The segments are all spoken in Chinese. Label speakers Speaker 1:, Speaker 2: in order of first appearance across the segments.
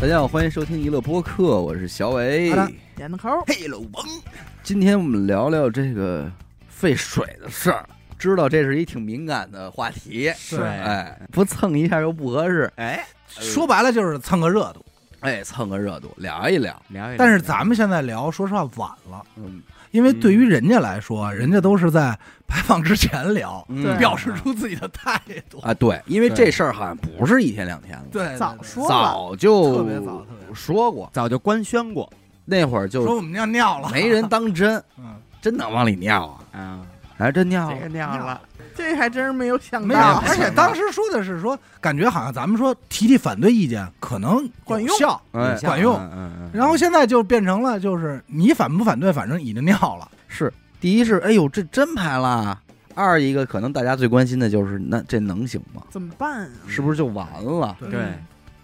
Speaker 1: 大家好，欢迎收听娱乐播客，我是小伟
Speaker 2: 好。的点个扣。
Speaker 3: 嘿喽，王
Speaker 1: 今天我们聊聊这个废水的事儿，知道这是一挺敏感的话题，
Speaker 2: 是
Speaker 1: 哎，不蹭一下又不合适，
Speaker 3: 哎，
Speaker 2: 说白了就是蹭个热度，
Speaker 1: 哎，蹭个热度聊一聊，
Speaker 3: 聊一聊
Speaker 2: 但是咱们现在聊，说实话晚了，
Speaker 1: 嗯，
Speaker 2: 因为对于人家来说，啊人家都是在 排放之前聊，
Speaker 1: 嗯
Speaker 2: 表示出自己的态度。
Speaker 1: 啊，对，因为
Speaker 3: 对
Speaker 1: 这事儿好像不是一天两天了，
Speaker 2: 对，对
Speaker 4: 早
Speaker 2: 对
Speaker 4: 说了，
Speaker 1: 早就
Speaker 2: 特别早特别早
Speaker 1: 说过，
Speaker 3: 早就官宣过
Speaker 1: 那会儿
Speaker 2: 说
Speaker 1: 就
Speaker 2: 我们尿尿了，
Speaker 1: 没人当真，
Speaker 2: 嗯，
Speaker 1: 真能往里尿啊，
Speaker 3: 啊，
Speaker 2: 哎
Speaker 1: 还真尿
Speaker 3: 这个
Speaker 1: 了，
Speaker 3: 尿了，
Speaker 4: 哎这还真是没有想
Speaker 2: 没有。
Speaker 4: 到啊
Speaker 3: 有，
Speaker 2: 而且当时说的是说，感觉好像咱们说提提反对意见可能
Speaker 4: 管
Speaker 2: 有
Speaker 4: 用
Speaker 2: 效，
Speaker 1: 哎
Speaker 3: 有效
Speaker 2: 管用
Speaker 3: 嗯嗯嗯，
Speaker 2: 然后现在就变成了就是你反不反对，反正已经尿了。
Speaker 1: 是第一是哎呦这真排了，啊二一个可能大家最关心的就是那这能行吗？
Speaker 4: 怎么办啊？
Speaker 1: 是不是就完了？
Speaker 2: 对
Speaker 3: 对，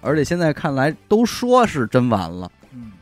Speaker 1: 而且现在看来都说是真完了，
Speaker 2: 嗯，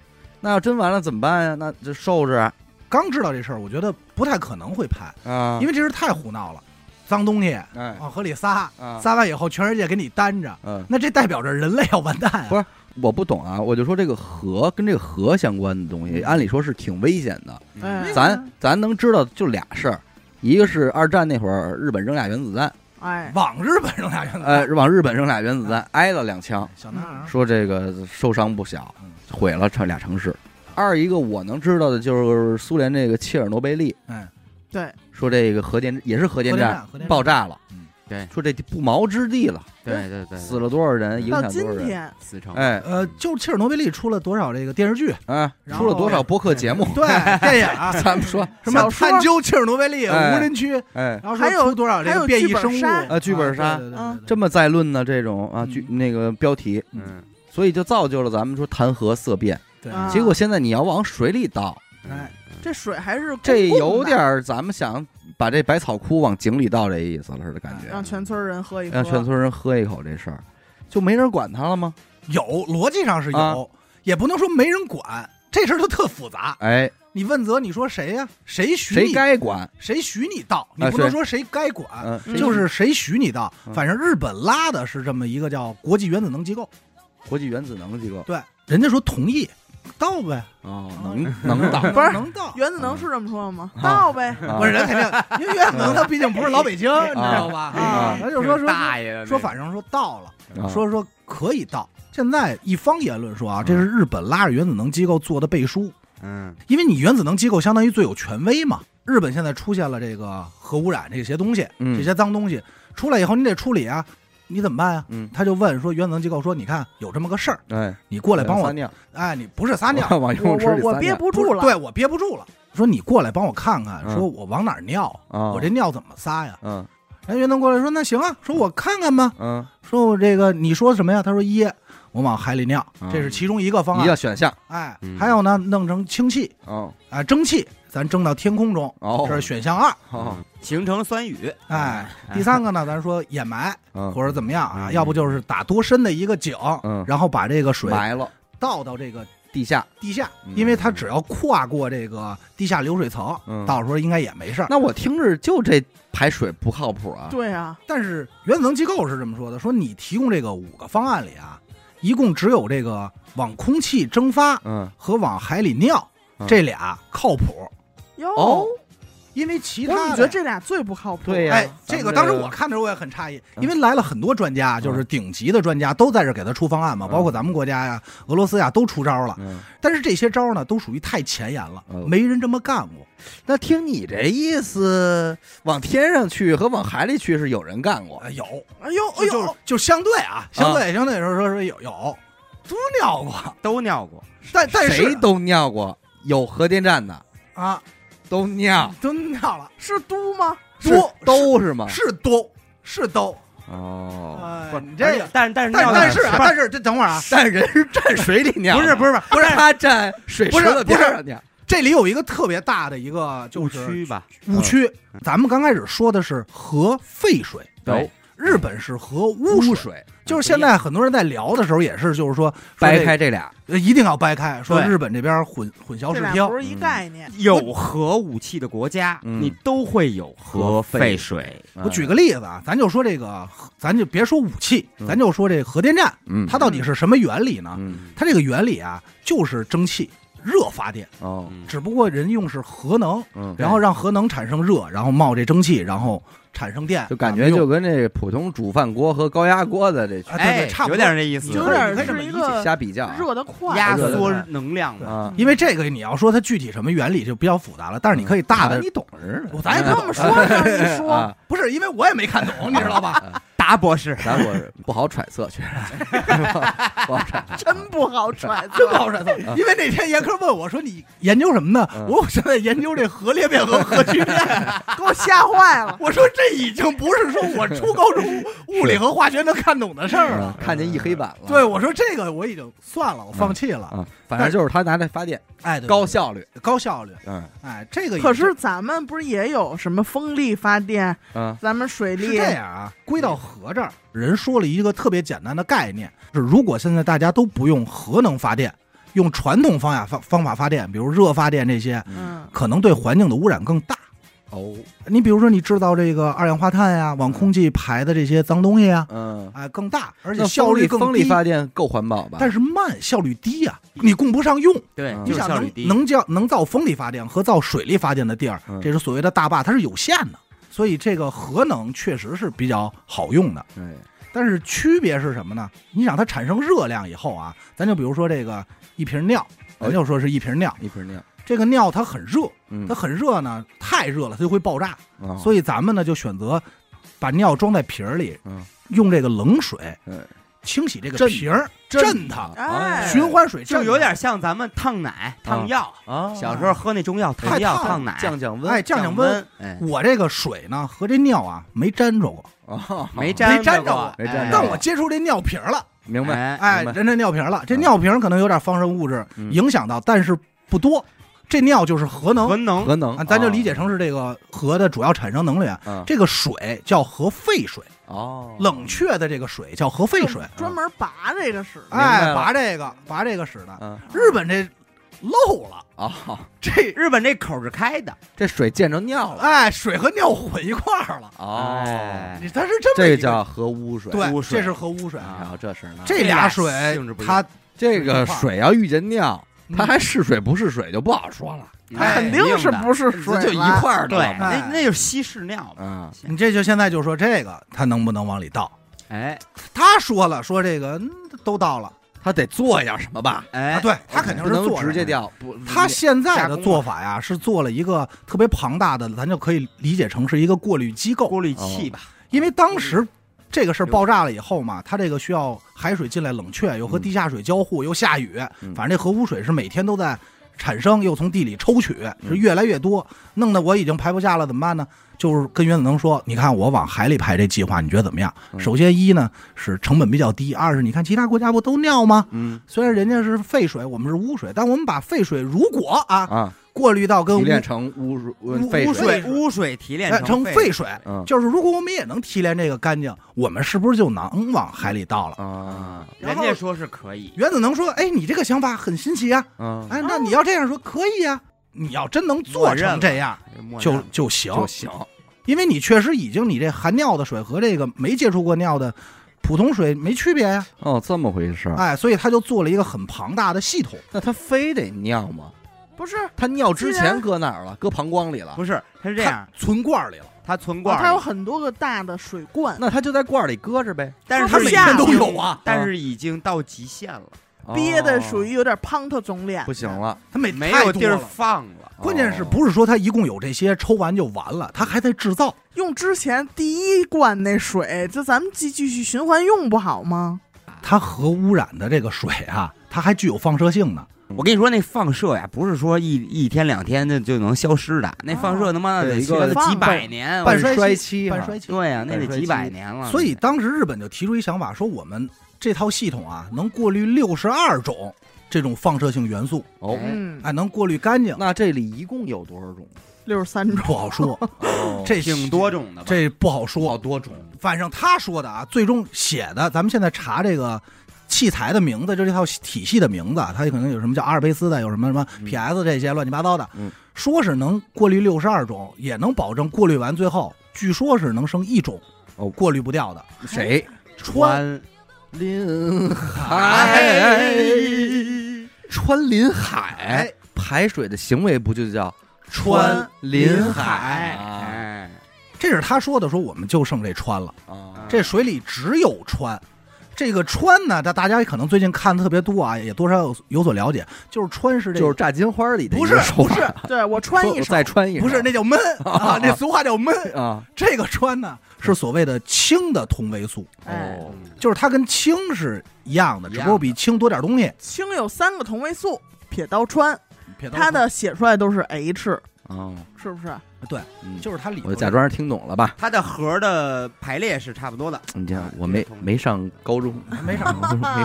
Speaker 1: 那要真完了怎么办呀？那就受着啊
Speaker 2: 刚知道这事儿，我觉得不太可能会拍，
Speaker 1: 啊
Speaker 2: 因为这事儿太胡闹了，脏东西
Speaker 1: 哎
Speaker 2: 往河里撒，
Speaker 1: 啊
Speaker 2: 撒完以后全世界给你担着，
Speaker 1: 嗯，
Speaker 2: 那这代表着人类要完蛋啊！
Speaker 1: 不是我不懂啊，我就说这个河跟这个河相关的东西，按理说是挺危险的。
Speaker 4: 哎
Speaker 3: 嗯
Speaker 1: 咱咱能知道就俩事儿，一个是二战那会儿日本扔俩原子弹，
Speaker 4: 哎，
Speaker 2: 往日本扔俩原子弹，
Speaker 1: 呃，往日本扔俩原子弹，挨了两枪，
Speaker 2: 小男孩儿
Speaker 1: 说这个受伤不小
Speaker 2: 嗯，
Speaker 1: 毁了这俩城市。二一个我能知道的就是苏联这个切尔诺贝利，
Speaker 2: 哎，
Speaker 4: 对，
Speaker 1: 说这个核电也是核电
Speaker 2: 核电
Speaker 1: 站
Speaker 2: 站核电站
Speaker 1: 爆炸了，
Speaker 2: 嗯
Speaker 3: 对
Speaker 1: 说这不毛之地了，
Speaker 3: 对对对，
Speaker 1: 死了多少人，影
Speaker 4: 到
Speaker 1: 响
Speaker 4: 今
Speaker 1: 多少人？
Speaker 4: 天
Speaker 3: 死成，
Speaker 1: 哎
Speaker 2: 呃，就切尔诺贝利出了多少这个电视剧？
Speaker 1: 哎，
Speaker 2: 然后
Speaker 1: 出了多少播客节 目？
Speaker 2: 对，电影啊，
Speaker 1: 咱们 说，
Speaker 2: 什么
Speaker 4: 小说
Speaker 2: 探究切尔诺贝利
Speaker 1: 哎
Speaker 2: 无人区，
Speaker 1: 哎，
Speaker 2: 然后说
Speaker 4: 还有
Speaker 2: 出多少这个变异生
Speaker 4: 还有剧本
Speaker 2: 物
Speaker 4: 杀
Speaker 1: 啊剧本杀
Speaker 2: 啊对对对
Speaker 4: 嗯
Speaker 2: 对对
Speaker 1: 这么再论呢？这种啊，
Speaker 2: 嗯
Speaker 1: 剧那个标题，
Speaker 3: 嗯，
Speaker 1: 所以就造就了咱们说谈河色变。
Speaker 2: 对
Speaker 4: 啊
Speaker 1: 结果现在你要往水里倒，
Speaker 2: 哎
Speaker 4: 这水还是公
Speaker 1: 这
Speaker 4: 共
Speaker 1: 有
Speaker 4: 的
Speaker 1: 点儿咱们想把这百草枯往井里倒这意思了似的感觉，
Speaker 4: 让全村人喝一喝，
Speaker 1: 让全村人喝一口这事儿，就没人管他了吗？
Speaker 2: 有逻辑上是
Speaker 1: 啊
Speaker 2: 有，也不能说没人管，这事儿就特复杂。
Speaker 1: 哎，
Speaker 2: 你问责，你说谁呀？谁许
Speaker 1: 谁
Speaker 2: 你
Speaker 1: 该管？
Speaker 2: 谁许你到？你
Speaker 1: 啊
Speaker 2: 不能
Speaker 1: 谁
Speaker 2: 说谁该管，
Speaker 1: 嗯，
Speaker 4: 嗯
Speaker 2: 就是谁许你到
Speaker 1: 嗯，
Speaker 2: 反正日本拉的是这么一个叫国际原子能机构，
Speaker 1: 国际原子能机构
Speaker 2: 对，人家说同意，到呗，
Speaker 1: 哦，能能倒
Speaker 4: 不是
Speaker 2: 能到，
Speaker 4: 原子能是这么说吗？到呗，
Speaker 1: 啊
Speaker 2: 不是人肯定，因为原子能它毕竟不是老北京，你知道嗯吧
Speaker 4: 啊？
Speaker 2: 他 就说
Speaker 3: 挺
Speaker 2: 说
Speaker 3: 大爷的
Speaker 2: 说反正说到了，
Speaker 1: 啊
Speaker 2: 说说可以到。现在一方言论说啊，这是日本拉着原子能机构做的背书，
Speaker 3: 嗯
Speaker 2: 因为你原子能机构相当于最有权威嘛。日本现在出现了这个核污染这些东西，
Speaker 1: 嗯
Speaker 2: 这些脏东西出来以后，你得处理啊，你怎么办啊？
Speaker 1: 嗯，
Speaker 2: 他就问说，原子能机构说，你看有这么个事儿，
Speaker 1: 哎，
Speaker 2: 你过来帮
Speaker 1: 撒
Speaker 2: 我，
Speaker 1: 尿，
Speaker 2: 哎，你不是撒尿，
Speaker 1: 往游
Speaker 4: 我
Speaker 1: 泳池
Speaker 4: 我
Speaker 1: 里
Speaker 4: 我
Speaker 1: 撒
Speaker 4: 憋
Speaker 1: 尿
Speaker 4: 不住了，
Speaker 2: 对我憋不住了，说你过来帮我看看，
Speaker 1: 嗯
Speaker 2: 说我往哪儿尿，
Speaker 1: 啊，
Speaker 2: 我这尿怎么撒呀？
Speaker 1: 嗯
Speaker 2: 然后袁腾过来说，那行啊，说我看看吧，
Speaker 1: 嗯，
Speaker 2: 说我这个你说什么呀？他说一，我往海里尿，这是其中一个方
Speaker 1: 一
Speaker 2: 案，
Speaker 1: 个选项，
Speaker 2: 哎
Speaker 3: 嗯，
Speaker 2: 还有呢，弄成氢气
Speaker 1: 哦
Speaker 2: 啊，蒸汽，咱蒸到天空中，
Speaker 1: 哦，
Speaker 2: 这是选项二，
Speaker 1: 哦，
Speaker 3: 嗯形成酸雨，
Speaker 2: 哎，第三个呢，咱说掩埋
Speaker 1: 嗯，
Speaker 2: 或者怎么样啊，
Speaker 3: 嗯
Speaker 2: 要不就是打多深的一个井
Speaker 1: 嗯，
Speaker 2: 然后把这个水
Speaker 1: 埋了
Speaker 2: 倒到这个
Speaker 1: 地下，
Speaker 2: 地下
Speaker 1: 嗯，
Speaker 2: 因为它只要跨过这个地下流水层，
Speaker 1: 嗯
Speaker 2: 到时候应该也没事儿。
Speaker 1: 那我听着就这排水不靠谱啊，
Speaker 4: 对啊，
Speaker 2: 但是原子能机构是这么说的：说你提供这个五个方案里啊，一共只有这个往空气蒸发
Speaker 1: 嗯，
Speaker 2: 和往海里尿
Speaker 1: 嗯
Speaker 2: 这俩靠谱，
Speaker 4: 哟，
Speaker 1: 哦
Speaker 2: 因为其
Speaker 4: 我怎
Speaker 2: 他
Speaker 4: 么
Speaker 2: 的
Speaker 4: 觉得这俩最不靠谱？啊
Speaker 1: 对呀
Speaker 2: 哎，
Speaker 1: 咱们
Speaker 2: 这
Speaker 1: 这
Speaker 2: 个
Speaker 1: 个
Speaker 2: 当时我看的时候我也很诧异，
Speaker 1: 嗯
Speaker 2: 因为来了很多专家，就是顶级的专家都在这给他出方案嘛，
Speaker 1: 嗯
Speaker 2: 包括咱们国家呀、俄罗斯呀都出招了。
Speaker 1: 嗯，
Speaker 2: 但是这些招呢，都属于太前沿了
Speaker 1: 哦，
Speaker 2: 没人这么干过。
Speaker 1: 那听你这意思，往天上去和往海里去是有人干过
Speaker 2: 啊，，有，
Speaker 4: 哎呦哎
Speaker 2: 就就
Speaker 4: 呦，
Speaker 2: 就相对啊，相对相对说说说有有，都尿过，
Speaker 3: 都尿过，
Speaker 1: 哎
Speaker 2: 但但是
Speaker 1: 谁都尿过，有核电站的
Speaker 2: 啊
Speaker 1: 都尿，
Speaker 2: 都尿了，
Speaker 4: 是 都吗？
Speaker 2: 多
Speaker 1: 是都是吗？
Speaker 2: 是都是都，
Speaker 1: 哦，
Speaker 2: 哎
Speaker 3: 不是
Speaker 2: 你这个，
Speaker 3: 但但是
Speaker 2: 但
Speaker 3: 尿
Speaker 2: 但是啊，
Speaker 3: 不
Speaker 2: 但是这等会儿啊，
Speaker 1: 但人是 站水里尿，
Speaker 3: 不是不是不
Speaker 1: 不
Speaker 3: 是
Speaker 1: 是他站水池子边上尿，
Speaker 2: 这里有一个特别大的一个就
Speaker 3: 误
Speaker 2: 是
Speaker 3: 区吧，
Speaker 2: 嗯误区，咱们刚开始说的是核废水，
Speaker 1: 对，
Speaker 2: 日本是核污水，嗯
Speaker 1: 水
Speaker 2: 就是现在很多人在聊的时候也是，就是说说
Speaker 1: 掰
Speaker 2: 这
Speaker 1: 开这俩，
Speaker 2: 呃一定要掰开，说
Speaker 3: 对
Speaker 2: 日本这边混混
Speaker 1: 哦
Speaker 2: 淆
Speaker 4: 这
Speaker 2: 视
Speaker 4: 俩
Speaker 2: 听
Speaker 4: 不，是一概念。
Speaker 3: 嗯有核武器的国家，
Speaker 1: 嗯
Speaker 3: 你都会有核废水。
Speaker 1: 我
Speaker 2: 我举个例子啊，咱就说这个，咱就别说武器，
Speaker 1: 嗯
Speaker 2: 咱就说这核电站，
Speaker 1: 嗯，
Speaker 2: 它到底是什么原理呢？
Speaker 1: 嗯
Speaker 2: 它这个原理啊，就是蒸汽热发电，
Speaker 1: 哦
Speaker 3: 嗯
Speaker 2: 只不过人用是核能，
Speaker 1: 嗯，
Speaker 2: 然后让核能产生热，然后冒这蒸汽，然后产生电，
Speaker 1: 就感觉
Speaker 2: 咱们
Speaker 1: 就
Speaker 2: 用
Speaker 1: 跟这普通煮饭锅和高压锅的这
Speaker 2: 啊，对
Speaker 3: 哎
Speaker 2: 对，差，不多。
Speaker 3: 有点这意思，
Speaker 4: 就有
Speaker 2: 你
Speaker 4: 点
Speaker 2: 可以这么
Speaker 4: 是一
Speaker 2: 理
Speaker 4: 个
Speaker 1: 瞎比较啊
Speaker 4: 热得快，
Speaker 3: 压
Speaker 1: 对对
Speaker 3: 缩
Speaker 1: 对
Speaker 3: 能量嘛。
Speaker 1: 啊，
Speaker 2: 因为这个你要说它具体什么原理就比较复杂了，但是你可以大的，
Speaker 1: 嗯你懂啊似的，
Speaker 2: 我咱也
Speaker 4: 你
Speaker 2: 不
Speaker 4: 这么说让你说，
Speaker 1: 啊，
Speaker 2: 不是因为我也没看懂，你知道吧？
Speaker 1: 嗯
Speaker 3: 达博士，
Speaker 2: 嗯
Speaker 1: 咱我是不好揣测，确实不好揣测。
Speaker 4: 真不 好揣测，
Speaker 2: 真不好揣测，因为那天严科问我说你研究什么呢？
Speaker 1: 嗯
Speaker 2: 我说我现在研究这核裂变和核聚变。
Speaker 4: 给我吓坏了。
Speaker 2: 我说这已经不是说我初高中物理和化学能看懂的事儿
Speaker 1: 嗯
Speaker 2: 了。
Speaker 1: 看见一黑板了，
Speaker 2: 对，我说这个我已经算了，我放弃了。
Speaker 1: 啊，反正就是他拿来发电，
Speaker 2: 哎，对
Speaker 1: 嗯高效率，
Speaker 2: 高效率，
Speaker 1: 嗯
Speaker 2: 哎，这个也
Speaker 4: 可是咱们不是也有什么风力发电，
Speaker 1: 嗯
Speaker 4: 咱们水
Speaker 2: 是
Speaker 4: 力
Speaker 2: 这样啊，归到核这儿，人说了一个特别简单的概念，是如果现在大家都不用核能发电，用传统方法方方法发电，比如热发电这些，
Speaker 4: 嗯，
Speaker 2: 可能对环境的污染更大。
Speaker 1: 哦
Speaker 2: 你比如说，你制造这个二氧化碳呀、往空气排的这些脏东西呀、
Speaker 1: 嗯，
Speaker 2: 哎，更大，而
Speaker 1: 而
Speaker 2: 且效率更低。
Speaker 1: 风力发电够环
Speaker 3: 啊
Speaker 1: 保吧？
Speaker 2: 但是慢，效率低呀、你供不上用。
Speaker 3: 对
Speaker 1: 嗯
Speaker 2: 你
Speaker 3: 就是
Speaker 2: 想
Speaker 3: 啊效率
Speaker 2: 能
Speaker 3: 低，
Speaker 2: 能叫能造风力发电和造水力发电的地儿
Speaker 1: 嗯，
Speaker 2: 这是所谓的大坝，它是有限的。所以这个核能确实是比较好用的，
Speaker 1: 哎
Speaker 2: 但是区别是什么呢？你想它产生热量以后啊，咱就比如说这个一瓶尿，
Speaker 3: 哎
Speaker 2: 咱就说是一瓶尿，
Speaker 1: 一瓶尿，
Speaker 2: 这个尿它很热，
Speaker 1: 嗯
Speaker 2: 它，很热呢，太热了它就会爆炸，
Speaker 3: 啊
Speaker 1: 哦
Speaker 2: 所以咱们呢就选择把尿装在瓶儿里
Speaker 1: 嗯，
Speaker 2: 用这个冷水
Speaker 3: 哎
Speaker 1: 嗯
Speaker 2: 清洗这个
Speaker 1: 震
Speaker 2: 瓶儿，震它，
Speaker 1: 啊
Speaker 4: 哎
Speaker 2: 循环水
Speaker 3: 就
Speaker 2: 震啊嗯
Speaker 3: 有
Speaker 2: 它
Speaker 3: 点像咱们烫奶、烫药，
Speaker 1: 啊，
Speaker 3: 小时候喝那中药
Speaker 2: 太
Speaker 3: 烫药、
Speaker 2: 烫
Speaker 3: 烫奶，
Speaker 1: 降降温，
Speaker 2: 哎降降温，
Speaker 3: 哎，
Speaker 2: 我这个水呢和这尿啊没沾着过，
Speaker 1: 哦
Speaker 3: 没粘
Speaker 2: 没粘着
Speaker 3: 过
Speaker 2: 过，
Speaker 1: 没粘着
Speaker 2: 但我接触这尿瓶儿了，
Speaker 1: 明白，
Speaker 3: 哎，
Speaker 2: 哎，
Speaker 1: 哎明白
Speaker 2: 人这尿瓶儿了，这尿瓶儿可能有点放射物质
Speaker 1: 嗯
Speaker 2: 影响到，但是不多。这尿就是核能
Speaker 3: 核，能
Speaker 1: 核能哦
Speaker 2: 啊，咱就理解成是这个核的主要产生能源。
Speaker 1: 嗯
Speaker 2: 这个水叫核废水，
Speaker 1: 哦，
Speaker 2: 冷却的这个水叫核废水。啊
Speaker 4: 专门拔这个使。
Speaker 1: 明白
Speaker 2: 哎，
Speaker 1: 了
Speaker 2: 拔这个拔这个使的，
Speaker 1: 嗯
Speaker 2: 日本这漏了，
Speaker 1: 哦，
Speaker 2: 这
Speaker 3: 日本这口是开的，
Speaker 1: 这水溅着尿了
Speaker 2: 哎水和尿混一块儿了，
Speaker 1: 哦，
Speaker 3: 哎
Speaker 2: 你它是这么
Speaker 1: 这
Speaker 2: 一
Speaker 1: 个
Speaker 2: 个
Speaker 1: 叫核污水，
Speaker 2: 对，
Speaker 3: 污水
Speaker 2: 这是核污水。啊
Speaker 1: 然后这事儿呢，
Speaker 2: 这俩水
Speaker 3: 这俩性质不一
Speaker 2: 它
Speaker 3: 样
Speaker 1: 啊这个嗯水要遇见尿，它还是水不是水就不好说了，
Speaker 2: 哎
Speaker 4: 肯定是不是水
Speaker 1: 这就一
Speaker 4: 了
Speaker 1: 块儿
Speaker 3: 对，
Speaker 1: 的嘛，
Speaker 3: 那那就是稀释尿嘛。
Speaker 1: 嗯，
Speaker 2: 你这就现在就说这个，他能不能往里倒？
Speaker 3: 哎
Speaker 2: 他说了，说这个、嗯都倒了
Speaker 1: 他得做一点什么吧？
Speaker 2: 啊，
Speaker 3: 哎，
Speaker 2: 对他肯定
Speaker 1: 不
Speaker 2: 是
Speaker 1: 能
Speaker 2: 做
Speaker 1: 直接
Speaker 2: 掉。
Speaker 1: 掉，不，
Speaker 2: 他现在
Speaker 3: 加
Speaker 2: 的
Speaker 3: 工了
Speaker 2: 做法呀，是做了一个特别庞大的，咱就可以理解成是一个过滤机构。
Speaker 3: 过滤器吧，
Speaker 2: 因为当
Speaker 1: 嗯
Speaker 2: 时这个事儿爆炸了以后嘛，它这个需要海水进来冷却，又和地下水交互，又下雨，
Speaker 1: 嗯
Speaker 2: 反正这核污水是每天都在产生，又从地里抽取，
Speaker 1: 嗯
Speaker 2: 是越来越多，弄得我已经排不下了，怎么办呢？就是跟袁子能说，你看我往海里排这计划，你觉得怎么样？
Speaker 1: 嗯
Speaker 2: 首先一呢是成本比较低，二是你看其他国家不都尿吗？
Speaker 1: 嗯
Speaker 2: 虽然人家是废水，我们是污水，但我们把废水如果啊
Speaker 1: 啊，
Speaker 2: 过滤到跟污
Speaker 1: 提炼成污水呃
Speaker 2: 污
Speaker 1: 废
Speaker 2: 污
Speaker 1: 水，
Speaker 2: 水
Speaker 3: 对，污水提炼
Speaker 2: 哎成
Speaker 3: 废
Speaker 2: 废水，
Speaker 1: 嗯
Speaker 2: 就是如果我们也能提炼这个干净，我们是不是就能往海里倒了？
Speaker 1: 啊，
Speaker 3: 人家说是可以，
Speaker 2: 原子能说：“哎，你这个想法很新奇啊！
Speaker 1: 嗯，
Speaker 2: 哎，那你要这样说可以啊，你要真能做成这样
Speaker 3: 默认
Speaker 2: 就
Speaker 3: 了
Speaker 2: 就行，
Speaker 1: 就行，
Speaker 2: 因为你确实已经你这含尿的水和这个没接触过尿的普通水没区别呀、
Speaker 1: 哦，这么回
Speaker 3: 嗯
Speaker 1: 事儿。
Speaker 2: 哎，所以他就做了一个很庞大的系统。
Speaker 1: 那他非得尿吗？
Speaker 4: 不是，
Speaker 1: 他尿之
Speaker 4: 既
Speaker 1: 前
Speaker 4: 然
Speaker 1: 搁哪儿了？搁膀胱里了。
Speaker 3: 不是，它是这样，
Speaker 2: 它存罐里了，
Speaker 3: 它存罐
Speaker 4: 哦它有
Speaker 2: 哦
Speaker 3: 儿里，
Speaker 4: 很多个大的水罐，
Speaker 1: 那他就在罐儿里搁着呗，
Speaker 3: 但是
Speaker 4: 它
Speaker 3: 它
Speaker 2: 每
Speaker 4: 下
Speaker 2: 天
Speaker 3: 已
Speaker 2: 都
Speaker 3: 经
Speaker 2: 有啊，
Speaker 3: 但是已经到极限了，
Speaker 4: 憋的
Speaker 1: 哦
Speaker 4: 属于有点胖特肿脸，
Speaker 1: 不行了，
Speaker 2: 他每
Speaker 3: 没
Speaker 2: 太
Speaker 3: 有
Speaker 2: 多
Speaker 3: 地儿
Speaker 2: 了
Speaker 3: 放了。
Speaker 2: 关键是
Speaker 1: 哦
Speaker 2: 不是说他一共有这些抽完就完了，他还在制造。
Speaker 4: 用之前第一罐那水，这咱们继继续循环用不好吗？
Speaker 2: 它核污染的这个水啊，它还具有放射性呢。
Speaker 3: 我跟你说，那放射呀，不是说一一天两天就就能消失的，那放射他妈
Speaker 1: 对
Speaker 3: 哦得
Speaker 1: 一个
Speaker 3: 几百年，
Speaker 1: 半
Speaker 2: 半
Speaker 3: 我
Speaker 2: 衰
Speaker 1: 衰期
Speaker 2: 期啊半
Speaker 1: 哈
Speaker 2: 衰期。
Speaker 3: 对呀，那
Speaker 1: 半衰
Speaker 3: 得
Speaker 1: 期
Speaker 3: 几百年了。
Speaker 2: 所以当时日本就提出一想法，说我们这套系统啊，能过滤六十二种这种放射性元素，
Speaker 1: 哦。
Speaker 3: 哎
Speaker 4: 嗯，
Speaker 2: 哎，能过滤干净。
Speaker 1: 那这里一共有多少种？
Speaker 4: 六十三种，
Speaker 2: 不好 说，这
Speaker 3: 哦挺多种的吧，
Speaker 2: 这不好说
Speaker 3: 啊好。多种，
Speaker 2: 反正他说的啊，最终写的，咱们现在查这个器材的名字，就这套体系的名字啊，它可能有什么叫阿尔卑斯的，有什么什么 PS 这些乱七八糟的，
Speaker 1: 嗯
Speaker 2: 说是能过滤六十二种，也能保证过滤完最后，据说是能剩一种
Speaker 1: 哦
Speaker 2: 过滤不掉的。
Speaker 1: 谁？
Speaker 2: 川
Speaker 1: 林
Speaker 2: 海
Speaker 1: 海，川林海排水的行为不就叫
Speaker 2: 川
Speaker 1: 林
Speaker 2: 林
Speaker 1: 海
Speaker 2: 海
Speaker 1: 啊？
Speaker 3: 哎，
Speaker 2: 这是他说的，说我们就剩这川了，
Speaker 1: 啊
Speaker 2: 这水里只有川。这个川呢，大大家可能最近看的特别多啊，也多少有有所了解，就是川是这
Speaker 1: 就
Speaker 2: 个
Speaker 1: 是炸金花里的
Speaker 2: 不是
Speaker 1: 不是
Speaker 4: 对我穿一首
Speaker 1: 再，穿一首
Speaker 2: 不是那叫闷啊，那俗话叫闷。
Speaker 1: 啊
Speaker 2: 这个川呢是所谓的氢的同位素，
Speaker 4: 哎，
Speaker 1: 哦
Speaker 2: 就是它跟氢是一样的，
Speaker 3: 一
Speaker 2: 只
Speaker 3: 样的
Speaker 2: 不过比氢多点东西。
Speaker 4: 氢有三个同位素，撇刀川，
Speaker 2: 别当
Speaker 4: 它的写出来都是 H，
Speaker 1: 哦，
Speaker 4: 是不是？
Speaker 1: 嗯
Speaker 2: 就是它里头
Speaker 1: 我就假装是听懂了吧？
Speaker 3: 它的核的排列是差不多的，
Speaker 1: 你看
Speaker 3: 啊
Speaker 1: 我没
Speaker 3: 这个同
Speaker 1: 没上高中，
Speaker 2: 没
Speaker 1: 没
Speaker 2: 啥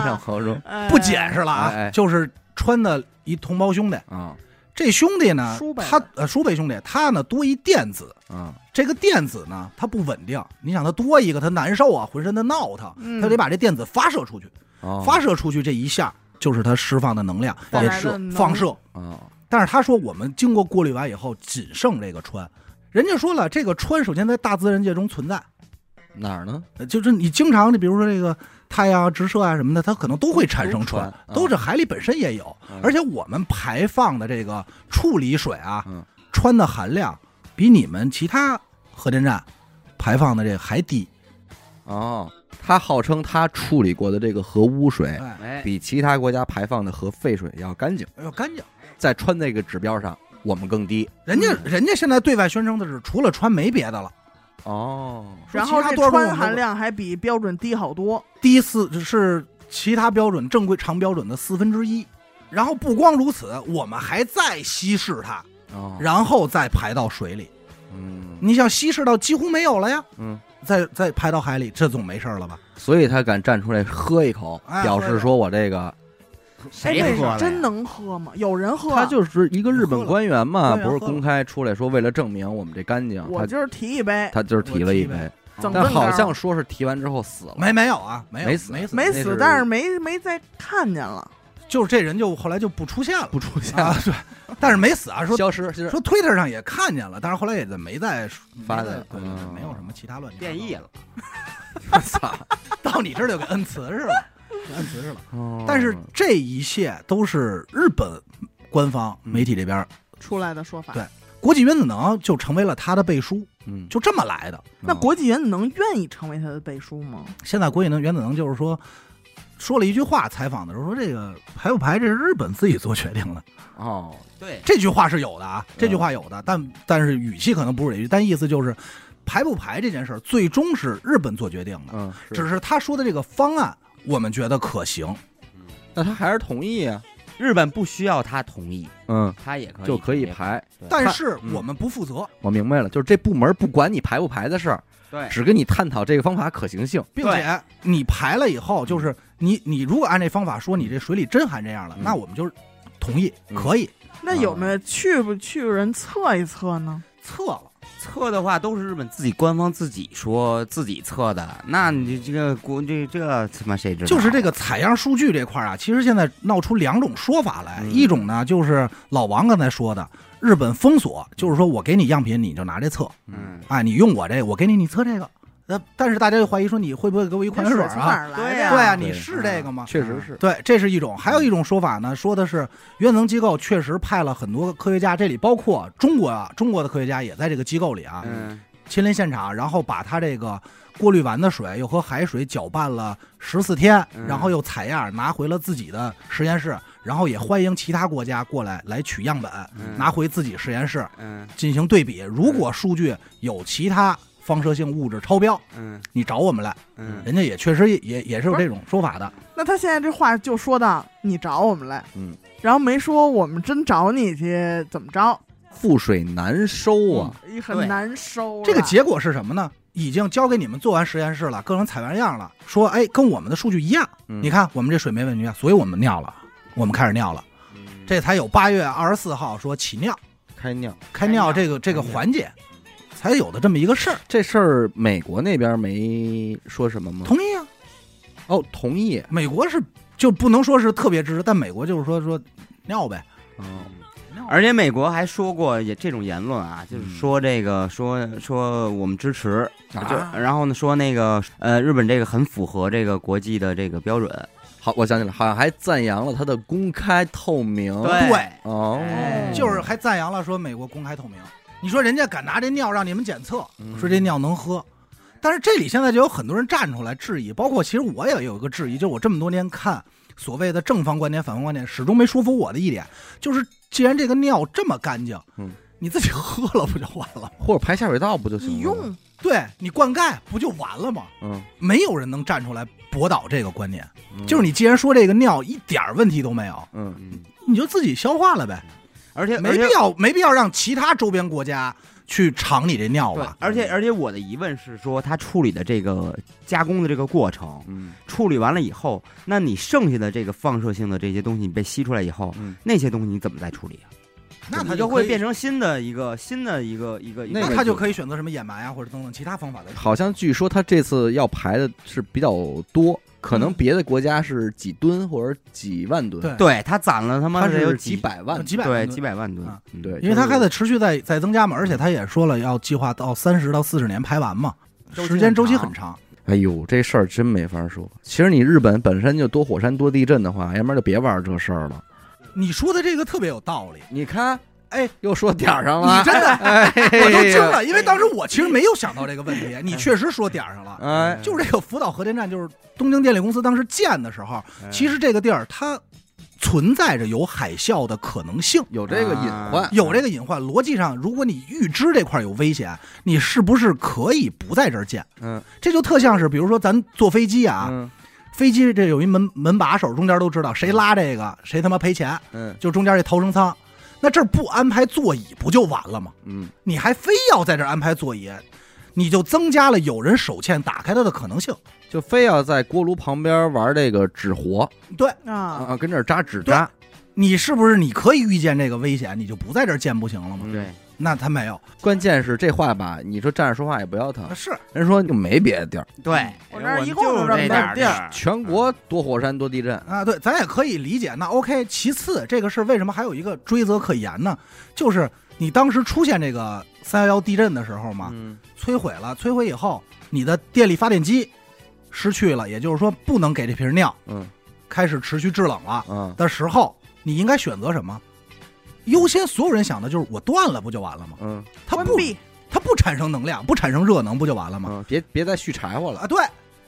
Speaker 1: 上高中
Speaker 4: 哎
Speaker 2: 不解释了啊，
Speaker 1: 哎哎
Speaker 2: 就是川的一同胞兄弟，
Speaker 1: 啊
Speaker 2: 这兄弟呢
Speaker 4: 叔，辈
Speaker 2: 他呃叔辈兄弟，他呢多一电子。
Speaker 1: 啊
Speaker 2: 这个电子呢，它不稳定。你想，它多一个，它难受啊，浑身的闹腾，
Speaker 4: 嗯
Speaker 2: 它得把这电子发射出去。
Speaker 1: 哦
Speaker 2: 发射出去这一下，就是它释放的能量，
Speaker 1: 放
Speaker 2: 这
Speaker 1: 射
Speaker 2: 是
Speaker 4: 带来的能
Speaker 2: 放射。
Speaker 1: 啊
Speaker 2: 但是他说我们经过过滤完以后，仅剩这个川。人家说了，这个川首先在大自然界中存在，
Speaker 1: 哪儿呢？
Speaker 2: 呃就是你经常，你比如说这个太阳啊、直射啊什么的，它可能都会产生川
Speaker 1: 都传，啊
Speaker 2: 都是海里本身也有。
Speaker 1: 嗯
Speaker 2: 而且我们排放的这个处理水啊
Speaker 1: 嗯，
Speaker 2: 川的含量比你们其他核电站排放的这个还低。
Speaker 1: 哦，他号称他处理过的这个核污水
Speaker 2: 哎，
Speaker 3: 哎，
Speaker 1: 比其他国家排放的核废水要干净，
Speaker 2: 哎呦，干净！
Speaker 1: 在川那个指标上，我们更低
Speaker 2: 人家人家现在对外宣称的是，除了川没别的了。
Speaker 1: 哦。
Speaker 2: 说
Speaker 4: 然
Speaker 2: 其
Speaker 4: 后
Speaker 2: 他
Speaker 4: 这
Speaker 2: 多少种
Speaker 4: 氚
Speaker 2: 我们
Speaker 4: 含量还比标准低好多，
Speaker 2: 第四是其他标准正规常标准的四分之一。然后不光如此，我们还再稀释它，
Speaker 1: 哦，
Speaker 2: 然后再排到水里。
Speaker 1: 嗯
Speaker 2: 你想稀释到几乎没有了呀，
Speaker 1: 嗯，
Speaker 2: 再再排到海里，这总没事儿了吧？
Speaker 1: 所以他敢站出来喝一口，
Speaker 2: 哎
Speaker 1: 表示说我这个
Speaker 3: 谁
Speaker 4: 哎
Speaker 3: 喝了呀？
Speaker 4: 真能喝吗？有人喝啊，
Speaker 1: 他就是一个日本官员嘛，
Speaker 2: 啊喝了
Speaker 1: 不是公开出来说为了证明我们这干净，
Speaker 4: 我
Speaker 1: 他
Speaker 4: 今儿提一杯，
Speaker 1: 他就是提了一
Speaker 2: 我提
Speaker 1: 杯，
Speaker 3: 啊
Speaker 4: 整
Speaker 1: 但
Speaker 4: 顿
Speaker 1: 好
Speaker 4: 点儿
Speaker 1: 像说是提完之后死了，
Speaker 2: 没没有啊，没有
Speaker 1: 哦没
Speaker 2: 没
Speaker 1: 死
Speaker 2: 死
Speaker 4: 没
Speaker 1: 那
Speaker 4: 死
Speaker 1: 是，
Speaker 4: 但是没没再看见了。
Speaker 2: 就是这人就后来就不出现了
Speaker 1: 不出现
Speaker 2: 啊， 对，但是没死啊，说
Speaker 1: 消失，消失
Speaker 2: 说 Twitter 上也看见了，但是后来也没再
Speaker 1: 发
Speaker 2: 的
Speaker 1: 的，
Speaker 2: 对对对
Speaker 1: 嗯
Speaker 2: 没有什么其他乱七八糟
Speaker 3: 变异了，
Speaker 1: 我操！
Speaker 2: 到你这儿就给 摁瓷实了，给摁瓷实了。
Speaker 1: 哦
Speaker 2: 但是这一切都是日本官方媒体这边，
Speaker 1: 嗯
Speaker 4: 出来的说法
Speaker 2: 对，国际原子能就成为了他的背书，
Speaker 1: 嗯，
Speaker 2: 就这么来的。
Speaker 4: 那国际原子能愿意成为他的背书吗？
Speaker 2: 现在国际能原子能就是说，说了一句话，采访的时候说这个排不排这是日本自己做决定的，
Speaker 1: 哦
Speaker 3: 对，
Speaker 2: 这句话是有的啊，
Speaker 1: 嗯
Speaker 2: 这句话有的，但但是语气可能不是这句，但意思就是排不排这件事儿最终是日本做决定的，
Speaker 1: 嗯，
Speaker 2: 只是他说的这个方案我们觉得可行，
Speaker 1: 嗯那他还是同意啊，
Speaker 3: 日本不需要他同意，
Speaker 1: 嗯，
Speaker 3: 他也可以
Speaker 1: 就可以
Speaker 3: 直接
Speaker 1: 排。
Speaker 2: 但
Speaker 1: 他
Speaker 2: 是
Speaker 1: 嗯
Speaker 2: 我们不负责，
Speaker 1: 我明白了，就是这部门不管你排不排的事儿，
Speaker 3: 对，
Speaker 1: 只跟你探讨这个方法可行性。
Speaker 2: 并且你排了以后，就是你你如果按这方法说，你这水里真含这样了，
Speaker 1: 嗯
Speaker 2: 那我们就是同意，
Speaker 1: 嗯
Speaker 2: 可以
Speaker 4: 那有没有去不去人测一测呢？
Speaker 2: 测了。
Speaker 3: 测的话都是日本自己官方自己说自己测的，那你这个国这这他妈谁知道？啊
Speaker 2: 就是这个采样数据这块啊，其实现在闹出两种说法来，
Speaker 1: 嗯
Speaker 2: 一种呢就是老王刚才说的，日本封锁，就是说我给你样品，你就拿这测，
Speaker 3: 嗯，
Speaker 2: 哎，你用我这，我给你，你测这个。那但是大家就怀疑说，你会不会给我一矿泉水
Speaker 4: 这从哪
Speaker 2: 啊？
Speaker 4: 儿来
Speaker 3: 对
Speaker 4: 的呀？
Speaker 3: 啊
Speaker 2: 对啊，
Speaker 1: 对
Speaker 2: 你是这个吗？
Speaker 1: 确实是，
Speaker 2: 对，这是一种。还有一种说法呢，说的是原子能机构确实派了很多科学家，这里包括中国啊，中国的科学家也在这个机构里啊，
Speaker 3: 嗯
Speaker 2: 亲临现场，然后把他这个过滤完的水又和海水搅拌了十四天，
Speaker 3: 嗯
Speaker 2: 然后又采样拿回了自己的实验室，然后也欢迎其他国家过来来取样本，
Speaker 3: 嗯
Speaker 2: 拿回自己实验室
Speaker 3: 嗯
Speaker 2: 进行对比。如果数据有其他放射性物质超标，
Speaker 3: 嗯
Speaker 2: 你找我们来，
Speaker 3: 嗯，
Speaker 2: 人家也确实也也也是有这种说法的。
Speaker 4: 那他现在这话就说到你找我们来，
Speaker 1: 嗯，
Speaker 4: 然后没说我们真找你去怎么着，
Speaker 1: 啊覆水难收啊。
Speaker 4: 也很
Speaker 3: 对
Speaker 4: 难收了。
Speaker 2: 这个结果是什么呢？已经交给你们做完实验室了，各种采完样了，说哎，跟我们的数据一样，
Speaker 1: 嗯
Speaker 2: 你看我们这水没问题啊，所以我们尿了，我们开始尿了，这才有八月二十四号说起尿，
Speaker 3: 开尿，
Speaker 2: 开尿
Speaker 3: 尿
Speaker 2: 这个这个
Speaker 3: 开尿
Speaker 2: 环节，才有的这么一个事儿。
Speaker 1: 这事儿美国那边没说什么吗？
Speaker 2: 同意啊，
Speaker 1: 哦，同意。
Speaker 2: 美国是就不能说是特别支持，但美国就是说说尿呗，
Speaker 1: 嗯，
Speaker 3: 而且美国还说过也这种言论啊，就是
Speaker 1: 嗯
Speaker 3: 说这个说说我们支持，
Speaker 1: 啊
Speaker 3: 就然后呢说那个呃日本这个很符合这个国际的这个标准，
Speaker 1: 好，我想起来，好像还赞扬了他的公开透明。
Speaker 2: 对
Speaker 1: 哦
Speaker 3: 哎，
Speaker 2: 就是还赞扬了说美国公开透明。你说人家敢拿这尿让你们检测，
Speaker 1: 嗯
Speaker 2: 说这尿能喝，但是这里现在就有很多人站出来质疑，包括其实我也有一个质疑，就是我这么多年看所谓的正方观点、反方观点，始终没说服我的一点，就是既然这个尿这么干净，
Speaker 1: 嗯，
Speaker 2: 你自己喝了不就完了吗？
Speaker 1: 或者排下水道不就行了吗？
Speaker 4: 你用
Speaker 2: 对你灌溉不就完了吗？
Speaker 1: 嗯，
Speaker 2: 没有人能站出来驳倒这个观点，
Speaker 1: 嗯
Speaker 2: 就是你既然说这个尿一点儿问题都没有，
Speaker 1: 嗯，
Speaker 3: 嗯，
Speaker 2: 你就自己消化了呗，
Speaker 3: 而且
Speaker 2: 没必。要没必要让其他周边国家去尝你这尿
Speaker 3: 而且对
Speaker 2: 吧，，
Speaker 3: 而且而且我的疑问是说，它处理的这个加工的这个过程，
Speaker 1: 嗯
Speaker 3: 处理完了以后，那你剩下的这个放射性的这些东西，你被吸出来以后，
Speaker 1: 嗯，
Speaker 3: 那些东西你怎么再处理啊？
Speaker 2: 那他
Speaker 3: 你就会变
Speaker 2: 成。
Speaker 3: 成新的一个新的一个一个一个，
Speaker 2: 那
Speaker 1: 个
Speaker 2: 他就
Speaker 1: 就
Speaker 2: 可以选择什么掩埋啊，或者等等其他方法的。
Speaker 1: 好像据说他这次要排的是比较多，可能别的国家是几吨或者几万吨，
Speaker 2: 对，
Speaker 3: 对他攒了他妈
Speaker 1: 他
Speaker 3: 得有
Speaker 1: 是几百万吨，
Speaker 2: 几百
Speaker 3: 对
Speaker 2: 吨
Speaker 3: 几百万吨
Speaker 2: 啊，
Speaker 3: 嗯
Speaker 1: 对，
Speaker 2: 因为他
Speaker 1: 就是
Speaker 2: 还在持续在在增加嘛，而且他也说了要计划到三十到四十年排完嘛，
Speaker 3: 周期
Speaker 2: 时间周期
Speaker 3: 很
Speaker 2: 很长。
Speaker 1: 哎呦，这事儿真没法说。其实你日本本身就多火山多地震的话，要不然就别玩这事儿了。
Speaker 2: 你说的这个特别有道 理，
Speaker 1: 你看，
Speaker 2: 哎，
Speaker 1: 又说点儿上
Speaker 2: 你
Speaker 3: 啊
Speaker 1: 了，
Speaker 2: 真的
Speaker 1: 哎，
Speaker 2: 我都惊了，因为当时我其实没有想到这个问题，你确实说点儿上了。
Speaker 3: 嗯
Speaker 1: 哎，
Speaker 2: 就是这个福岛核电站，就是东京电力公司当时建的时候，
Speaker 3: 嗯
Speaker 2: 其实这个地儿它存在着有海啸的可能性，
Speaker 1: 有这个隐患
Speaker 3: 啊，
Speaker 2: 有这个隐患。逻辑上，如果你预知这块儿有危险，你是不是可以不在这儿建？
Speaker 1: 嗯
Speaker 2: 这就特像是，比如说咱坐飞机啊，
Speaker 1: 嗯
Speaker 2: 飞机这有一门门把手，中间都知道谁拉这个谁他妈赔钱，
Speaker 1: 嗯
Speaker 2: 就中间这逃生舱。那这儿不安排座椅不就完了吗？
Speaker 1: 嗯，
Speaker 2: 你还非要在这儿安排座椅，你就增加了有人手欠打开它的可能性。
Speaker 1: 就非要在锅炉旁边玩这个纸活
Speaker 2: 对
Speaker 1: 啊，
Speaker 4: 啊，
Speaker 1: 啊跟这儿扎纸扎，
Speaker 2: 你是不是你可以预见这个危险，你就不在这儿建不行了吗？
Speaker 1: 嗯
Speaker 3: 对。
Speaker 2: 那他没有，
Speaker 1: 关键是这话吧，你说站着说话也不腰疼，
Speaker 2: 是
Speaker 1: 人说就没别的地儿，
Speaker 3: 对，
Speaker 4: 我这儿
Speaker 3: 们
Speaker 4: 一共就
Speaker 3: 就
Speaker 4: 这么
Speaker 3: 这
Speaker 4: 点
Speaker 3: 点
Speaker 4: 儿地儿
Speaker 3: 儿
Speaker 1: 全国多火山多地震，
Speaker 2: 啊，对，咱也可以理解。那 OK，其次这个事儿为什么还有一个追责可言呢？就是你当时出现这个三幺幺地震的时候嘛，
Speaker 1: 嗯
Speaker 2: 摧毁了，摧毁以后，你的电力发电机失去了，也就是说不能给这瓶尿，
Speaker 1: 嗯
Speaker 2: 开始持续制冷了
Speaker 1: 啊，
Speaker 2: 的时候，你应该选择什么？优先所有人想的就是我断了不就完了吗？
Speaker 1: 嗯
Speaker 2: 它
Speaker 4: 关
Speaker 2: 不，
Speaker 4: 闭
Speaker 2: 它不产生能量，不产生热能不就完了吗？
Speaker 1: 嗯，别别再续柴火了，
Speaker 2: 啊，对。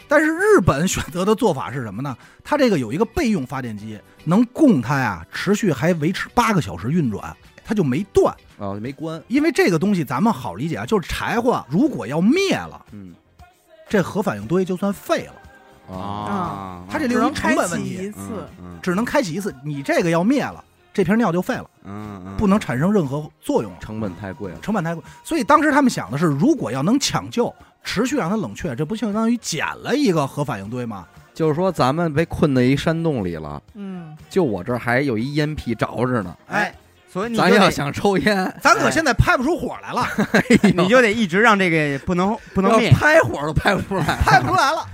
Speaker 2: 但是日本选择的做法是什么呢？它这个有一个备用发电机，能供它呀持续还维持八个小时运转，它就没断。
Speaker 1: 啊，没关，
Speaker 2: 因为这个东西咱们好理解啊，就是柴火如果要灭了，
Speaker 1: 嗯
Speaker 2: 这核反应堆就算废了。
Speaker 1: 啊，
Speaker 2: 它这
Speaker 4: 只
Speaker 2: 利用
Speaker 4: 能
Speaker 2: 成
Speaker 4: 开
Speaker 2: 本问
Speaker 4: 启一
Speaker 2: 题，
Speaker 4: 次，
Speaker 3: 嗯
Speaker 2: 只能开启一次。你这个要灭了，这瓶尿就废了，
Speaker 3: 嗯嗯，
Speaker 2: 不能产生任何作用了，
Speaker 1: 成本太贵了，
Speaker 2: 成本太贵。所以当时他们想的是，如果要能抢救，持续让它冷却，这不相当于捡了一个核反应堆吗？
Speaker 1: 就是说咱们被困在一山洞里了。
Speaker 4: 嗯，
Speaker 1: 就我这儿还有一烟屁着着呢，
Speaker 3: 哎，所以你
Speaker 1: 咱
Speaker 3: 就
Speaker 1: 要
Speaker 3: 得
Speaker 1: 想抽烟，哎
Speaker 2: 咱可现在拍不出火来了，
Speaker 3: 你就得一直让这个不能不能
Speaker 1: 要
Speaker 3: 灭，
Speaker 1: 拍火都拍不出 来。
Speaker 2: 拍不出来了，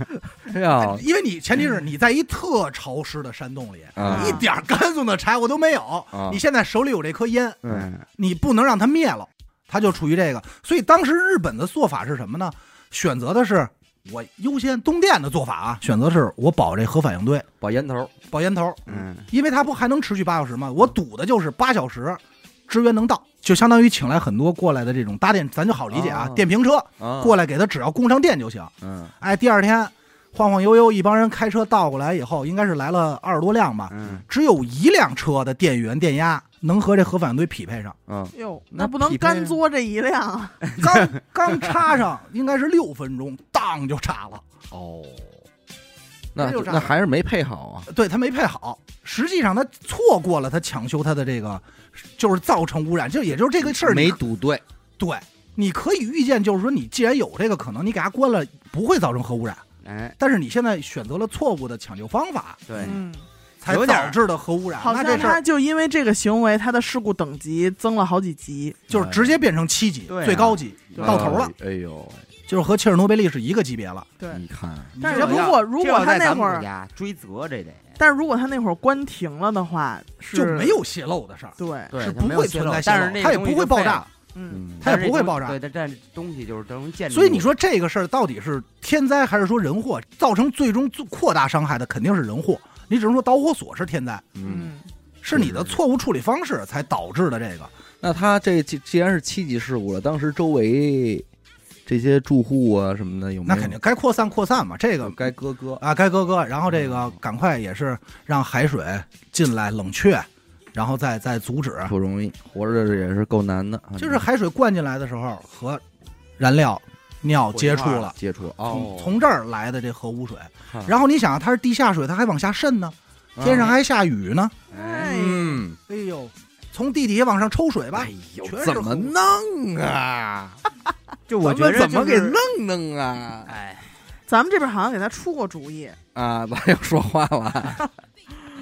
Speaker 1: 哎呀，
Speaker 2: 因为你前提是你在一特潮湿的山洞里，
Speaker 1: 啊
Speaker 2: 一点干净的柴火都没有
Speaker 1: 啊，
Speaker 2: 你现在手里有这颗烟，
Speaker 1: 嗯
Speaker 3: 嗯
Speaker 2: 你不能让它灭了，它就处于这个。所以当时日本的做法是什么呢？选择的是我优先东电的做法啊，选择是我保这核反应堆，
Speaker 1: 把烟头，
Speaker 2: 保烟头，
Speaker 3: 嗯，
Speaker 2: 因为它不还能持续八小时吗？我赌的就是八小时支援能到，就相当于请来很多过来的这种搭电，咱就好理解啊，
Speaker 1: 啊
Speaker 2: 电瓶车
Speaker 1: 啊，
Speaker 2: 过来给他只要供上电就行。
Speaker 1: 嗯
Speaker 2: 哎，第二天晃晃悠悠一帮人开车倒过来以后，应该是来了二十多辆吧，
Speaker 3: 嗯
Speaker 2: 只有一辆车的电源电压能和这核反应堆匹配 上。
Speaker 1: 嗯，
Speaker 4: 哟，
Speaker 1: 那
Speaker 4: 那不能
Speaker 1: 匹配
Speaker 4: 干嘬这一辆啊，
Speaker 2: 刚刚插上，应该是六分钟，当就插了。
Speaker 1: 哦，那
Speaker 2: 这就炸
Speaker 1: 那还是没配好啊，
Speaker 2: 对他没配好，实际上他错过了他抢修他的这个，就是造成污染，就也就是这个事儿你
Speaker 1: 没
Speaker 2: 可
Speaker 1: 赌对，
Speaker 2: 对。你可以预见，就是说你既然有这个可能，你给它关了不会造成核污染，
Speaker 3: 哎
Speaker 2: 但是你现在选择了错误的抢救方法，
Speaker 3: 对，
Speaker 4: 嗯，
Speaker 2: 才
Speaker 3: 有点
Speaker 2: 导
Speaker 3: 儿
Speaker 2: 致的核污染。
Speaker 4: 好
Speaker 2: 那这
Speaker 4: 像
Speaker 2: 事儿
Speaker 4: 他就因为这个行为，他的事故等级增了好几级。
Speaker 2: 就是直接变成七级，
Speaker 3: 对啊
Speaker 2: 最高级，
Speaker 3: 对
Speaker 2: 到头了，
Speaker 1: 哎呦，
Speaker 2: 就是和切尔诺贝利是一个级别了。
Speaker 4: 对，
Speaker 3: 你看，
Speaker 4: 但
Speaker 2: 是
Speaker 3: 这
Speaker 2: 如
Speaker 3: 要
Speaker 4: 果如
Speaker 3: 这
Speaker 4: 果
Speaker 3: 要
Speaker 4: 他
Speaker 3: 在
Speaker 4: 那
Speaker 3: 咱们
Speaker 4: 会儿
Speaker 3: 国家追责这得，
Speaker 4: 但是如果他那会儿关停了的话，是
Speaker 2: 就没有泄漏的事儿，
Speaker 4: 对，
Speaker 3: 对
Speaker 2: 是
Speaker 3: 它
Speaker 2: 不
Speaker 3: 没有
Speaker 2: 会
Speaker 3: 泄
Speaker 2: 存
Speaker 3: 漏
Speaker 2: 在泄
Speaker 3: 但
Speaker 2: 漏
Speaker 3: 是那
Speaker 2: 它也
Speaker 3: 东
Speaker 2: 不
Speaker 3: 西
Speaker 2: 会
Speaker 3: 就
Speaker 2: 爆
Speaker 3: 废了
Speaker 2: 炸，
Speaker 4: 嗯，
Speaker 3: 嗯，
Speaker 2: 它
Speaker 3: 但
Speaker 2: 也
Speaker 3: 是
Speaker 2: 不会
Speaker 3: 这东
Speaker 2: 爆炸
Speaker 3: 对，但但东西就是等于建筑。
Speaker 2: 所以你，说这个事儿到底是天灾还是说人祸？造成最终最扩大伤害的肯定是人祸，你只能说导火索是天灾，
Speaker 1: 嗯，
Speaker 4: 嗯，
Speaker 2: 是你的错误处理方式才导致的这个。
Speaker 1: 那他这既既然是七级事故了，当时周围这些住户啊什么的有没有？
Speaker 2: 那肯定该扩散扩散嘛，这个
Speaker 1: 该割割。
Speaker 2: 啊该割割，然后
Speaker 3: 嗯
Speaker 2: 这个赶快也是让海水进来冷却，然后再再阻止。
Speaker 1: 不容易，活着也是够难的。啊
Speaker 2: 就是海水灌进来的时候和燃料尿接触了。嗯
Speaker 1: 接触哦
Speaker 2: 从，从这儿来的这核污水
Speaker 1: 哈，
Speaker 2: 然后你想，它是地下水，它还往下渗呢，
Speaker 1: 嗯
Speaker 2: 天上还下雨呢，
Speaker 4: 哎，
Speaker 1: 嗯，
Speaker 2: 哎呦，从地底下往上抽水吧
Speaker 1: 哎，呦
Speaker 2: 全，是
Speaker 1: 怎么弄啊？
Speaker 3: 就我
Speaker 1: 咱
Speaker 3: 觉
Speaker 1: 们
Speaker 3: 得
Speaker 1: 怎么
Speaker 3: 嗯就
Speaker 1: 给
Speaker 3: 是，
Speaker 1: 弄弄啊？
Speaker 3: 哎，
Speaker 4: 咱们这边好像给他出过主意，
Speaker 1: 啊， 咱又说话了。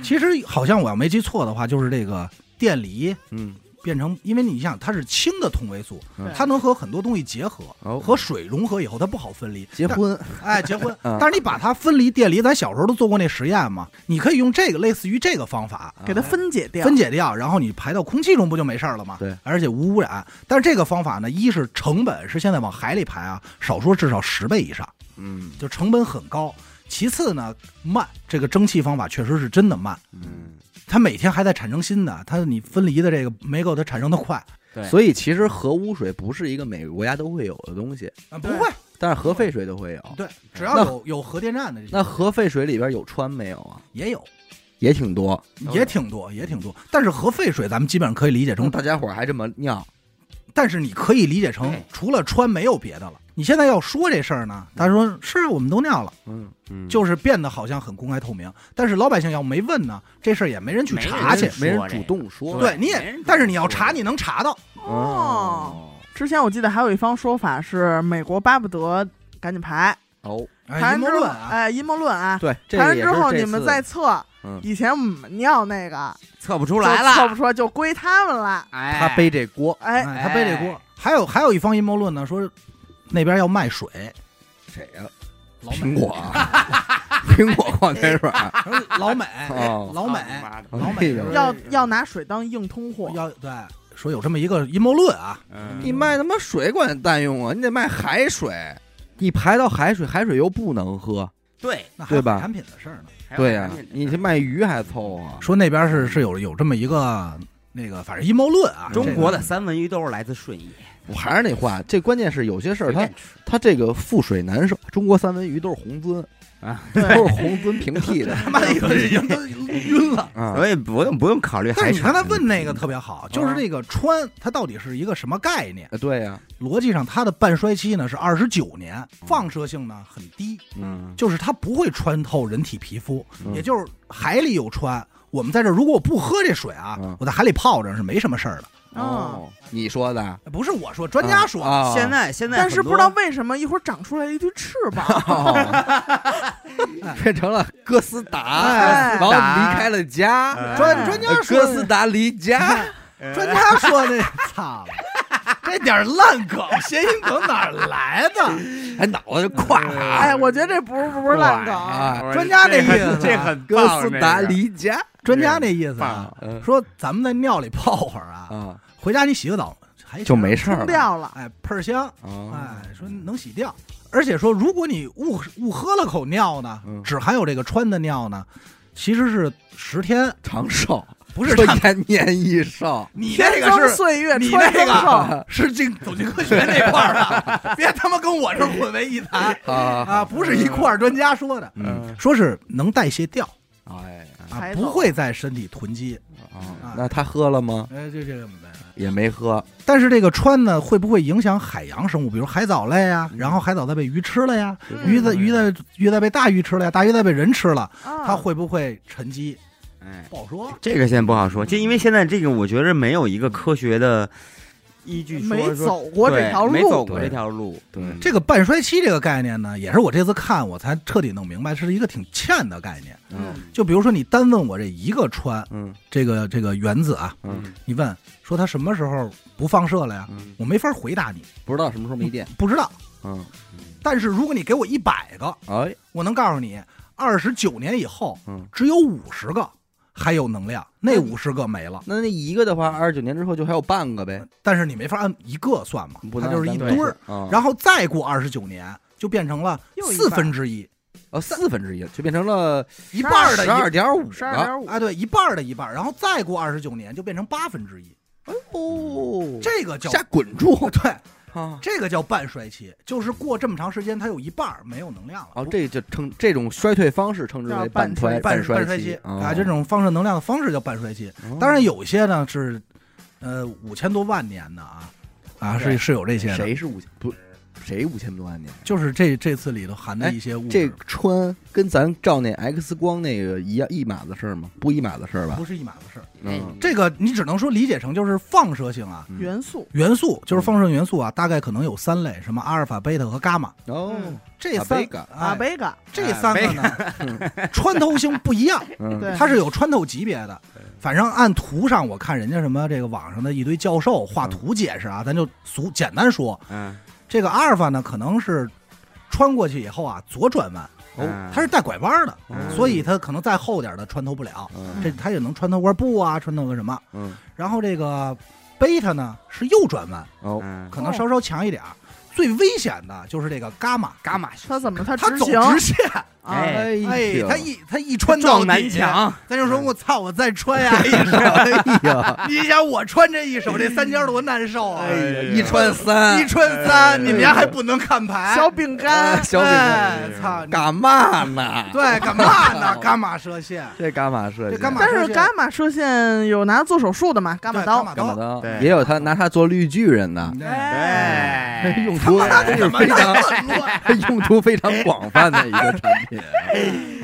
Speaker 2: 其实好像我要没记错的话，就是这个电离
Speaker 1: 嗯，
Speaker 2: 变成，因为你想它是氢的同位素，
Speaker 1: 嗯
Speaker 2: 它能和很多东西结合，
Speaker 1: 哦
Speaker 2: 和水融合以后它不好分离。
Speaker 1: 结婚。
Speaker 2: 但，哎，结婚
Speaker 1: 嗯
Speaker 2: 但是你把它分离电离，咱小时候都做过那实验嘛，你可以用这个类似于这个方法。
Speaker 4: 给他分解掉，
Speaker 2: 分解掉，然后你排到空气中不就没事儿了吗？
Speaker 1: 对，
Speaker 2: 而且无污染。但是这个方法呢，一是成本是现在往海里排啊，少说至少十倍以上，
Speaker 1: 嗯
Speaker 2: 就成本很高。其次呢，慢，这个蒸汽方法确实是真的慢，
Speaker 3: 嗯，
Speaker 2: 它每天还在产生新的，它你分离的这个没够它产生的快
Speaker 3: 对
Speaker 1: 所以其实核污水不是一个每个国家都会有的东西，
Speaker 2: 啊，不会，
Speaker 1: 但是核废水都会有。
Speaker 2: 对，只要
Speaker 1: 那
Speaker 2: 有有核电站的这些
Speaker 1: 那核废水里边有氚没有啊？
Speaker 2: 也有，
Speaker 1: 也挺多。
Speaker 3: 都
Speaker 2: 也
Speaker 3: 有
Speaker 2: 挺多，也挺多。但是核废水咱们基本上可以理解成
Speaker 1: 大家伙儿还这么尿，
Speaker 2: 但是你可以理解成
Speaker 3: 对
Speaker 2: 除了穿没有别的了。你现在要说这事儿呢，他说是啊我们都尿了，
Speaker 1: 嗯，
Speaker 3: 嗯
Speaker 2: 就是变得好像很公开透明。但是老百姓要没问呢，这事儿也没人去
Speaker 3: 没人
Speaker 2: 查去
Speaker 3: 去。
Speaker 1: 没人
Speaker 3: 说这
Speaker 1: 主
Speaker 3: 个
Speaker 1: 动说。
Speaker 2: 对，你
Speaker 3: 没人
Speaker 2: 也
Speaker 3: 去，
Speaker 2: 但是你要
Speaker 3: 说
Speaker 2: 查，你能查到。
Speaker 4: 哦，之前我记得还有一方说法是，美国巴不得赶紧排，
Speaker 1: 哦，
Speaker 2: 哎
Speaker 4: 排
Speaker 2: 阴
Speaker 4: 完
Speaker 2: 谋
Speaker 4: 之后，
Speaker 2: 论啊，
Speaker 4: 哎，阴谋论啊，
Speaker 1: 对，这
Speaker 4: 排
Speaker 1: 个
Speaker 4: 完
Speaker 1: 也
Speaker 4: 之
Speaker 1: 是
Speaker 4: 后
Speaker 1: 这
Speaker 4: 你们
Speaker 1: 次
Speaker 4: 再测
Speaker 1: 嗯，
Speaker 4: 以前我们尿那个
Speaker 3: 测不出
Speaker 4: 就
Speaker 3: 来
Speaker 4: 测不
Speaker 3: 了，
Speaker 4: 出来就归他们了，
Speaker 3: 哎，
Speaker 1: 他背这锅，
Speaker 4: 哎，
Speaker 2: 哎他背这
Speaker 3: 哎
Speaker 2: 锅。还有还有一方阴谋论呢，说那边要卖水，
Speaker 1: 谁呀？
Speaker 2: 老
Speaker 1: 苹
Speaker 2: 美，
Speaker 1: 果啊，苹果矿泉水儿。啊
Speaker 2: 说老美，
Speaker 1: 哦
Speaker 2: 老美
Speaker 3: 操你妈的，
Speaker 2: 老
Speaker 1: 哎
Speaker 2: 美
Speaker 1: 呦
Speaker 2: 说
Speaker 4: 要要拿水当硬通货，
Speaker 2: 要对，说有这么一个阴谋论啊，
Speaker 3: 嗯
Speaker 1: 你卖他妈水管蛋用啊，你得卖海水。你排到海水，海水又不能喝，
Speaker 3: 对，
Speaker 2: 那还
Speaker 1: 对
Speaker 2: 有
Speaker 1: 吧
Speaker 2: 产品的事儿呢。
Speaker 3: 还有
Speaker 1: 对呀、
Speaker 3: 产品的
Speaker 1: 你
Speaker 3: 事
Speaker 1: 去
Speaker 3: 儿
Speaker 1: 卖鱼还凑合、啊
Speaker 2: 说那边是是有有这么一个那个，反正阴谋论啊，
Speaker 3: 中国的
Speaker 2: 这个
Speaker 3: 三文鱼都是来自顺义，
Speaker 1: 我还是那话，这关键是有些事儿，
Speaker 3: 随
Speaker 1: 它
Speaker 3: 便吃
Speaker 1: 它这个覆水难收。中国三文鱼都是红鳟
Speaker 3: 啊，
Speaker 1: 都是红鳟平替的
Speaker 2: 他妈的有人人都晕了。
Speaker 1: 啊。
Speaker 3: 所以不用不用考虑
Speaker 2: 但
Speaker 3: 海
Speaker 2: 是你
Speaker 3: 产
Speaker 2: 刚才问那个特别好，就是这个氚它到底是一个什么概念？
Speaker 1: 啊对呀、
Speaker 2: 逻辑上它的半衰期呢是二十九年，放射性呢很低，
Speaker 1: 嗯，
Speaker 2: 就是它不会穿透人体皮肤，
Speaker 1: 嗯
Speaker 2: 也就是海里有氚。我们在这儿如果我不喝这水啊
Speaker 1: 嗯，
Speaker 2: 我在海里泡着是没什么事儿的。
Speaker 1: 哦，你说的，
Speaker 2: 不是我说，专家说，
Speaker 1: 啊，
Speaker 3: 现在现在
Speaker 4: 但是
Speaker 3: 很
Speaker 4: 不
Speaker 3: 多
Speaker 4: 知道为什么一会儿长出来了一对翅膀，
Speaker 1: 哦 变成了哥斯达，
Speaker 2: 哎
Speaker 1: 然后离开了家，
Speaker 3: 哎
Speaker 2: 专专家
Speaker 1: 呃
Speaker 2: 说
Speaker 1: 哥斯达黎 加。
Speaker 2: 专家说那操，这点儿烂梗、谐音梗哪儿来的？
Speaker 1: 还脑袋跨
Speaker 4: 哎，我觉得这不是不是烂梗，
Speaker 1: 啊，
Speaker 2: 专家那意思
Speaker 3: 这很
Speaker 1: 哥斯达黎加
Speaker 2: 专家那意思啊
Speaker 1: 棒，嗯
Speaker 2: 说咱们在尿里泡会儿啊，
Speaker 1: 啊，
Speaker 2: 回家你洗个澡还行
Speaker 1: 就没事
Speaker 4: 冲
Speaker 1: 儿了
Speaker 4: 掉了，
Speaker 2: 哎，喷儿香，
Speaker 1: 啊。
Speaker 2: 哎，说能洗掉。而且说，如果你误误喝了口尿呢
Speaker 1: 嗯，
Speaker 2: 只含有这个氚的尿呢，其实是十天，
Speaker 1: 长寿
Speaker 2: 不 是
Speaker 1: 说
Speaker 2: 他
Speaker 1: 延年益寿，
Speaker 2: 你
Speaker 4: 天
Speaker 2: 这个
Speaker 4: 增
Speaker 2: 是。
Speaker 4: 岁月
Speaker 2: 你
Speaker 4: 穿
Speaker 2: 那
Speaker 4: 增寿，
Speaker 2: 个啊 是进走进科学那块儿的， 别他妈跟我这儿混为一 谈
Speaker 1: 啊，
Speaker 2: 啊！不是一块儿专家说的，
Speaker 1: 嗯，
Speaker 2: 说是能代谢掉
Speaker 1: 哎
Speaker 2: 啊，
Speaker 4: 排走
Speaker 2: 不会在身体囤积。
Speaker 1: 啊，那他喝了吗？
Speaker 2: 哎，这这个
Speaker 1: 也没喝，
Speaker 2: 但是这个氚呢，会不会影响海洋生物，比如海藻类啊？然后海藻再被鱼吃了呀，
Speaker 4: 嗯
Speaker 2: 鱼在鱼在鱼在被大鱼吃了呀，大鱼在被人吃了，它
Speaker 4: 它
Speaker 2: 会不会沉积？
Speaker 3: 哎，
Speaker 2: 不好说。
Speaker 3: 这个先不好说，就因为现在这个，我觉着没有一个科学的依据
Speaker 4: 没
Speaker 3: 说说，
Speaker 4: 走过这
Speaker 3: 对
Speaker 4: 条
Speaker 3: 没
Speaker 4: 路，
Speaker 3: 走过这条路，
Speaker 1: 对
Speaker 3: 嗯
Speaker 2: 这个半衰期这个概念呢，也是我这次看我才彻底弄明白，是一个挺欠的概念。
Speaker 4: 嗯，
Speaker 2: 就比如说你单问我这一个氚，
Speaker 3: 嗯
Speaker 2: 这个这个原子啊，
Speaker 3: 嗯
Speaker 2: 你问说它什么时候不放射了呀？
Speaker 3: 嗯
Speaker 2: 我没法回答你，
Speaker 1: 不知道什么时候没电。
Speaker 2: 不知道。
Speaker 3: 嗯
Speaker 2: 但是如果你给我一百个，
Speaker 1: 哎，
Speaker 2: 我能告诉你，二十九年以后
Speaker 3: 嗯，
Speaker 2: 只有五十个还有能量，那五十个没了。
Speaker 1: 那那一个的话，二十九年之后就还有半个呗，
Speaker 2: 但是你没法按一个算嘛，
Speaker 1: 不
Speaker 2: 它
Speaker 1: 能
Speaker 2: 就是一
Speaker 1: 按
Speaker 2: 堆
Speaker 1: 单
Speaker 3: 对
Speaker 2: 儿，
Speaker 3: 嗯，
Speaker 2: 然后再过二十九年就变成了
Speaker 4: 又一
Speaker 2: 四
Speaker 4: 半
Speaker 2: 分之一，
Speaker 1: 哦，四分之一就变成了
Speaker 2: 一半儿的
Speaker 1: 十
Speaker 2: 一
Speaker 1: 二点五
Speaker 4: 十二
Speaker 1: 个。
Speaker 4: 点五
Speaker 2: 啊，对，一半儿的一半儿，然后再过二十九年就变成八分之一，
Speaker 1: 哦，
Speaker 2: 这个叫
Speaker 1: 下滚住
Speaker 2: 对，
Speaker 1: 啊！
Speaker 2: 这个叫半衰期，就是过这么长时间，它有一半儿没有能量了。
Speaker 1: 哦，这就称这种衰退方式称之
Speaker 4: 叫
Speaker 1: 为
Speaker 4: 半
Speaker 1: 啊衰
Speaker 4: 衰
Speaker 2: 半
Speaker 1: 衰
Speaker 2: 衰
Speaker 1: 期哦嗯
Speaker 2: 啊，这种放射能量的方式叫半衰期。
Speaker 3: 哦
Speaker 2: 当然有一些呢是，呃，五千多万年的啊，啊是
Speaker 1: 对
Speaker 2: 是有这些的，
Speaker 1: 谁是五千不？谁五千多万年？
Speaker 2: 就是这这次里头含的一些物
Speaker 1: 哎这
Speaker 2: 质，
Speaker 1: 穿跟咱照那 X 光那个一样一码子事儿吗？不一码子事儿吧
Speaker 2: 不？是一码子事儿。
Speaker 1: 嗯，
Speaker 2: 这个你只能说理解成就是放射性啊。
Speaker 1: 嗯
Speaker 4: 元素，
Speaker 2: 元素就是放射元素啊，大概可能有三类，什么阿尔法、贝塔和伽马
Speaker 1: 哦，
Speaker 2: 这
Speaker 1: 啊
Speaker 2: 三
Speaker 1: 贝伽
Speaker 4: 阿
Speaker 2: 啊，
Speaker 4: 贝哎嘎，
Speaker 2: 这三个呢， 穿透性不一样，
Speaker 1: 嗯，
Speaker 4: 对
Speaker 2: 它是有穿透级别的。反正按图上我看人家什么这个网上的一堆教授画图解释啊，咱就俗简单说，
Speaker 3: 嗯，
Speaker 2: 这个阿尔法呢可能是穿过去以后啊左转弯，
Speaker 3: 哦
Speaker 2: 它是带拐弯的，
Speaker 3: 嗯
Speaker 2: 所以它可能再厚点的穿透不了，
Speaker 1: 嗯
Speaker 2: 这它也能穿透块布啊，穿透个什么。
Speaker 1: 嗯，
Speaker 2: 然后这个贝塔呢是右转弯，
Speaker 1: 哦，
Speaker 2: 可能稍稍强一点儿。啊最危险的就是这个伽马，
Speaker 3: 伽马是
Speaker 4: 它怎么它
Speaker 2: 它
Speaker 4: 执
Speaker 2: 走
Speaker 4: 行
Speaker 2: 直线，
Speaker 4: 啊？
Speaker 3: 哎
Speaker 2: 哎，
Speaker 1: 呦
Speaker 2: 它一它一穿到
Speaker 3: 撞南
Speaker 1: 哎
Speaker 2: 底
Speaker 3: 墙，
Speaker 2: 咱就说我操，我再穿呀一手，
Speaker 1: 哎呀，
Speaker 2: 你想我穿这一手，这三尖多难受啊！
Speaker 3: 哎呀
Speaker 1: 一穿三，
Speaker 2: 一穿三，你们家还不能看牌，
Speaker 4: 小饼干
Speaker 1: 哎，小饼干
Speaker 2: 哎操，
Speaker 1: 干嘛呢？
Speaker 2: 对，干嘛呢？伽马射线，
Speaker 1: 这伽马射
Speaker 2: 这
Speaker 1: 线，
Speaker 2: 伽马
Speaker 4: 但是伽马射线有拿做手术的嘛？伽马刀，
Speaker 2: 伽
Speaker 1: 伽马
Speaker 2: 马刀，嗯
Speaker 1: 刀
Speaker 3: 对
Speaker 1: 也有他拿他做绿巨人的，
Speaker 2: 对
Speaker 4: 哎，
Speaker 1: 用途是哎非常用途非常广泛的一个产 品。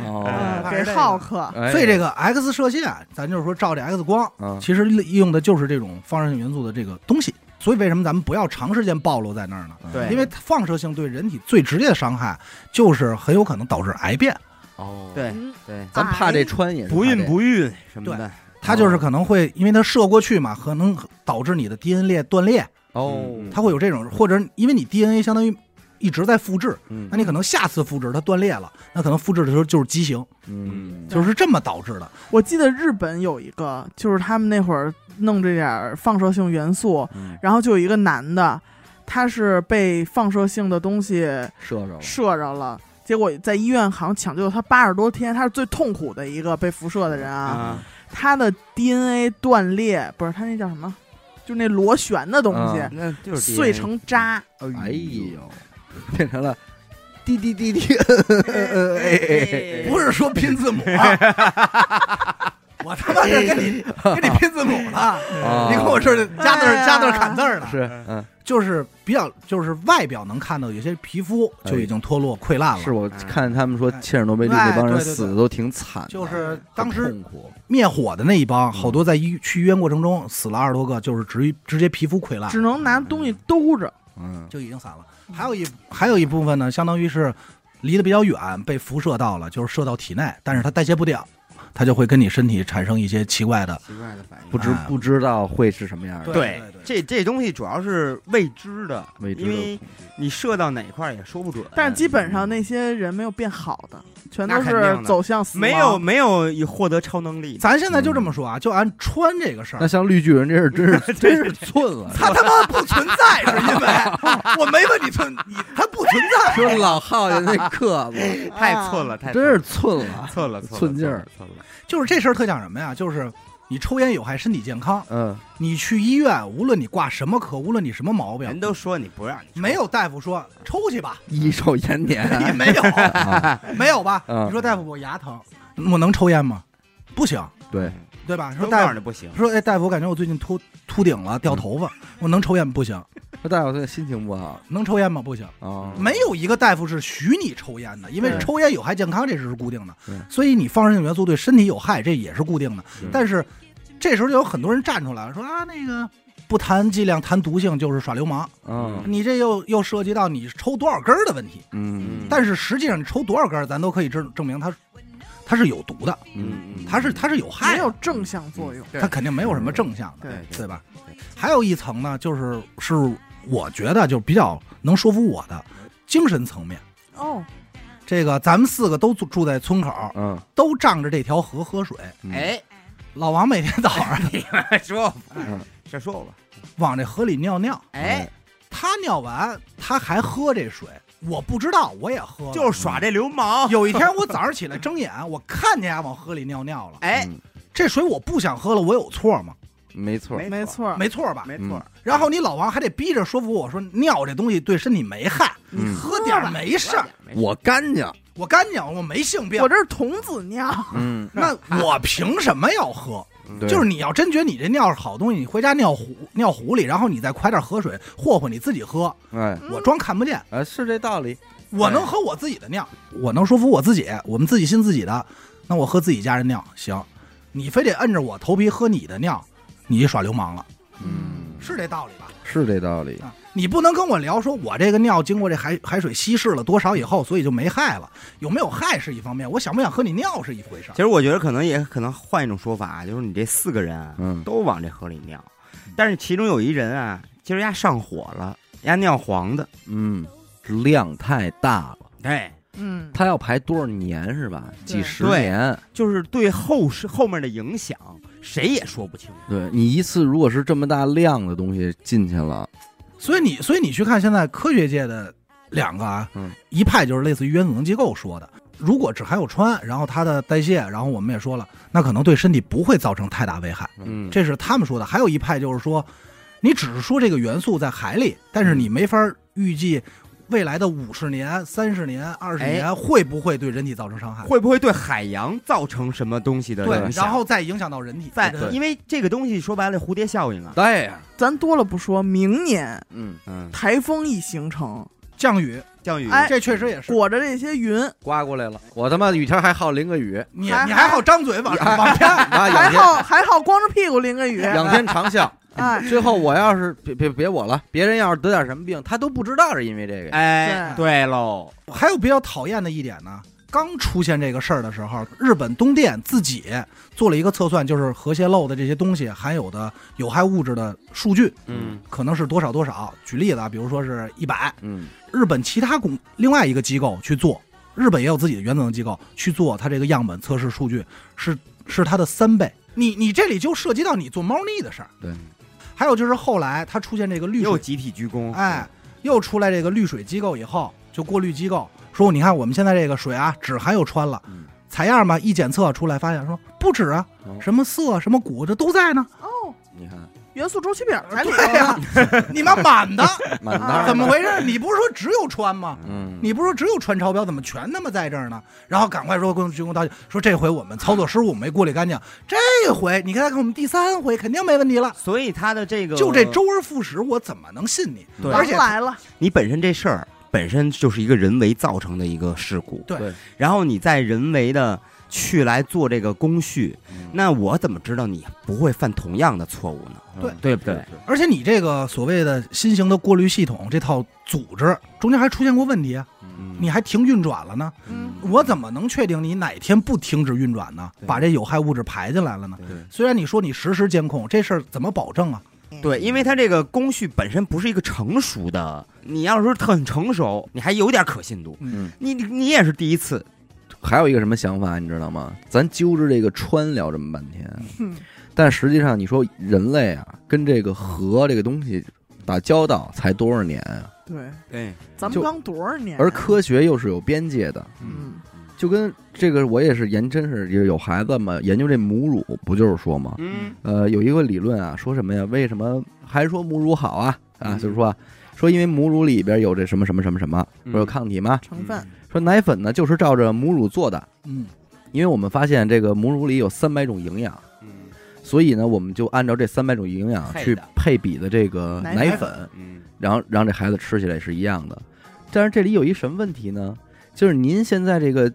Speaker 1: 哦，
Speaker 4: 嗯给浩克，
Speaker 1: 哎
Speaker 2: 所以这个 X 射线，啊咱就是说照这 X 光，
Speaker 1: 嗯
Speaker 2: 其实利用的就是这种放射性元素的这个东西。所以为什么咱们不要长时间暴露在那儿呢？
Speaker 3: 对，
Speaker 2: 因为放射性对人体最直接的伤害就是很有可能导致癌变。
Speaker 1: 哦，
Speaker 3: 对
Speaker 4: 嗯
Speaker 3: 对，
Speaker 1: 咱怕这穿也是
Speaker 3: 不
Speaker 1: 怕
Speaker 3: 孕
Speaker 1: 这
Speaker 3: 不育什么的，
Speaker 2: 它
Speaker 1: 哦
Speaker 2: 就是可能会因为它射过去嘛，可能导致你的 DNA 断裂，
Speaker 1: 哦，
Speaker 3: 嗯
Speaker 2: 它会有这种，或者因为你 DNA 相当于一直在复制，
Speaker 1: 嗯
Speaker 2: 那你可能下次复制它断裂了，那可能复制的时候就是畸形，
Speaker 1: 嗯
Speaker 2: 就是这么导致的。
Speaker 4: 我记得日本有一个，就是他们那会儿弄这点儿放射性元素，
Speaker 3: 嗯
Speaker 4: 然后就有一个男的，他是被放射性的东西
Speaker 1: 射着了，
Speaker 4: 射着了，结果在医院好像抢救了他八十多天，他是最痛苦的一个被辐射的人啊。
Speaker 3: 啊，
Speaker 4: 他的 DNA 断裂，不是他那叫什么，就那螺旋的东西、
Speaker 1: 嗯
Speaker 3: 那就是
Speaker 4: 碎成渣。
Speaker 1: 哎呦， 变成了滴滴滴滴，呃呃哎哎
Speaker 2: 不是说拼字母啊， 我他妈是跟你跟你拼字母呢，
Speaker 1: 哎，哦
Speaker 2: 你跟我这儿加字儿加字儿砍字儿呢，
Speaker 1: 是嗯
Speaker 2: 就是比较就是外表能看到有些皮肤就已经脱落溃烂
Speaker 1: 哎是
Speaker 2: 了。
Speaker 1: 我看他们说
Speaker 3: 哎
Speaker 1: 切尔诺贝利那帮人死的都挺惨的，
Speaker 2: 就是当时
Speaker 1: 很痛苦，
Speaker 2: 灭火的那一
Speaker 1: 嗯
Speaker 2: 帮，好多在医去医院过程中死了二十多个，就是直直接皮肤溃烂
Speaker 4: 只，能拿东西兜着，
Speaker 1: 嗯
Speaker 2: 就已经散了。还有一还有一部分呢，相当于是离得比较远，被辐射到了，就是射到体内，但是它代谢不掉，它就会跟你身体产生一些奇怪的。
Speaker 3: 奇怪的反应，
Speaker 1: 不知
Speaker 2: 哎
Speaker 1: 不知道会是什么样的，
Speaker 2: 对
Speaker 3: 对
Speaker 2: 对对
Speaker 3: 这这东西主要是未知的，
Speaker 1: 未知
Speaker 3: 因
Speaker 1: 的恐
Speaker 3: 为
Speaker 1: 惧
Speaker 3: 你射到哪块儿也说不准。
Speaker 4: 但是基本上那些人没有变好的，全都
Speaker 3: 那肯定
Speaker 4: 是
Speaker 3: 的
Speaker 4: 走向死亡。
Speaker 3: 没有没有获得超能力，
Speaker 2: 咱现在就这么说啊，就按穿这个事
Speaker 1: 那
Speaker 2: 儿，
Speaker 1: 像绿巨人这是真 是真是寸了，
Speaker 2: 它他妈不存在，是因为我没问你存，你它不存在。
Speaker 1: 说老浩爷那个 子，
Speaker 3: 太寸了，太
Speaker 1: 啊真
Speaker 3: 寸
Speaker 1: 是寸
Speaker 3: 了
Speaker 1: 了，
Speaker 3: 寸了寸了
Speaker 1: 寸劲儿，
Speaker 3: 寸了。
Speaker 2: 就是这事儿特讲什么呀？就是你抽烟有害身体健康，
Speaker 1: 嗯，
Speaker 2: 你去医院，无论你挂什么科，无论你什么毛
Speaker 3: 人
Speaker 2: 病，
Speaker 3: 都说你不让你
Speaker 2: 没有大夫说抽去 吧，
Speaker 1: 益寿延年，
Speaker 2: 也没有，没有吧？
Speaker 1: 嗯
Speaker 2: 你说大夫，我牙疼，我能抽烟吗？不行，
Speaker 1: 对，
Speaker 2: 对吧？说
Speaker 3: 嗯都告
Speaker 2: 大
Speaker 3: 诉
Speaker 2: 夫
Speaker 3: 你，不行，
Speaker 2: 说哎，大夫，我感觉我最近秃秃顶了，掉头发，我能抽烟吗不行，
Speaker 1: 那大夫现在心情不好
Speaker 2: 能抽烟吗？不行。
Speaker 1: 啊，
Speaker 2: 没有一个大夫是许你抽烟的，因为
Speaker 4: 对
Speaker 2: 抽烟有害健康，这是固定的
Speaker 1: 对。
Speaker 2: 所以你放射性元素对身体有害，这也是固定的
Speaker 1: 是。
Speaker 2: 但是这时候就有很多人站出来了，说啊，那个不谈剂量谈毒性就是耍流氓，
Speaker 3: 嗯
Speaker 2: 你这又又涉及到你抽多少根儿的问题。
Speaker 3: 嗯，
Speaker 2: 但是实际上你抽多少根儿，咱都可以证证明它它是有毒的，
Speaker 3: 嗯
Speaker 2: 它是它是有害
Speaker 4: 没
Speaker 2: 的，
Speaker 4: 有正向作用。
Speaker 2: 它肯定没有什么正向的，
Speaker 4: 对
Speaker 2: 对吧？还有一层呢，就是是我觉得就比较能说服我的精神层面。
Speaker 4: 哦，
Speaker 2: 这个咱们四个都住住在村口，
Speaker 3: 嗯，
Speaker 2: 都仗着这条河喝水。
Speaker 3: 哎，
Speaker 2: 老王每天早上
Speaker 3: 说吧，这说吧，
Speaker 2: 往这河里尿尿，
Speaker 3: 哎，
Speaker 2: 他尿完他还喝这水，我不知道，我也喝了。
Speaker 3: 就是耍这流氓，
Speaker 2: 有一天我早上起来睁眼，我看见啊他往河里尿尿了，
Speaker 3: 哎，
Speaker 2: 这水我不想喝了，我有错吗？
Speaker 1: 嗯没错儿，
Speaker 4: 没错儿，
Speaker 2: 啊没错吧？
Speaker 3: 没错，
Speaker 2: 然后你老王还得逼着说服我说尿这东西对身体没害，
Speaker 3: 嗯
Speaker 2: 喝点儿没事儿。
Speaker 1: 我干净，
Speaker 2: 我干净，我没性病
Speaker 4: 我。这是童子尿，
Speaker 1: 嗯，
Speaker 2: 那我凭什么要喝？
Speaker 1: 对
Speaker 2: 就是你要真觉得你这尿是好东西，你回家尿壶尿壶里，然后你再快点喝水霍霍你自己喝，
Speaker 1: 哎，
Speaker 4: 嗯
Speaker 2: 我装看不见。
Speaker 1: 啊，是这道理，
Speaker 2: 我能喝我自己的尿，我能说服我自己，我们自己信自己的，那我喝自己家人尿行，你非得摁着我头皮喝你的尿，你耍流氓了，
Speaker 1: 嗯，
Speaker 2: 是这道理吧？
Speaker 1: 是这道理，
Speaker 2: 啊，你不能跟我聊说我这个尿经过这海海水稀释了多少以后，所以就没害了，有没有害是一方面，我想不想喝你尿是一回事儿
Speaker 3: 其。实我觉得可能也可能换一种说法，就是你这四个人啊
Speaker 1: 嗯
Speaker 3: 都往这河里尿，但是其中有一人啊，今儿丫上火了，丫尿黄的，
Speaker 1: 嗯，量太大了，
Speaker 3: 哎，
Speaker 4: 嗯，
Speaker 1: 它要排多少年是吧？几十
Speaker 3: 对
Speaker 1: 年，
Speaker 3: 就是对后世后面的影响，谁也说不清。
Speaker 1: 对你一次如果是这么大量的东西进去了，
Speaker 2: 所以你，所以你去看现在科学界的两个啊，
Speaker 1: 嗯
Speaker 2: 一派就是类似于原子能机构说的，如果只含有氚，然后它的代谢，然后我们也说了，那可能对身体不会造成太大危害，
Speaker 1: 嗯
Speaker 2: 这是他们说的。还有一派就是说，你只是说这个元素在海里，但是你没法预计未来的五十年、三十年、二十年会不会对人体造成伤害，
Speaker 3: 会不会对海洋造成什么东西的
Speaker 2: 对，
Speaker 3: 影响？
Speaker 2: 然后再影响到人体。
Speaker 3: 在
Speaker 2: 对
Speaker 3: 因为这个东西说白了，蝴蝶效应啊，
Speaker 1: 对呀，
Speaker 4: 咱多了不说，明年
Speaker 1: 嗯，
Speaker 3: 嗯，
Speaker 4: 台风一形成，
Speaker 2: 降雨，
Speaker 3: 降雨，
Speaker 4: 哎
Speaker 2: 这确实也是。
Speaker 4: 裹着这些云，
Speaker 1: 刮过来了，我他妈雨天还好淋个雨，
Speaker 2: 你
Speaker 4: 还
Speaker 2: 你还好张嘴往上往天，
Speaker 1: 啊，
Speaker 4: 还
Speaker 1: 仰天
Speaker 4: 好还好光着屁股淋个雨，
Speaker 1: 仰天长啸。
Speaker 4: 哎，
Speaker 1: 最后我要是别别别我了，别人要是得点什么病，他都不知道是因为这个。
Speaker 3: 哎，对喽，
Speaker 2: 还有比较讨厌的一点呢，刚出现这个事儿的时候，日本东电自己做了一个测算，就是核泄漏的这些东西含有的有害物质的数据，
Speaker 3: 嗯
Speaker 2: 可能是多少多少。举例子啊，比如说是一百，
Speaker 1: 嗯
Speaker 2: 日本其他公另外一个机构去做，日本也有自己的原子能机构去做，它这个样本测试数据是是它的三倍。你你这里就涉及到你做猫腻的事儿。
Speaker 1: 对。
Speaker 2: 还有就是后来它出现这个绿水
Speaker 3: 又集体鞠躬，
Speaker 2: 哎，，又出来这个滤水机构以后，就过滤机构说，你看我们现在这个水啊，只含有氚了
Speaker 1: 嗯，
Speaker 2: 采样吧，一检测出来发现说不止啊
Speaker 1: 哦，
Speaker 2: 什么色什么钴这都在呢。
Speaker 4: 哦，
Speaker 1: 你看，
Speaker 4: 元素周期表才里
Speaker 2: 对啊呀、你妈满的，
Speaker 1: 满
Speaker 4: 当然
Speaker 1: 当
Speaker 2: 怎么回事？你不是说只有氚吗？
Speaker 1: 嗯，
Speaker 2: 你不是说只有氚超标，怎么全他妈在这儿呢？然后赶快说跟鞠躬道歉，说这回我们操作失误没过滤干净，这回你看看我们第三回肯定没问题了。
Speaker 3: 所以他的这个
Speaker 2: 就这周而复始，我怎么能信你？
Speaker 3: 对
Speaker 2: 而且
Speaker 4: 来了，
Speaker 3: 你本身这事儿本身就是一个人为造成的一个事故，
Speaker 2: 对
Speaker 1: 对
Speaker 3: 然后你再人为的去来做这个工序，那我怎么知道你不会犯同样的错误呢？
Speaker 1: 嗯
Speaker 2: 对
Speaker 3: 对不对？
Speaker 2: 而且你这个所谓的新型的过滤系统这套组织中间还出现过问题啊，
Speaker 1: 嗯
Speaker 2: 你还停运转了呢？
Speaker 4: 嗯，
Speaker 2: 我怎么能确定你哪天不停止运转呢？
Speaker 3: 对
Speaker 2: 把这有害物质排进来了呢？
Speaker 1: 对
Speaker 2: 虽然你说你实时监控，这事儿怎么保证啊？
Speaker 3: 对，因为它这个工序本身不是一个成熟的，你要是说很成熟，你还有点可信度。
Speaker 1: 嗯，
Speaker 3: 你你你也是第一次，
Speaker 1: 还有一个什么想法，你知道吗？咱揪着这个川聊这么半天，
Speaker 4: 嗯
Speaker 1: 但实际上你说人类啊，跟这个河这个东西打交道才多少年啊？
Speaker 4: 对，
Speaker 3: 对，
Speaker 4: 咱们
Speaker 1: 就
Speaker 4: 刚多少年？啊
Speaker 1: 而科学又是有边界的，
Speaker 4: 嗯，
Speaker 1: 就跟这个我也是研，真是也有孩子嘛，研究这母乳不就是说吗？
Speaker 3: 嗯
Speaker 1: 呃，有一个理论啊，说什么呀？为什么还说母乳好啊？啊，
Speaker 3: 嗯
Speaker 1: 就是说啊，说因为母乳里边有这什么什么什么什么，
Speaker 3: 嗯
Speaker 1: 说有抗体嘛。
Speaker 4: 成分，
Speaker 1: 说奶粉呢，就是照着母乳做的，
Speaker 2: 嗯，
Speaker 1: 因为我们发现这个母乳里有三百种营养，
Speaker 3: 嗯
Speaker 1: 所以呢，我们就按照这三百种营养
Speaker 3: 配
Speaker 1: 去
Speaker 3: 的
Speaker 1: 配比的这个
Speaker 4: 奶
Speaker 1: 奶
Speaker 4: 粉
Speaker 1: 粉，
Speaker 3: 嗯
Speaker 1: 然后让这孩子吃起来是一样的。但是这里有一什么问题呢？就是您现在这个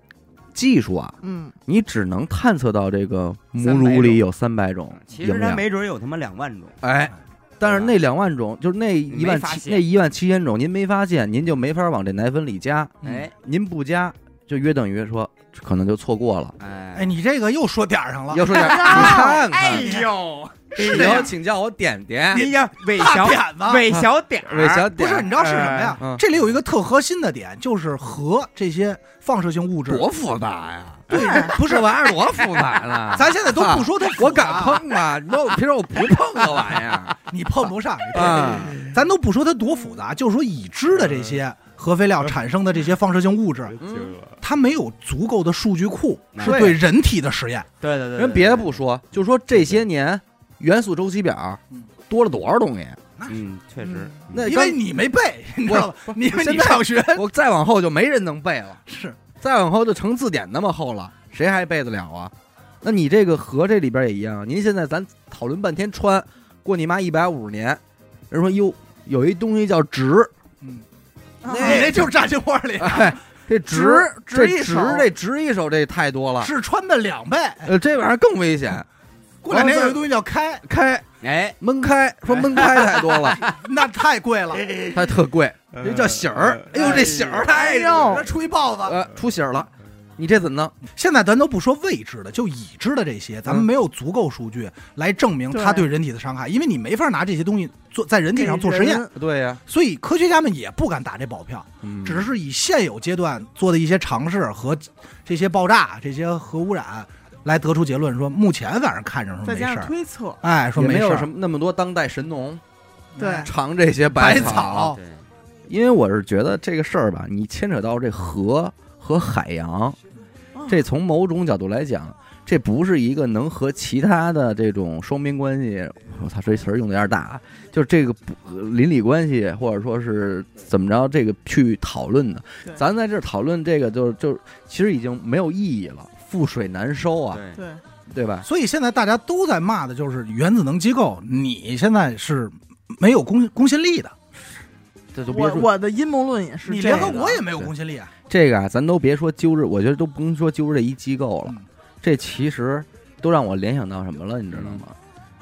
Speaker 1: 技术啊，
Speaker 4: 嗯，
Speaker 1: 你只能探测到这个母
Speaker 3: 300
Speaker 1: 乳
Speaker 3: 种嗯
Speaker 1: 里有三百种
Speaker 3: 其
Speaker 1: 营
Speaker 3: 实它
Speaker 1: 养，
Speaker 3: 没准有他妈两万种，
Speaker 1: 哎，但是那两万种，就是那一万
Speaker 3: 没发
Speaker 1: 七
Speaker 3: 现
Speaker 1: 那一万七千种，您没发现，您就没法往这奶粉里加。
Speaker 2: 嗯
Speaker 3: 哎
Speaker 1: 您不加，就约等于说可能就错过了。
Speaker 2: 哎，
Speaker 3: 哎，
Speaker 2: 你这个又说点儿上了，
Speaker 1: 要说点，你
Speaker 4: 哎
Speaker 1: 看
Speaker 3: 哎
Speaker 1: 看，
Speaker 3: 呦，
Speaker 1: 以后请叫我点点，
Speaker 3: 哎呀，韦
Speaker 2: 大
Speaker 3: 小
Speaker 2: 点子。
Speaker 3: 韦啊小点儿，
Speaker 1: 韦小
Speaker 2: 不
Speaker 1: 点，
Speaker 2: 是，你知道是什么呀？
Speaker 1: 嗯
Speaker 2: 这里有一个特核心的点，就是核这些放射性物质，
Speaker 1: 多复杂呀？
Speaker 2: 对，不是
Speaker 1: 这玩意儿多复杂呢
Speaker 2: ？咱现在都不说它复杂，
Speaker 1: 我敢 碰吗？你说我平时我不碰这玩意儿
Speaker 2: 你碰不上，你碰不上
Speaker 1: 啊。
Speaker 2: 咱都不说它多复杂，就说已知的这些核废料产生的这些放射性物质，它没有足够的数据库
Speaker 3: 嗯
Speaker 2: 是对人体的实验。
Speaker 3: 对对对，
Speaker 1: 人别的不说，就说这些年元素周期表
Speaker 2: 嗯
Speaker 1: 多了多少东西？
Speaker 3: 嗯，确实
Speaker 2: 嗯，
Speaker 1: 那
Speaker 2: 因为你没背，你知道吧？你
Speaker 1: 现在
Speaker 2: 你上学
Speaker 1: 我再往后就没人能背了，
Speaker 2: 是
Speaker 1: 再往后就成字典那么厚了，谁还背得了啊？那你这个和这里边也一样，您现在咱讨论半天穿，过你妈一百五十年，人说哟，有一东西叫值，
Speaker 4: 啊
Speaker 2: 你那就是炸金窝里
Speaker 1: 哎，这值
Speaker 4: 值值
Speaker 1: 这
Speaker 4: 一
Speaker 1: 值
Speaker 4: 手
Speaker 1: 这值一手这太多了，
Speaker 2: 是穿的两倍。
Speaker 1: 呃，这玩意儿更危险，
Speaker 2: 过两天有一东西叫开，
Speaker 1: 开
Speaker 3: 哎，
Speaker 1: 闷开，说闷开太多了，
Speaker 2: 那太贵了。
Speaker 1: 它特贵，
Speaker 3: 呃
Speaker 1: 这叫喜儿，哎呦这喜儿太
Speaker 4: 哎呦
Speaker 2: 那出一豹子。
Speaker 1: 呃出喜儿了，你这怎么弄？
Speaker 2: 现在咱都不说未知的，就已知的这些，咱们
Speaker 1: 嗯
Speaker 2: 没有足够数据来证明它
Speaker 4: 对
Speaker 2: 对人体的伤害，因为你没法拿这些东西做在人体上做实验，
Speaker 1: 对呀，
Speaker 2: 所以科学家们也不敢打这保票。
Speaker 1: 嗯
Speaker 2: 只是以现有阶段做的一些尝试和这些爆炸、这些核污染来得出结论，说目前反正看
Speaker 1: 嗯
Speaker 2: 着说
Speaker 4: 再
Speaker 2: 没
Speaker 4: 加
Speaker 2: 事
Speaker 4: 上
Speaker 2: 儿，
Speaker 4: 推测，
Speaker 2: 哎，说
Speaker 1: 也没
Speaker 2: 事
Speaker 1: 有
Speaker 2: 儿，哎
Speaker 1: 什么那么多当代神农
Speaker 4: 对
Speaker 1: 尝这些
Speaker 2: 百
Speaker 1: 草，
Speaker 2: 草，
Speaker 3: 对，
Speaker 1: 因为我是觉得这个事儿吧，你牵扯到这河和海洋，这从某种角度来讲，这不是一个能和其他的这种双边关系，我操，这词儿用的有点大啊，就是这个不呃邻里关系或者说是怎么着，这个去讨论的
Speaker 4: 对。
Speaker 1: 咱在这儿讨论这个就，就其实已经没有意义了，覆水难收啊，
Speaker 3: 对，
Speaker 4: 对
Speaker 1: 对吧？
Speaker 2: 所以现在大家都在骂的就是原子能机构，你现在是没有公公信力的，
Speaker 1: 这就别
Speaker 4: 我
Speaker 1: 说
Speaker 4: 我的阴谋论也是
Speaker 2: 你
Speaker 4: 这
Speaker 2: 联
Speaker 4: 样
Speaker 2: 合
Speaker 4: 的，
Speaker 2: 国也没有公信力啊，
Speaker 1: 这个啊，咱都别说揪着，我觉得都不用说揪着这一机构了
Speaker 2: 嗯，
Speaker 1: 这其实都让我联想到什么了，你知道吗？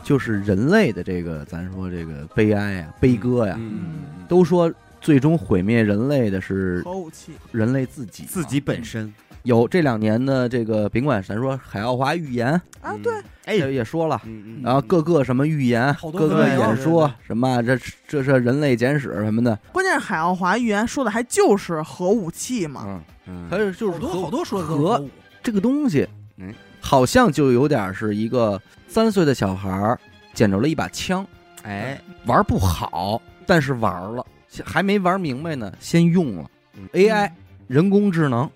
Speaker 1: 就是人类的这个，咱说这个悲哀呀、悲歌呀，
Speaker 3: 嗯，
Speaker 1: 都说最终毁灭人类的是
Speaker 4: 核武器，
Speaker 1: 人类自己。
Speaker 3: 自己本身
Speaker 1: 有这两年的这个，甭管咱说海奥华预言
Speaker 4: 啊对，
Speaker 3: 哎，
Speaker 1: 也也说了，
Speaker 3: 嗯嗯，
Speaker 1: 然后各个什么预言
Speaker 2: 好、多
Speaker 1: 各个
Speaker 2: 对
Speaker 1: 演
Speaker 3: 对
Speaker 1: 说
Speaker 3: 对
Speaker 1: 什么啊，这这是人类简史什么的，
Speaker 4: 关键是海奥华预言说的还就是核武器嘛，
Speaker 1: 嗯，
Speaker 3: 嗯
Speaker 1: 还有就是
Speaker 2: 好多
Speaker 1: 和
Speaker 2: 好多说的都是
Speaker 1: 和
Speaker 2: 核武
Speaker 1: 这个东西，
Speaker 3: 嗯，
Speaker 1: 好像就有点是一个三岁的小孩儿捡着了一把枪，
Speaker 3: 哎，
Speaker 1: 玩不好，但是玩了，先还没玩明白呢，先用了
Speaker 3: 嗯
Speaker 1: AI 人工智能，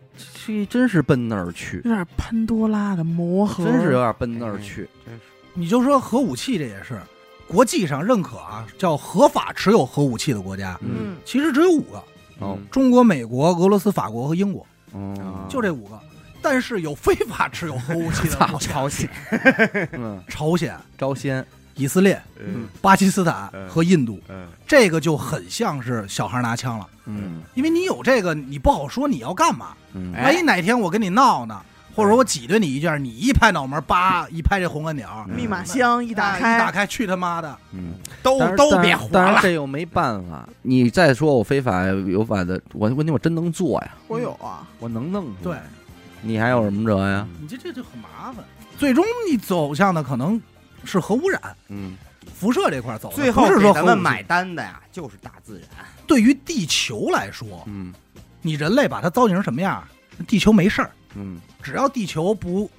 Speaker 1: 这真是奔那儿去，
Speaker 4: 有点潘多拉的魔盒，
Speaker 1: 真是有啊点奔那儿去。
Speaker 3: 嗯
Speaker 2: 你就说核武器这也是国际上认可啊，叫合法持有核武器的国家，
Speaker 1: 嗯，
Speaker 4: 嗯，
Speaker 2: 其实只有五个：
Speaker 1: 哦，
Speaker 2: 中国、美国、俄罗斯、法国和英国。
Speaker 1: 哦
Speaker 3: 啊
Speaker 2: 就这五个。但是有非法持有核武器的 国家，
Speaker 3: 朝鲜，
Speaker 1: 嗯，
Speaker 2: 朝鲜、
Speaker 1: 招鲜，
Speaker 2: 以色列、
Speaker 3: 呃
Speaker 1: 嗯
Speaker 2: 巴基斯坦
Speaker 3: 嗯
Speaker 2: 和印度，
Speaker 3: 嗯，
Speaker 2: 这个就很像是小孩拿枪了，
Speaker 1: 嗯
Speaker 2: 因为你有这个，你不好说你要干嘛。
Speaker 1: 嗯，
Speaker 3: 哎
Speaker 2: 万一哪天我跟你闹呢，或者说我挤兑你一下，你一拍脑门，叭一拍这红按钮，
Speaker 1: 嗯
Speaker 4: 密码箱一打
Speaker 2: 哎一打
Speaker 4: 开，
Speaker 2: 开，去他妈的，
Speaker 1: 嗯，
Speaker 3: 哎
Speaker 2: 都
Speaker 1: 但是
Speaker 2: 都
Speaker 1: 但
Speaker 2: 别
Speaker 1: 是
Speaker 2: 活
Speaker 1: 但
Speaker 2: 了
Speaker 1: 是。这又没办法，你再说我非法有法的，我问题我真能做呀，
Speaker 4: 我有啊，
Speaker 1: 我能弄
Speaker 3: 嗯
Speaker 1: 出
Speaker 2: 对
Speaker 1: 来，你还有什么辙呀？
Speaker 2: 你这这就很麻烦，最终你走向的可能是核污染、
Speaker 1: 嗯，
Speaker 2: 辐射这块走的，
Speaker 3: 最后
Speaker 2: 不是
Speaker 3: 给
Speaker 2: 说
Speaker 3: 咱
Speaker 2: 核武
Speaker 3: 们
Speaker 2: 器
Speaker 3: 买单的呀，就是大自然，
Speaker 2: 对于地球来说，
Speaker 1: 嗯
Speaker 2: 你人类把它糟践成什么样，地球没事儿。
Speaker 1: 嗯，
Speaker 2: 只要地球不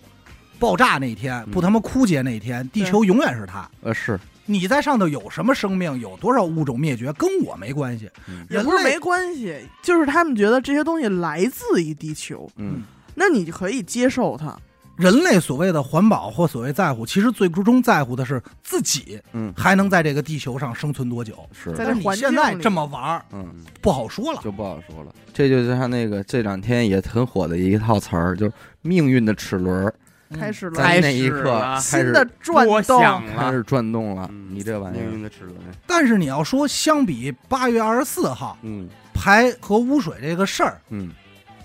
Speaker 2: 爆炸那一天，
Speaker 1: 嗯
Speaker 2: 不他妈枯竭那一天，地球永远是它。
Speaker 1: 呃是，
Speaker 2: 你在上头有什么生命，有多少物种灭绝，跟我没关系。
Speaker 1: 嗯
Speaker 4: 也
Speaker 2: 人
Speaker 4: 不是没
Speaker 2: 类
Speaker 4: 关系，就是他们觉得这些东西来自于地球，
Speaker 1: 嗯
Speaker 4: 那你就可以接受它，
Speaker 2: 人类所谓的环保或所谓在乎，其实最终在乎的是自己
Speaker 1: 嗯
Speaker 2: 还能在这个地球上生存多久。
Speaker 1: 是，
Speaker 4: 在
Speaker 2: 但是
Speaker 4: 这
Speaker 2: 你
Speaker 4: 环境
Speaker 2: 现
Speaker 4: 里
Speaker 2: 在这么玩儿
Speaker 1: 嗯。
Speaker 2: 不好说了，
Speaker 1: 就不好说了。这就像那个这两天也很火的一套词儿，就是命运的齿轮儿
Speaker 2: 嗯
Speaker 4: 开始了
Speaker 1: 在那一刻啊开
Speaker 4: 新的
Speaker 1: 始
Speaker 4: 转
Speaker 3: 多啊想
Speaker 4: 动，
Speaker 1: 开
Speaker 3: 了，
Speaker 1: 始转动了。
Speaker 3: 嗯
Speaker 1: 你这玩意
Speaker 3: 命
Speaker 1: 儿，
Speaker 3: 运的齿轮，
Speaker 2: 但是你要说相比八月二十四号
Speaker 1: 嗯
Speaker 2: 排核污水这个事儿
Speaker 1: 嗯，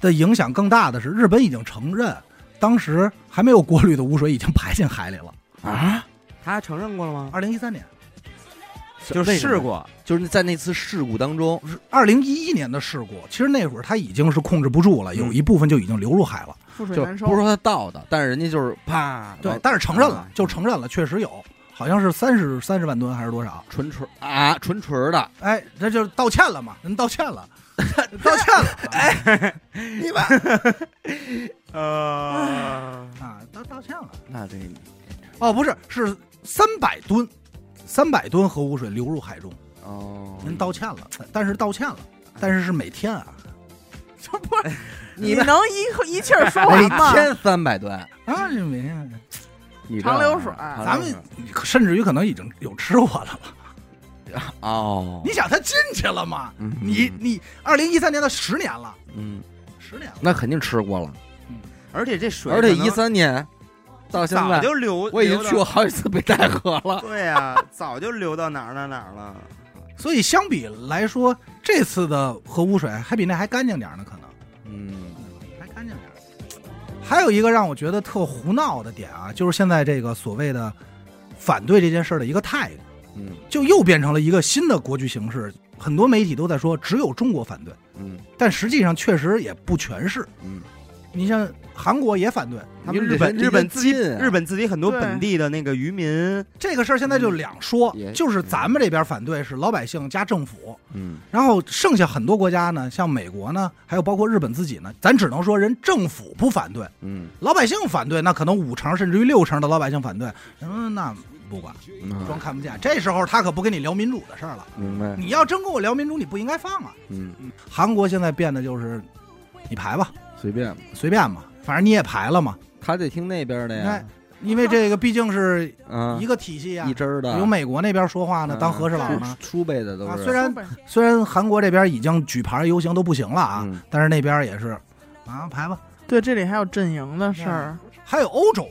Speaker 2: 的影响更大的是，日本已经承认，当时还没有过滤的污水已经排进海里了。
Speaker 3: 啊，他承认过了吗？
Speaker 2: 二零一三年，
Speaker 3: 就是
Speaker 1: 为什么
Speaker 3: 试，过，
Speaker 1: 就是在那次事故当中，
Speaker 2: 二零一一年的事故，其实那会儿他已经是控制不住了，有一部分就已经流入海了。
Speaker 4: 覆水
Speaker 1: 就
Speaker 4: 难收
Speaker 1: 不是。说他盗的，但是人家就是啪，
Speaker 2: 对
Speaker 1: 往，
Speaker 2: 但是承认了
Speaker 3: 啊，
Speaker 2: 就承认了，确实有，好像是三十三十万吨还是多少？
Speaker 1: 纯纯啊，纯纯的，
Speaker 2: 哎，这就是道歉了嘛，人道歉 了，道歉了，哎
Speaker 1: 你吧，
Speaker 3: 呃，
Speaker 2: 啊，道道歉了。
Speaker 1: 那这
Speaker 2: 哦，不是，是三百吨，三百吨核污水流入海中，
Speaker 1: 哦，
Speaker 2: 人道歉了，但是道歉了，但是是每天啊，
Speaker 4: 就不是
Speaker 1: 你
Speaker 4: 你能一一气儿说
Speaker 1: 每
Speaker 4: 完吗？
Speaker 1: 天三百吨，
Speaker 2: 啊，这每天，
Speaker 1: 你这
Speaker 4: 长流水
Speaker 1: 长
Speaker 2: 咱
Speaker 1: 流
Speaker 2: 们
Speaker 1: 水
Speaker 2: 甚至于可能已经有吃我的了。
Speaker 1: 哦，
Speaker 2: 你想他进去了吗？
Speaker 1: 嗯
Speaker 2: 你你二零一三年到十年了，
Speaker 1: 嗯，
Speaker 2: 十年了，
Speaker 1: 那肯定吃过了，
Speaker 3: 而且这水可
Speaker 1: 而
Speaker 3: 能，
Speaker 1: 且一三年到现
Speaker 3: 早
Speaker 1: 在，
Speaker 3: 就流，
Speaker 1: 我已经去
Speaker 3: 流
Speaker 1: 过
Speaker 3: 到。
Speaker 1: 好几次北戴河了。
Speaker 3: 对呀，早就流到哪儿哪儿哪儿了。
Speaker 2: 所以相比来说，这次的核污水还比那还干净点儿呢，可能。
Speaker 1: 嗯，
Speaker 2: 还干净点儿。还有一个让我觉得特胡闹的点啊，就是现在这个所谓的反对这件事儿的一个态度，
Speaker 1: 嗯
Speaker 2: 就又变成了一个新的国际形势。很多媒体都在说只有中国反对，
Speaker 1: 嗯
Speaker 2: 但实际上确实也不全是。
Speaker 1: 嗯，
Speaker 2: 你像韩国也反对
Speaker 3: 他
Speaker 1: 因
Speaker 3: 们
Speaker 1: 为
Speaker 3: 日本
Speaker 1: 这些
Speaker 3: 日本自己
Speaker 1: 近啊
Speaker 3: 日本自己很多
Speaker 4: 对
Speaker 3: 本地的那个渔民，
Speaker 2: 这个事儿，现在就两说，
Speaker 1: 嗯也
Speaker 2: 就是咱们这边反对是老百姓加政府，
Speaker 1: 嗯
Speaker 2: 然后剩下很多国家呢，像美国呢，还有包括日本自己呢，咱只能说人政府不反对，
Speaker 1: 嗯
Speaker 2: 老百姓反对，那可能五成甚至于六成的老百姓反对，嗯，那不管，
Speaker 1: 嗯，
Speaker 2: 装看不见。这时候他可不跟你聊民主的事儿了。
Speaker 1: 明白。
Speaker 2: 你要真跟我聊民主，你不应该放啊。
Speaker 1: 嗯，
Speaker 2: 韩国现在变得就是，你排吧，
Speaker 1: 随便，
Speaker 2: 随便吧，反正你也排了嘛。
Speaker 1: 他得听那边的呀
Speaker 2: 哎。因为这个毕竟是
Speaker 1: 啊嗯，
Speaker 2: 一个体系啊
Speaker 1: 一，针儿的，
Speaker 2: 有美国那边说话呢，
Speaker 1: 嗯
Speaker 2: 当和事佬呢。
Speaker 1: 出辈的都
Speaker 2: 啊，
Speaker 1: 是。
Speaker 2: 虽然虽然韩国这边已经举牌游行都不行了啊，
Speaker 1: 嗯
Speaker 2: 但是那边也是啊排吧。
Speaker 4: 对，这里还有阵营的事儿，
Speaker 2: 还有欧洲。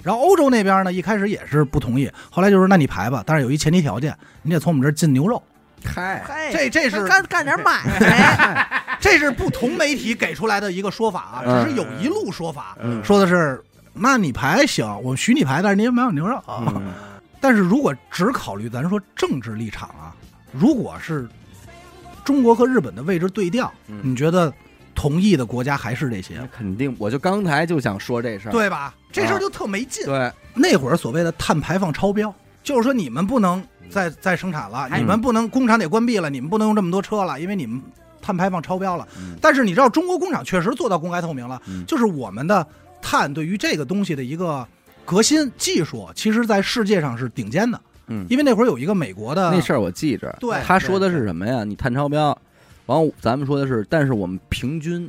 Speaker 2: 然后欧洲那边呢，一开始也是不同意，后来就是那你排吧，但是有一前提条件，你得从我们这儿进牛肉。
Speaker 1: 嗨，
Speaker 4: 嘿
Speaker 2: 这这是
Speaker 4: 哎干干点买卖，
Speaker 2: 这是不同媒体给出来的一个说法啊，
Speaker 1: 嗯
Speaker 2: 只是有一路说法
Speaker 1: 嗯
Speaker 2: 说的是，那你排行，我们许你排，但是你也没有牛肉。啊
Speaker 1: 嗯
Speaker 2: 但是如果只考虑咱说政治立场啊，如果是中国和日本的位置对调，
Speaker 1: 嗯
Speaker 2: 你觉得同意的国家还是这些
Speaker 1: 那，肯定，我就刚才就想说这事儿。
Speaker 2: 对嗯吧？这事儿就特没劲。
Speaker 1: 啊对，
Speaker 2: 那会儿所谓的碳排放超标，就是说你们不能再再生产了，
Speaker 1: 嗯
Speaker 2: 你们不能工厂得关闭了，你们不能用这么多车了，因为你们碳排放超标了。
Speaker 1: 嗯
Speaker 2: 但是你知道，中国工厂确实做到公开透明了，
Speaker 1: 嗯
Speaker 2: 就是我们的碳对于这个东西的一个革新技术，其实在世界上是顶尖的。
Speaker 1: 嗯
Speaker 2: 因为那会儿有一个美国的
Speaker 1: 那事儿我记着。
Speaker 2: 对
Speaker 1: 他说的是什么呀？你碳超标，完后咱们说的是，但是我们平均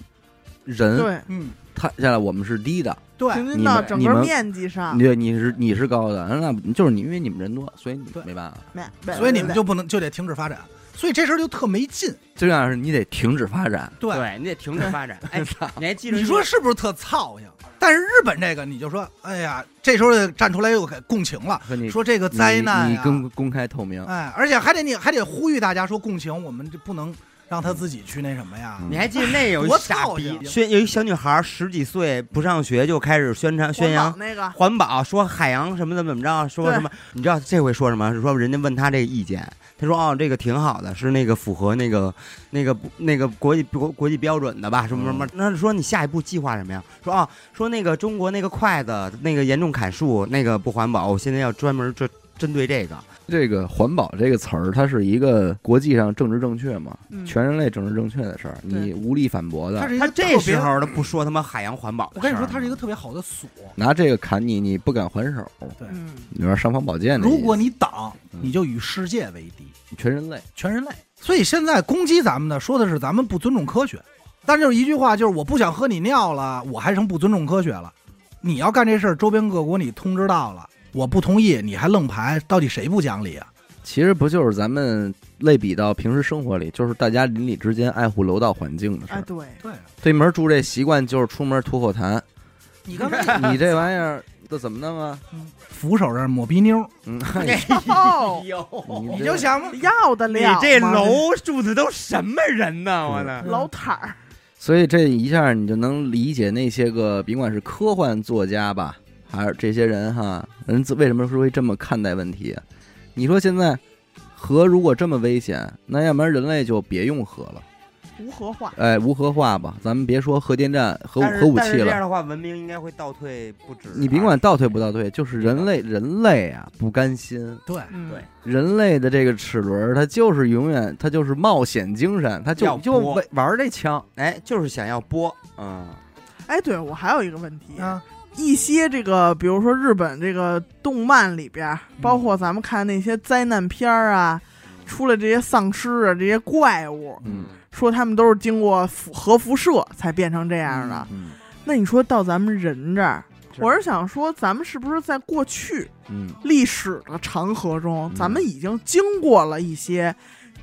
Speaker 1: 人
Speaker 4: 对，
Speaker 2: 嗯，
Speaker 1: 碳下来我们是低的，
Speaker 2: 对
Speaker 4: 平均
Speaker 1: 你
Speaker 4: 到
Speaker 1: 们
Speaker 4: 整
Speaker 1: 你
Speaker 4: 个
Speaker 1: 们
Speaker 4: 面积上
Speaker 2: 啊
Speaker 1: 你，对你是你是高的，那就是你因为你们人多，所以你
Speaker 2: 对
Speaker 1: 没办法。
Speaker 4: 买买
Speaker 2: 所以你们
Speaker 4: 买
Speaker 2: 就不能就得停止发展，所以这事儿就特没劲。
Speaker 1: 这样是你得停止发展。
Speaker 2: 对，
Speaker 3: 对你得停止发展。哎，你还记住
Speaker 2: 你说是不是特操性？但是日本这个，你就说，哎呀，这时候站出来又给共情了，
Speaker 1: 和你
Speaker 2: 说这个灾难
Speaker 1: 你
Speaker 2: 呀、
Speaker 1: 公公开透明，
Speaker 2: 哎，而且还得你还得呼吁大家说共情，我们这不能让他自己去那什么呀。
Speaker 1: 嗯
Speaker 3: 你还记得那有一
Speaker 2: 多
Speaker 3: 傻
Speaker 2: 操
Speaker 3: 逼
Speaker 2: 心
Speaker 3: 宣有一小女孩十几岁不上学就开始宣传宣
Speaker 4: 环
Speaker 3: 扬
Speaker 4: 保那个
Speaker 3: 环保，说海洋什么怎么怎么着，说
Speaker 4: 对
Speaker 3: 什么你知道这回说什么？是说人家问他这个意见，他说哦这个挺好的，是那个符合那个那个不那个国际国国际标准的吧？
Speaker 2: 嗯
Speaker 3: 什么什么？那说你下一步计划什么呀？说哦说那个中国那个筷子那个严重砍树那个不环保，我现在要专门针针对这个。
Speaker 1: 这个环保这个词儿，它是一个国际上政治正确嘛，
Speaker 4: 嗯
Speaker 1: 全人类政治正确的事儿，你无力反驳
Speaker 2: 他
Speaker 1: 的。
Speaker 2: 是一
Speaker 3: 他
Speaker 2: 个
Speaker 3: 这
Speaker 2: 特别
Speaker 3: 时，候他啊不说他妈海洋环保，
Speaker 2: 我跟你说，他是一个特别好的锁。
Speaker 1: 拿这个砍你，你不敢还手，
Speaker 4: 嗯，
Speaker 1: 有点尚方宝剑的意思。
Speaker 2: 如果你挡，
Speaker 1: 嗯
Speaker 2: 你就与世界为敌，
Speaker 1: 全人类，
Speaker 2: 全人类。所以现在攻击咱们的，说的是咱们不尊重科学。但就是一句话，就是我不想喝你尿了，我还成不尊重科学了。你要干这事儿，周边各国你通知到了，我不同意，你还愣排，到底谁不讲理啊？
Speaker 1: 其实不就是咱们类比到平时生活里，就是大家邻里之间爱护楼道环境的事
Speaker 4: 哎
Speaker 1: 儿。
Speaker 4: 对，
Speaker 2: 对，啊
Speaker 1: 对门住这习惯就是出门吐口 痰，
Speaker 2: 你刚才
Speaker 1: 你这玩意儿这怎么弄啊？
Speaker 2: 扶手这儿抹逼妞儿，
Speaker 1: 嗯，
Speaker 3: 哎
Speaker 1: 哎
Speaker 4: 哦，
Speaker 1: 你
Speaker 2: 你
Speaker 1: 这
Speaker 2: 就想吧，
Speaker 4: 要得
Speaker 3: 你
Speaker 4: 了吗，
Speaker 3: 这楼住的都什么人呢？我呢，
Speaker 4: 楼毯儿，
Speaker 1: 所以这一下你就能理解那些个，甭管是科幻作家吧，啊还是这些人哈，人自为什么是会这么看待问题？你说现在核如果这么危险，那要不然人类就别用核了，
Speaker 4: 无核化。
Speaker 1: 哎，无核化吧，咱们别说核电站、核武
Speaker 3: 但是
Speaker 1: 核武
Speaker 3: 但是
Speaker 1: 器
Speaker 3: 这
Speaker 1: 了
Speaker 3: 样。的话，文明应该会倒退不止。啊
Speaker 1: 你别管，倒退不倒退，就是人类人类啊不甘心，
Speaker 2: 对，
Speaker 4: 嗯，
Speaker 3: 对
Speaker 1: 人类的这个齿轮儿，它就是永远，它就是冒险精神，它就
Speaker 3: 要
Speaker 1: 就
Speaker 3: 搏
Speaker 1: 玩玩这枪，
Speaker 3: 哎，就是想要播，
Speaker 1: 嗯，
Speaker 4: 哎，对我还有一个问题，
Speaker 2: 啊，
Speaker 4: 一些这个，比如说日本这个动漫里边儿，
Speaker 2: 嗯
Speaker 4: 包括咱们看那些灾难片儿啊，出了这些丧尸啊，这些怪物，
Speaker 1: 嗯
Speaker 4: 说他们都是经过辐核辐射才变成这样的。
Speaker 1: 嗯
Speaker 4: 那你说到咱们人这儿，
Speaker 3: 是
Speaker 4: 我是想说，咱们是不是在过去
Speaker 1: 嗯
Speaker 4: 历史的长河中
Speaker 1: 嗯，
Speaker 4: 咱们已经经过了一些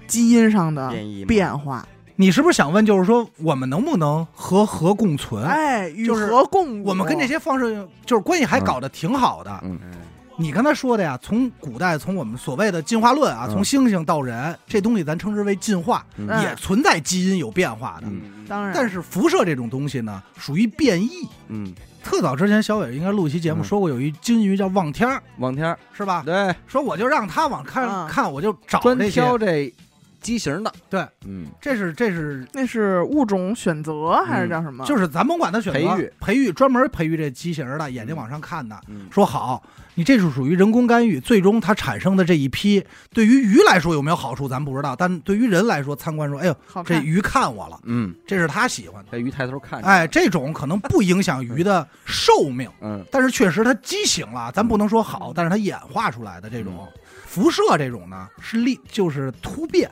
Speaker 4: 基因上的
Speaker 3: 变异嘛
Speaker 4: 变化？
Speaker 2: 你是不是想问，就是说我们能不能和和共存？
Speaker 4: 哎，与
Speaker 2: 呃就是
Speaker 4: 和共舞
Speaker 2: 我们跟这些方式就是关系还搞得挺好的。
Speaker 1: 哦嗯
Speaker 3: 嗯，
Speaker 2: 你刚才说的呀，从古代，从我们所谓的进化论啊，
Speaker 1: 嗯
Speaker 2: 从猩猩到人，这东西咱称之为进化，
Speaker 1: 嗯
Speaker 4: 嗯
Speaker 2: 也存在基因有变化的。
Speaker 3: 嗯
Speaker 4: 当然
Speaker 2: 但是辐射这种东西呢，属于变异。
Speaker 1: 嗯，
Speaker 2: 特早之前，小伟应该录一期节目
Speaker 1: 嗯
Speaker 2: 说过，有一金鱼叫望天儿，
Speaker 1: 望天儿，
Speaker 2: 是吧？
Speaker 1: 对，
Speaker 2: 说我就让他往看、
Speaker 4: 嗯
Speaker 2: 看，我就找
Speaker 1: 专
Speaker 2: 这
Speaker 1: 挑
Speaker 2: 些。
Speaker 1: 这畸形的，
Speaker 2: 对，
Speaker 1: 嗯
Speaker 2: 这是这是
Speaker 4: 那是物种选择还是叫什么？
Speaker 2: 就是咱甭管他选择
Speaker 1: 嗯培育
Speaker 2: 培育专门培育这畸形儿的，眼睛往上看的。
Speaker 1: 嗯
Speaker 2: 说好，你这是属于人工干预，最终它产生的这一批，对于鱼来说有没有好处咱不知道，但对于人来说，参观说，哎呦，
Speaker 4: 好
Speaker 2: 这
Speaker 4: 看。嗯
Speaker 2: 鱼看我了，
Speaker 1: 嗯，
Speaker 2: 这是它喜欢的，
Speaker 1: 这鱼抬头看着，
Speaker 2: 哎，，这种可能不影响鱼的寿命，
Speaker 1: 嗯
Speaker 2: 但是确实它畸形了，咱不能说好，但是它演化出来的这种
Speaker 4: 嗯
Speaker 2: 辐射这种呢，是力就是突变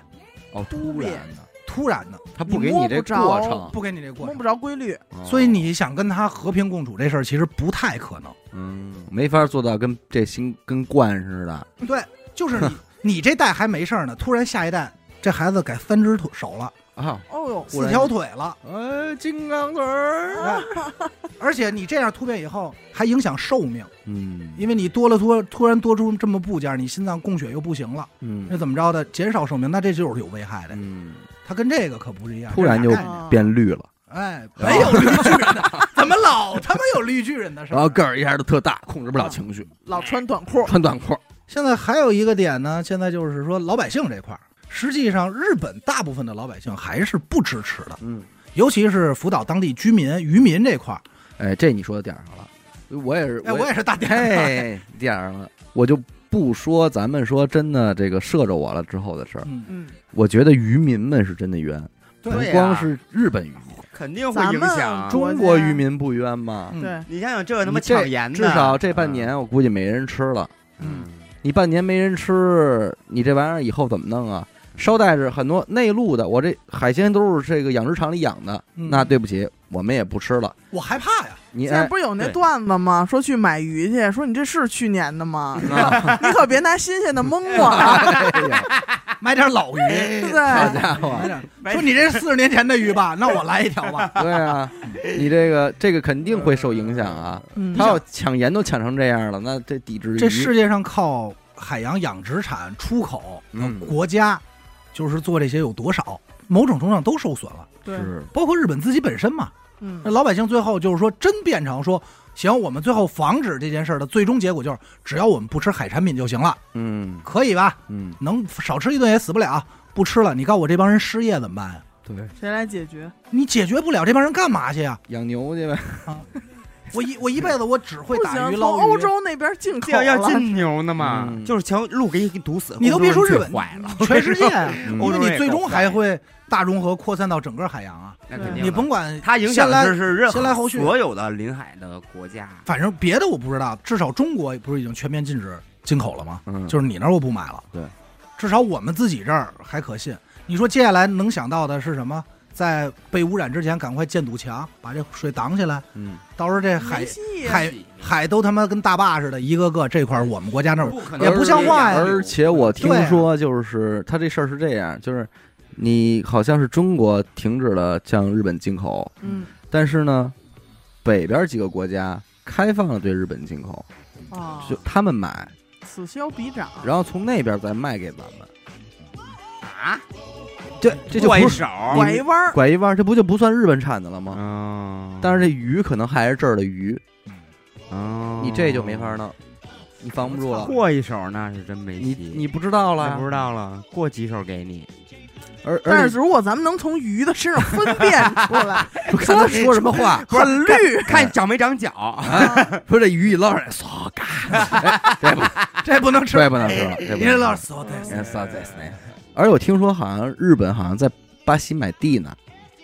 Speaker 1: 哦，突然的，
Speaker 2: 突然的，
Speaker 1: 他不给你这过程，
Speaker 2: 不给你这过
Speaker 4: 摸不
Speaker 2: 程，
Speaker 4: 着规律，
Speaker 1: 哦
Speaker 2: 所以你想跟它和平共处这事儿其实不太可能，
Speaker 1: 嗯没法做到跟这新跟冠似的，
Speaker 2: 对，就是你 你这代还没事儿呢，突然下一代这孩子改三只腿手了。
Speaker 1: 啊，
Speaker 4: 哦呦，
Speaker 1: 忽
Speaker 2: 四
Speaker 1: 然
Speaker 2: 条腿了，
Speaker 1: 哎，金刚腿 儿，
Speaker 2: 哎而且你这样突变以后还影响寿命，
Speaker 1: 嗯
Speaker 2: 因为你多了多突然多出这么部件，你心脏供血又不行了，那
Speaker 1: 嗯
Speaker 2: 怎么着的减少寿命，那这就是有危害的。
Speaker 1: 嗯，
Speaker 2: 它跟这个可不是一样，
Speaker 1: 突然就
Speaker 2: 这俩概念
Speaker 1: 变绿了，
Speaker 2: 哎，
Speaker 1: 啊
Speaker 2: 没有绿巨人 的，怎么老他妈有绿巨人的事
Speaker 1: 然后
Speaker 2: 儿？
Speaker 1: 个儿一下就特大，控制不了情绪，
Speaker 4: 老穿短裤，
Speaker 1: 穿短裤，
Speaker 2: 现在还有一个点呢，现在就是说老百姓这块儿，实际上日本大部分的老百姓还是不支持的，
Speaker 1: 嗯，
Speaker 2: 尤其是福岛当地居民、渔民这块儿。
Speaker 1: 哎，这你说到点儿上了，我也是，
Speaker 2: 哎，我也是大点 儿，
Speaker 1: 嘿，哎点儿上了，我就不说咱们说真的这个射着我了之后的事儿，
Speaker 2: 嗯，
Speaker 4: 嗯，
Speaker 1: 我觉得渔民们是真的冤，不
Speaker 3: 对呀
Speaker 1: 光是日本渔民，
Speaker 3: 肯定会影
Speaker 4: 咱们
Speaker 3: 响。
Speaker 4: 中
Speaker 1: 中国渔民不冤吗？
Speaker 2: 嗯
Speaker 4: 对，
Speaker 3: 你想想，这他妈
Speaker 1: 你这
Speaker 3: 抢盐的，
Speaker 1: 至少这半年我估计没人吃了，
Speaker 3: 嗯，
Speaker 1: 你半年没人吃，你这玩意儿以后怎么弄啊？捎带着很多内陆的，我这海鲜都是这个养殖场里养的，
Speaker 2: 嗯
Speaker 1: 那对不起，我们也不吃了。
Speaker 2: 我害怕呀。
Speaker 1: 你哎
Speaker 4: 现在不是有那段子吗？说去买鱼去，说你这是去年的吗？ 你可别拿新鲜的蒙我啊，
Speaker 1: 哎呀，
Speaker 2: 买点老鱼，
Speaker 4: 对不
Speaker 1: 好
Speaker 4: 对？
Speaker 1: 家伙！
Speaker 2: 买 点。说你这四十年前的鱼吧，那我来一条吧。
Speaker 1: 对 啊，你这个这个肯定会受影响啊。
Speaker 4: 嗯
Speaker 1: 他要抢盐都抢成这样了，那这抵制
Speaker 2: 这
Speaker 1: 鱼
Speaker 2: 世界上靠海洋养殖产出口，
Speaker 1: 嗯
Speaker 2: 国家就是做这些有多少，某种程度上都受损了，
Speaker 4: 对，
Speaker 1: 是
Speaker 2: 包括日本自己本身嘛。那
Speaker 4: 嗯，
Speaker 2: 老百姓最后就是说，真变成说，行，我们最后防止这件事儿的最终结果就是，只要我们不吃海产品就行了，
Speaker 1: 嗯
Speaker 2: 可以吧？
Speaker 1: 嗯，
Speaker 2: 能少吃一顿也死不了，不吃了，你告诉我这帮人失业怎么办呀？啊
Speaker 1: 对，
Speaker 4: 谁来解决？
Speaker 2: 你解决不了这帮人干嘛去呀？
Speaker 1: 养牛去呗。
Speaker 2: 我一我一辈子我只
Speaker 4: 不
Speaker 2: 会打
Speaker 4: 行，
Speaker 2: 鱼
Speaker 4: 从
Speaker 2: 捞鱼。
Speaker 4: 欧洲那边进口
Speaker 3: 要要
Speaker 4: 了，
Speaker 3: 进牛呢嘛，
Speaker 1: 嗯
Speaker 3: 就是全路给你堵死。
Speaker 2: 你都别说日本
Speaker 3: 欧洲人最坏了，
Speaker 2: 全世 界啊，
Speaker 1: 嗯
Speaker 2: 因为你最终还会大融合扩散到整个海洋啊。
Speaker 3: 那肯定的。
Speaker 2: 你甭管
Speaker 3: 它影响
Speaker 2: 先来
Speaker 3: 的是是任何
Speaker 2: 先来后续
Speaker 3: 所有的临海的国家，
Speaker 2: 反正别的我不知道，至少中国不是已经全面禁止进口了吗？
Speaker 1: 嗯
Speaker 2: 就是你那儿我不买了。
Speaker 1: 对，
Speaker 2: 至少我们自己这儿还可信。你说接下来能想到的是什么？在被污染之前，赶快建堵墙，把这水挡起来。
Speaker 1: 嗯，
Speaker 2: 到时候这
Speaker 4: 没
Speaker 2: 海
Speaker 4: 戏呀。
Speaker 2: 海海都他妈跟大坝似的，一个个这块儿我们国家那儿
Speaker 3: 不可能
Speaker 2: 也不像话呀
Speaker 1: 而且我听
Speaker 2: 对啊
Speaker 1: 说，就是他这事儿是这样，就是你好像是中国停止了向日本进口，
Speaker 4: 嗯
Speaker 1: 但是呢，北边几个国家开放了对日本进口，
Speaker 4: 啊，
Speaker 1: 就他们买，
Speaker 4: 此消彼长。
Speaker 1: 然后从那边再卖给咱们。
Speaker 3: 啊，
Speaker 1: 这这就
Speaker 3: 过一
Speaker 1: 不是
Speaker 3: 手，
Speaker 4: 拐一弯儿，
Speaker 1: 拐一弯，这不就不算日本产的了吗？
Speaker 3: 嗯，
Speaker 1: 但是这鱼可能还是这儿的鱼，
Speaker 3: 哦
Speaker 2: 嗯
Speaker 1: 你这就没法弄。你防不住了，
Speaker 3: 过一手那是真没
Speaker 1: 你
Speaker 3: 戏，
Speaker 1: 你不知道
Speaker 3: 那
Speaker 1: 了
Speaker 3: 不，知道了，过几手给你，
Speaker 1: 而
Speaker 4: 但
Speaker 1: 而且
Speaker 4: 是如果咱们能从鱼的身上分辨出来，
Speaker 1: 不看他说什么话，
Speaker 4: 很绿，
Speaker 3: 看长没长脚，
Speaker 1: 说这鱼一捞上来，嗖嘎， 这不
Speaker 2: 这不能吃。哎
Speaker 1: 这不能吃了，哎这不
Speaker 2: 您老
Speaker 1: 能
Speaker 2: 师，我
Speaker 1: 吃了。嗖再来 而且我听说好像日本好像在巴西买地呢，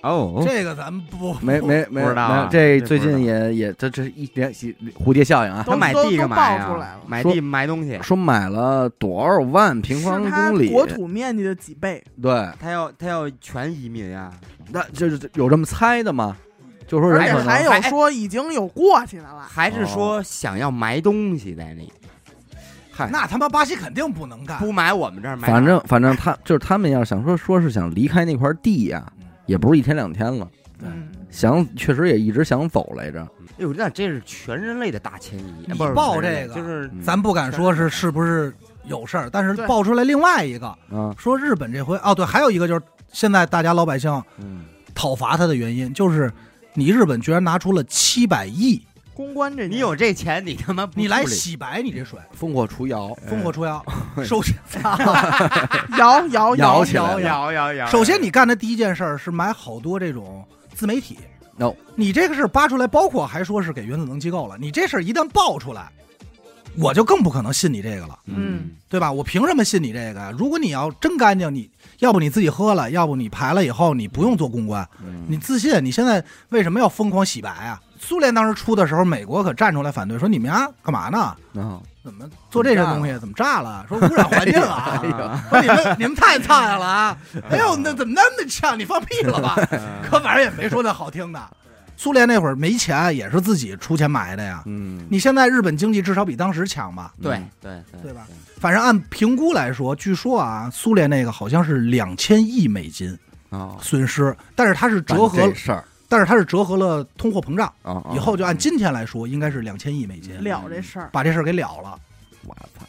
Speaker 3: 哦，
Speaker 2: 这个咱们不
Speaker 1: 没没没
Speaker 3: 不知道啊
Speaker 1: 没有这
Speaker 3: 这
Speaker 1: 最
Speaker 3: 不
Speaker 1: 近
Speaker 3: 知
Speaker 1: 也也这这一连蝴蝶效应啊，
Speaker 4: 都
Speaker 3: 他买地干嘛
Speaker 4: 都都爆出来
Speaker 3: 呀
Speaker 4: 了？
Speaker 3: 买
Speaker 1: 说
Speaker 3: 地埋东西，
Speaker 1: 说买了多少万平方
Speaker 4: 是它
Speaker 1: 公里，
Speaker 4: 国土面积的几倍。
Speaker 1: 对，
Speaker 3: 他要他要全移民啊，
Speaker 1: 那就是有这么猜的吗？就说
Speaker 4: 而
Speaker 1: 人
Speaker 4: 且
Speaker 1: 可
Speaker 4: 还
Speaker 1: 能
Speaker 2: 哎
Speaker 4: 有说已经有过去的了，
Speaker 3: 还是说想要埋东西在那里，
Speaker 1: 嗨，
Speaker 2: 那他妈巴西肯定不能干。
Speaker 3: 不埋我们这儿埋哪儿，
Speaker 1: 反正反正他就是他们要想说说是想离开那块地呀、也不是一天两天了，
Speaker 2: 对
Speaker 4: 嗯，
Speaker 1: 想确实也一直想走来着。
Speaker 3: 哎呦，那这是全人类的大迁移，
Speaker 2: 你
Speaker 3: 不是
Speaker 2: 报
Speaker 3: 全人
Speaker 2: 这个
Speaker 3: 类就是
Speaker 1: 嗯
Speaker 2: 咱不敢说是是不是有事儿，但是
Speaker 4: 对
Speaker 2: 爆出来另外一个
Speaker 1: 啊，
Speaker 2: 说日本这回哦，对，还有一个就是现在大家老百姓
Speaker 1: 嗯，
Speaker 2: 讨伐他的原因，就是你日本居然拿出了七百亿，
Speaker 4: 公关这
Speaker 3: 你有这钱，你他妈不
Speaker 2: 你来
Speaker 3: 处理哎
Speaker 2: 洗白你这水，
Speaker 1: 烽火除妖，
Speaker 2: 烽 火除妖，首先
Speaker 1: 摇
Speaker 4: 摇摇
Speaker 3: 呃
Speaker 4: 摇
Speaker 1: 起来
Speaker 4: 摇
Speaker 1: 了
Speaker 4: 摇，
Speaker 3: 摇摇摇，
Speaker 2: 首先你干的第一件事儿是买好多这种自媒体
Speaker 3: 哦
Speaker 1: No
Speaker 2: 你这个事儿扒出来，包括还说是给原子能机构了，你这事儿一旦爆出来，我就更不可能信你这个了。
Speaker 4: 嗯，
Speaker 2: 对吧？我凭什么信你这个呀？如果你要真干净，你要不你自己喝了，要不你排了以后你不用做公关，你
Speaker 1: 嗯，
Speaker 2: 自信。你现在为什么要疯狂洗白啊？苏联当时出的时候，美国可站出来反对，说你们呀干嘛呢？
Speaker 1: 啊，
Speaker 2: 怎么做这些东西？怎么炸了？说污染环 境了
Speaker 1: 哎
Speaker 2: 啊！说你们你们太苍蝇了啊！
Speaker 3: 嗯
Speaker 2: 哎呦，那怎么那么呛？你放屁了吧？可反正也没说那好听的。苏联那会儿没钱，啊也是自己出钱买的呀。
Speaker 1: 嗯，
Speaker 2: 你现在日本经济至少比当时强吧？
Speaker 3: 对
Speaker 1: 嗯
Speaker 3: 对
Speaker 2: 对吧？反正按评估来说，据说啊，苏联那个好像是两千亿美金
Speaker 1: 啊，
Speaker 2: 损失，但是它是折
Speaker 1: 干
Speaker 2: 合
Speaker 1: 这，事儿
Speaker 2: 但是它是折合了通货膨胀，
Speaker 1: 啊，啊
Speaker 2: 以后就按今天来说，应该是两千亿美金，
Speaker 4: 了这事儿，
Speaker 2: 把这事儿给了了。
Speaker 1: 我操，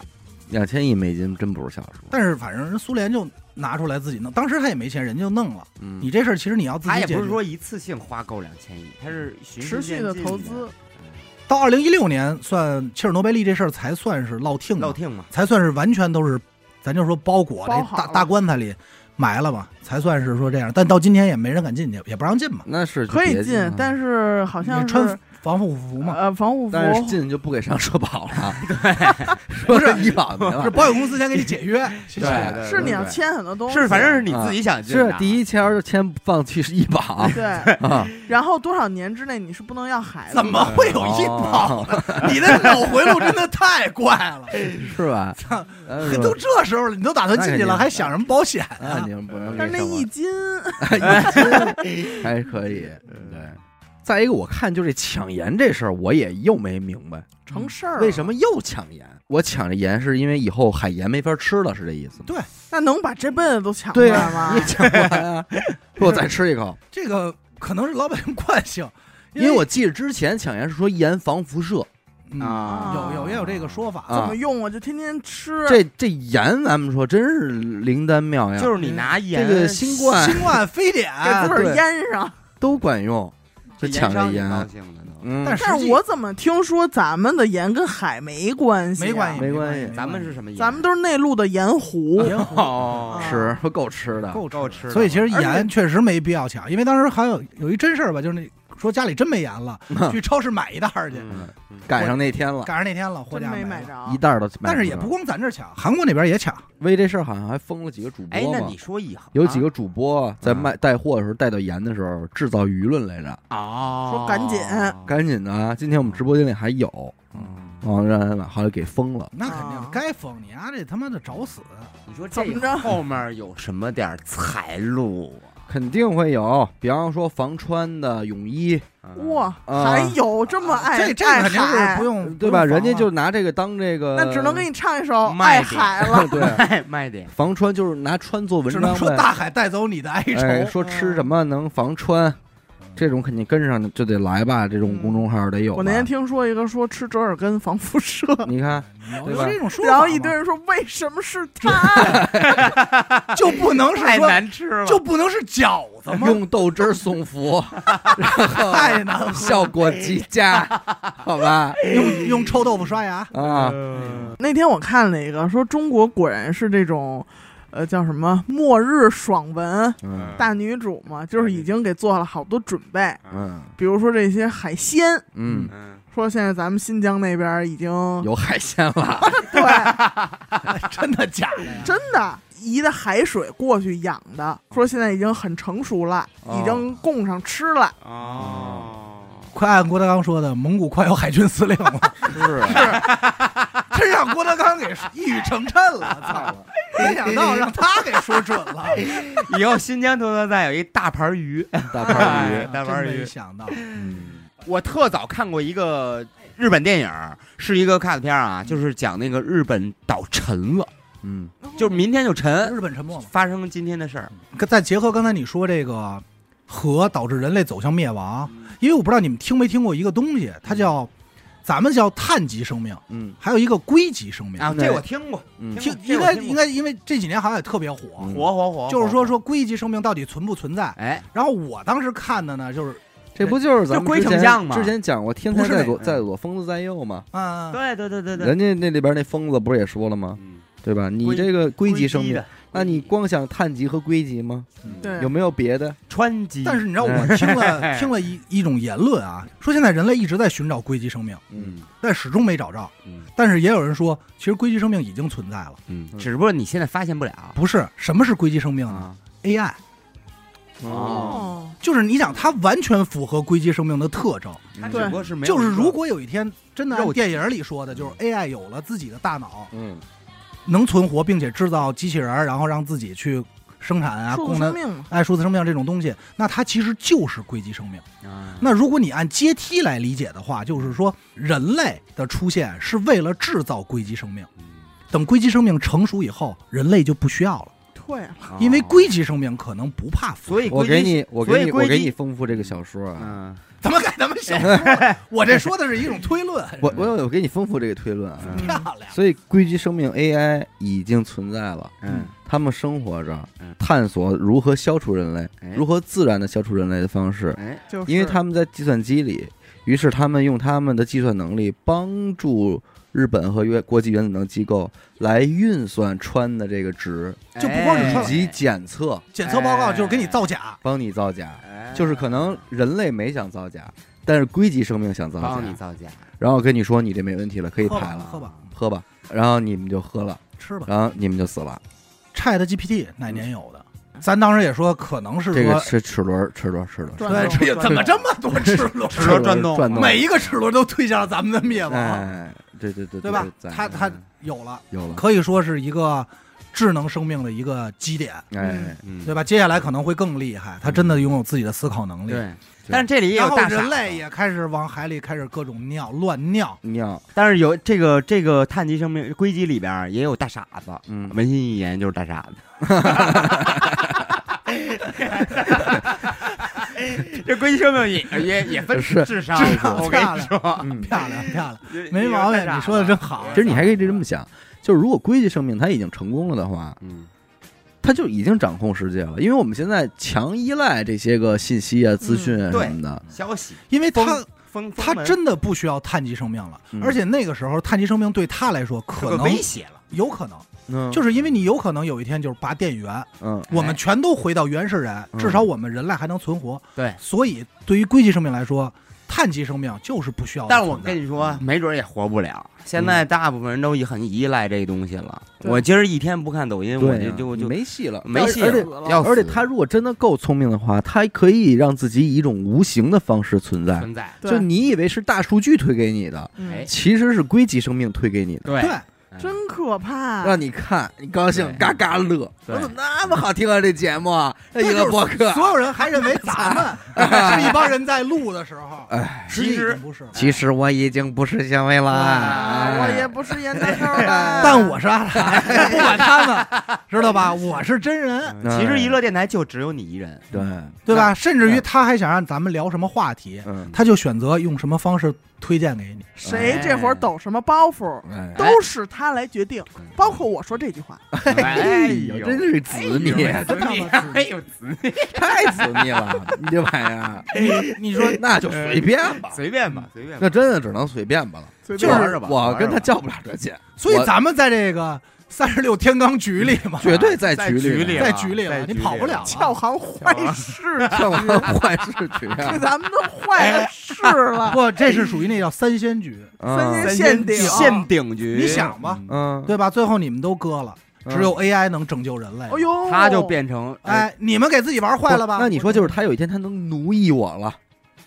Speaker 1: 两千亿美金真不是小数。
Speaker 2: 但是反正人苏联就拿出来自己弄，当时他也没钱，人家就弄了。
Speaker 1: 嗯
Speaker 2: 你这事儿其实你要自
Speaker 3: 他
Speaker 2: 己
Speaker 3: 也
Speaker 2: 解决。
Speaker 3: 不是说一次性花够两千亿，他是循序
Speaker 4: 持续的
Speaker 3: 渐进
Speaker 4: 投资，
Speaker 2: 到二零一六年算切尔诺贝利这事儿才算是落听
Speaker 3: 老
Speaker 2: 了，
Speaker 3: 听嘛，
Speaker 2: 才算是完全都是，咱就说包裹
Speaker 4: 包
Speaker 2: 这
Speaker 4: 好
Speaker 2: 大
Speaker 4: 了
Speaker 2: 大棺材里埋了吧，才算是说这样。但到今天也没人敢进去，也不让进嘛。
Speaker 1: 那是就
Speaker 4: 可以
Speaker 1: 别啊
Speaker 4: 进，
Speaker 1: 了
Speaker 4: 但是好像
Speaker 2: 你穿
Speaker 4: 是
Speaker 2: 防护服嘛，
Speaker 4: 呃防护服
Speaker 1: 但是进就不给上社保了，对，说是医保没了
Speaker 2: 是，保险公司先给你解约，
Speaker 1: 对对对
Speaker 4: 是你要签很多东西，
Speaker 3: 是反正是你自己想进
Speaker 1: 是
Speaker 3: 的，
Speaker 1: 第一签儿就先放弃医保
Speaker 4: 对，
Speaker 1: 啊，
Speaker 4: 然后多少年之内你是不能要孩子的，
Speaker 2: 怎么会有医保呢？你那脑回路真的太怪了，
Speaker 1: 是吧？哎呦
Speaker 2: 都这时候了，你都打算进
Speaker 1: 那
Speaker 2: 去
Speaker 1: 肯定
Speaker 2: 了，还想什么保险
Speaker 1: 那
Speaker 2: 啊？
Speaker 1: 你们不能给
Speaker 4: 但是那
Speaker 1: 上网
Speaker 4: 一斤，
Speaker 1: 嗯还可以，对。再一个，我看就这抢盐这事儿，我也又没明白，
Speaker 4: 成事儿了
Speaker 1: 为什？么又抢盐？我抢这盐是因为以后海盐没法吃了，是这意思吗？
Speaker 2: 对
Speaker 4: 那能把这辈子都抢过
Speaker 1: 对
Speaker 4: 来
Speaker 1: 啊，
Speaker 4: 吗
Speaker 1: 你？也抢不完啊！说我再吃一口，
Speaker 2: 这个可能是老百姓惯性，
Speaker 1: 因为我记得之前抢盐是说盐防辐射
Speaker 2: 嗯
Speaker 3: 啊，
Speaker 2: 有有也有这个说法，
Speaker 4: 怎
Speaker 1: 啊
Speaker 4: 么，用我就天天吃，
Speaker 1: 这这盐咱们说真是灵丹妙药，
Speaker 3: 就是你拿盐
Speaker 1: 这个新冠
Speaker 2: 新冠非典，
Speaker 4: 给自个
Speaker 1: 啊对
Speaker 4: 儿腌上。
Speaker 1: 都管用，就抢这
Speaker 3: 盐啊
Speaker 1: 盐
Speaker 3: 商挺高，兴的都。
Speaker 1: 嗯，
Speaker 2: 但
Speaker 1: 是
Speaker 2: 是
Speaker 4: 但
Speaker 2: 实
Speaker 4: 是
Speaker 2: 际
Speaker 4: 我怎么听说咱们的盐跟海没关系、啊
Speaker 2: 没关系，
Speaker 1: 没关
Speaker 2: 关
Speaker 1: 系
Speaker 3: 咱们是什么盐？
Speaker 4: 咱们都是内陆的盐湖。
Speaker 2: 盐
Speaker 3: 哦
Speaker 4: 啊
Speaker 1: 吃不够吃的，
Speaker 2: 够
Speaker 3: 够吃的
Speaker 2: 所以其实
Speaker 4: 而且
Speaker 2: 盐确实没必要抢，因为当时还有有一真事儿吧，就是那说家里真没盐了，去超市买一袋儿去，
Speaker 3: 嗯嗯
Speaker 1: 赶上那天了，
Speaker 2: 赶上那天了，货
Speaker 4: 真
Speaker 2: 架
Speaker 4: 没
Speaker 2: 没
Speaker 4: 买
Speaker 2: 了
Speaker 4: 着，
Speaker 1: 一袋儿都买上了，
Speaker 2: 但是也不光咱这儿抢，韩国那边也抢。
Speaker 1: 为这事儿好像还封了几个主
Speaker 3: 哎，
Speaker 1: 播
Speaker 3: 那
Speaker 1: 嘛
Speaker 3: 你。说以后
Speaker 4: 啊
Speaker 1: 有几
Speaker 3: 个
Speaker 1: 个主播在卖带货的时候带到盐的时候制造舆论来着，
Speaker 3: 哦，
Speaker 4: 说赶紧
Speaker 1: 赶紧的啊！今天我们直播间里还有，
Speaker 3: 嗯
Speaker 1: 啊，让人买，后来给封了。
Speaker 2: 那肯定
Speaker 4: 啊
Speaker 2: 该封你丫这他妈的找死！
Speaker 3: 你说
Speaker 4: 怎么
Speaker 3: 这
Speaker 4: 着
Speaker 3: 后面有什么点儿财路
Speaker 1: 肯定会有，比方说防穿的泳衣，
Speaker 3: 啊？
Speaker 4: 哇，
Speaker 1: 啊
Speaker 4: 还有这么哦爱、
Speaker 2: 这这
Speaker 4: 爱
Speaker 2: 肯定是
Speaker 4: 海
Speaker 2: 不用
Speaker 1: 呃对吧？
Speaker 2: 不用
Speaker 1: 人
Speaker 2: 防
Speaker 1: 家就
Speaker 2: 了
Speaker 1: 拿这个当这个，。
Speaker 4: 啊那只能给你唱一首《爱
Speaker 3: 卖点
Speaker 4: 海》了
Speaker 1: 对
Speaker 3: 卖啊哎卖点
Speaker 1: 防穿就是拿穿做文章
Speaker 2: 只能说
Speaker 1: 呗。
Speaker 2: 大海带走你的哀
Speaker 4: 嗯
Speaker 1: 哎，
Speaker 2: 愁。
Speaker 1: 说吃什么能防穿，这种肯定跟上就得来吧，这种公众号得有吧。
Speaker 4: 嗯我那天听说一个说吃折耳根防辐射，
Speaker 1: 你看，
Speaker 2: 有
Speaker 1: 对
Speaker 2: 有
Speaker 1: 吧
Speaker 2: 这种说法吗，
Speaker 4: 然后一堆人说为什么是他？
Speaker 2: 就不能是
Speaker 5: 太
Speaker 2: 说
Speaker 5: 难吃了，
Speaker 2: 就不能是饺子吗？
Speaker 1: 用豆汁儿送 服，
Speaker 2: 太难了，
Speaker 1: 效果极 佳，好吧？
Speaker 2: 用用臭豆腐刷牙，
Speaker 1: 啊，
Speaker 5: 嗯
Speaker 4: 那天我看了一个说中国果然是这种，呃，叫什么末日爽文
Speaker 1: 嗯
Speaker 4: 大女主嘛，就是已经给做了好多准备，
Speaker 1: 嗯
Speaker 4: 比如说这些海鲜，
Speaker 1: 嗯，
Speaker 5: 嗯，
Speaker 4: 说现在咱们新疆那边已经
Speaker 1: 有海鲜了，
Speaker 4: 对
Speaker 2: 真的假的呀？
Speaker 4: 真的。移的海水过去养的，说现在已经很成熟了，
Speaker 1: 哦
Speaker 4: 已经供上吃了。
Speaker 5: 哦，
Speaker 2: 快按郭德纲说的，蒙古快有海军司令了，
Speaker 1: 是啊
Speaker 2: 真让郭德纲给一语成谶了，操！没想到让他给说准 了，
Speaker 3: 以后新疆头头再有一大盘鱼，
Speaker 1: 大盘
Speaker 3: 哎
Speaker 1: 鱼，
Speaker 3: 大玩意儿
Speaker 2: 真没想到，
Speaker 1: 嗯
Speaker 3: 我特早看过一个日本电影儿，是一个卡子片儿
Speaker 2: 嗯
Speaker 3: 啊，就是讲那个日本岛沉了，
Speaker 2: 哦
Speaker 1: 嗯
Speaker 3: 就是明天就
Speaker 1: 哎
Speaker 3: 沉，
Speaker 2: 日本沉没嘛。
Speaker 3: 发生今天的事儿。
Speaker 2: 再结合刚才你说这个河导致人类走向灭亡，因为我不知道你们听没听过一个东西，它叫咱们叫碳基生命，
Speaker 1: 嗯
Speaker 2: 还有一个硅基生命
Speaker 3: 啊，
Speaker 1: 对
Speaker 3: 这我听过，
Speaker 1: 嗯
Speaker 3: 听
Speaker 2: 听
Speaker 3: 这
Speaker 2: 应
Speaker 3: 我
Speaker 2: 该
Speaker 3: 听过
Speaker 2: 应该，因为这几年好像也特别火，
Speaker 1: 嗯，
Speaker 3: 火火火，
Speaker 2: 就是说
Speaker 3: 火，
Speaker 2: 说硅基生命到底存不存在？
Speaker 3: 哎，
Speaker 2: 然后我当时看的呢，就是
Speaker 1: 这不就是咱
Speaker 3: 就
Speaker 1: 们
Speaker 3: 龟
Speaker 1: 之
Speaker 3: 丞
Speaker 1: 前
Speaker 3: 相嘛
Speaker 1: 之前讲过“天才
Speaker 2: 不是
Speaker 1: 在
Speaker 2: 那
Speaker 1: 左
Speaker 3: 个
Speaker 1: 在左，疯子在右”嘛？
Speaker 2: 嗯，
Speaker 3: 对对对对对，
Speaker 1: 人家那里边那疯子不是也说了吗？
Speaker 3: 嗯
Speaker 1: 对吧？你
Speaker 3: 龟
Speaker 1: 这个硅基生
Speaker 3: 龟
Speaker 1: 命
Speaker 3: 的，
Speaker 1: 那你光想碳基和硅基吗？
Speaker 2: 嗯
Speaker 4: 对，
Speaker 1: 有没有别的？
Speaker 3: 川籍，
Speaker 2: 但是你知道我听了 听了一一种言论啊，说现在人类一直在寻找硅基生命，
Speaker 1: 嗯，
Speaker 2: 但始终没找着。
Speaker 3: 嗯
Speaker 2: 但是也有人说，其实硅基生命已经存在了。
Speaker 3: 嗯，只不过你现在发现不了
Speaker 2: 不是什么是硅基生命呢
Speaker 3: 啊，
Speaker 2: ？AI
Speaker 3: 哦，
Speaker 4: 哦，
Speaker 2: 就是你想，它完全符合硅基生命的特征。
Speaker 3: 它
Speaker 4: 对
Speaker 3: 只不过是没有
Speaker 2: 就是
Speaker 3: 一个
Speaker 2: 如果有一天真的按
Speaker 3: 肉体
Speaker 2: 电影里说的，就是 AI 有了自己的大脑，
Speaker 1: 嗯，
Speaker 2: 能存活并且制造机器人儿，然后让自己去生产啊，
Speaker 4: 数字
Speaker 2: 供
Speaker 4: 生
Speaker 2: 能。
Speaker 4: 命嘛，
Speaker 2: 爱数字生命这种东西，那它其实就是硅基生命。
Speaker 3: 啊
Speaker 2: 那如果你按阶梯来理解的话，就是说人类的出现是为了制造硅基生命。
Speaker 3: 嗯
Speaker 2: 等硅基生命成熟以后，人类就不需要了，
Speaker 4: 退了。
Speaker 3: 哦
Speaker 2: 因为硅基生命可能不怕腐。
Speaker 3: 所以
Speaker 1: 我
Speaker 3: 龟
Speaker 1: 给
Speaker 3: 基
Speaker 1: 你，我
Speaker 3: 所以
Speaker 1: 给你，
Speaker 3: 龟
Speaker 1: 我给
Speaker 3: 基
Speaker 1: 你丰富这个小说啊。
Speaker 3: 嗯
Speaker 2: 怎么改咱们 小说？我这说的是一种推论。
Speaker 1: 我我有给你丰富这个推论啊。
Speaker 4: 嗯
Speaker 2: 漂亮，
Speaker 1: 所以，硅基生命 AI 已经存在了，
Speaker 3: 嗯，
Speaker 1: 他们生活着
Speaker 3: 嗯，
Speaker 1: 探索如何消除人类
Speaker 3: 哎，
Speaker 1: 如何自然的消除人类的方式，
Speaker 2: 嗯
Speaker 3: 哎
Speaker 4: 就是
Speaker 1: 因为他们在计算机里，于是他们用他们的计算能力帮助日本和约国际原子能机构来运算氚的这个值
Speaker 2: 就不光
Speaker 3: 哎
Speaker 2: 是
Speaker 1: 以
Speaker 2: 川
Speaker 1: 及检测，
Speaker 2: 检测报告就是给你造假。
Speaker 1: 帮你造假。
Speaker 3: 哎
Speaker 1: 就是可能人类没想造假，但是硅基生命想造
Speaker 3: 帮你
Speaker 1: 假，
Speaker 3: 造假，嗯
Speaker 1: 然后跟你说你这没问题了，可以
Speaker 2: 喝
Speaker 1: 排
Speaker 2: 吧，
Speaker 1: 了，
Speaker 2: 啊喝吧，
Speaker 1: 喝吧，然后你们就喝了，
Speaker 2: 吃吧。
Speaker 1: 然后你们就死了。
Speaker 2: 哎 Chat GPT 哪年有的？咱当时也说，可能是
Speaker 1: 这个
Speaker 2: 说
Speaker 1: 是齿轮，齿轮，齿轮，
Speaker 4: 转
Speaker 2: 对，这也
Speaker 4: 转
Speaker 2: 怎么
Speaker 4: 转
Speaker 2: 这么多齿轮？
Speaker 3: 齿轮转动
Speaker 1: 转动，
Speaker 2: 每一个齿轮都推向了咱们的灭亡，
Speaker 1: 哎，对对对，
Speaker 2: 对吧？
Speaker 1: 咱
Speaker 2: 它它有了，
Speaker 1: 有了，
Speaker 2: 可以说是一个智能生命的一个基点，
Speaker 1: 哎，
Speaker 3: 嗯
Speaker 2: 对吧？接下来可能会更厉害，它真的拥有自己的思考能力。
Speaker 3: 对，但是这里也
Speaker 2: 然
Speaker 3: 有
Speaker 2: 后
Speaker 3: 大傻
Speaker 2: 人
Speaker 3: 子
Speaker 2: 类也开始往海里开始各种尿乱尿，
Speaker 1: 尿，
Speaker 3: 但是有这个这个碳基生命硅基里边儿也有大傻子，
Speaker 1: 嗯，
Speaker 3: 文心一言就是大傻子。 这硅基生命也也也 分
Speaker 1: 是
Speaker 3: 智商，
Speaker 2: 智商
Speaker 3: 我跟你说，
Speaker 1: 嗯，
Speaker 2: 漂亮漂亮，
Speaker 3: 也
Speaker 2: 没毛病，你说的真，好。
Speaker 1: 其实你还可以这么想，就是如果硅基生命它已经成功了的话，
Speaker 3: 嗯，
Speaker 1: 它就已经掌控世界了，因为我们现在强依赖这些个信息啊、资讯啊
Speaker 3: 对
Speaker 1: 什么的，
Speaker 3: 消息
Speaker 2: 因为它
Speaker 3: 封
Speaker 2: 它真的不需要碳基生命了，
Speaker 1: 嗯
Speaker 2: 而且那个时候碳基生命对它来说可能
Speaker 3: 威胁了，
Speaker 2: 有可能，
Speaker 1: 嗯，
Speaker 2: 就是因为你有可能有一天就是拔电源，
Speaker 1: 嗯，
Speaker 2: 我们全都回到原始人，
Speaker 1: 嗯
Speaker 2: 至少我们人类还能存活。
Speaker 3: 对
Speaker 2: 所以对于硅基生命来说，碳基生命就是不需要的
Speaker 3: 但
Speaker 2: 存在。
Speaker 3: 是我跟你说，
Speaker 2: 嗯
Speaker 3: 没准儿也活不了。现在大部分人都已很依赖这东西了。我今儿一天不看抖音，
Speaker 2: 啊
Speaker 3: 我
Speaker 1: 对
Speaker 3: 就
Speaker 1: 呀，
Speaker 3: 就
Speaker 1: 你
Speaker 3: 就
Speaker 1: 没戏了，
Speaker 3: 没戏
Speaker 1: 而且
Speaker 3: 了，要
Speaker 1: 而且
Speaker 3: 死
Speaker 1: 他如果真的够聪明的话，他可以让自己以一种无形的方式存在。
Speaker 3: 存在，
Speaker 4: 对
Speaker 1: 就你以为是大数据推给你的，
Speaker 4: 嗯
Speaker 3: 哎
Speaker 1: 其实是硅基生命推给你的，
Speaker 3: 对嗯
Speaker 2: 对，啊
Speaker 4: 真可怕。
Speaker 1: 让你看，你高兴
Speaker 3: 对，
Speaker 1: 嘎嘎乐。对
Speaker 3: 我怎么
Speaker 1: 那么好听啊，这节目 这一个播客，
Speaker 2: 所有人还认为咱 们是一帮人在录的时候，
Speaker 1: 哎，
Speaker 2: 际已经不是了。
Speaker 1: 其实我已经不是香薇了，
Speaker 2: 啊
Speaker 4: 啊，我
Speaker 1: 哎
Speaker 4: 也不是烟头
Speaker 3: 哎
Speaker 4: 了，
Speaker 2: 但我是阿达，不管他们，知道吧？我是真人，
Speaker 1: 嗯
Speaker 3: 其实娱乐电台就只有你一人，
Speaker 1: 对，
Speaker 2: 对吧？甚至于他还想让咱们聊什么话题，
Speaker 1: 嗯，
Speaker 2: 他就选择用什么方式推荐给你。
Speaker 4: 谁这会儿抖什么包袱，
Speaker 1: 哎
Speaker 4: 都是他来决定，包括我说这句话。
Speaker 5: 哎呦，
Speaker 1: 真是子你，
Speaker 3: 啊
Speaker 5: 子女，哎呦，子女，
Speaker 1: 太子你了， 你这玩意儿，
Speaker 2: 哎你说
Speaker 1: 那就随便
Speaker 3: 啊
Speaker 1: 吧，
Speaker 5: 随便吧，随
Speaker 3: 哎
Speaker 5: 便吧
Speaker 1: 那。真的只能随便吧了。
Speaker 2: 就是
Speaker 1: 玩着吧
Speaker 5: 玩着
Speaker 1: 我
Speaker 5: 吧
Speaker 1: 跟他较不了这劲，
Speaker 2: 所以
Speaker 1: 我
Speaker 2: 咱们在这个三十六天罡局里 嘛，
Speaker 1: 绝
Speaker 3: 啊
Speaker 1: 对在
Speaker 5: 在
Speaker 1: 局
Speaker 5: 局
Speaker 1: 里
Speaker 5: 里
Speaker 1: 呢，
Speaker 2: 在局里了，
Speaker 5: 在局
Speaker 2: 你
Speaker 5: 里
Speaker 2: 跑不了
Speaker 5: 了
Speaker 2: 了。
Speaker 4: 跳行坏事，
Speaker 1: 跳完坏事局啊
Speaker 4: 这咱们都坏了事了，
Speaker 2: 不，这是属于那叫三仙局，
Speaker 4: 三
Speaker 1: 嗯
Speaker 4: 仙限定
Speaker 3: 限定局，
Speaker 2: 你想吧，
Speaker 1: 嗯，
Speaker 2: 对吧？最后你们都割了，只有 AI 能拯救人类。
Speaker 4: 哎，呦，
Speaker 3: 他就变成呃
Speaker 2: 哎，你们给自己玩坏了吧？
Speaker 1: 那你说，就是他有一天他能奴役我了，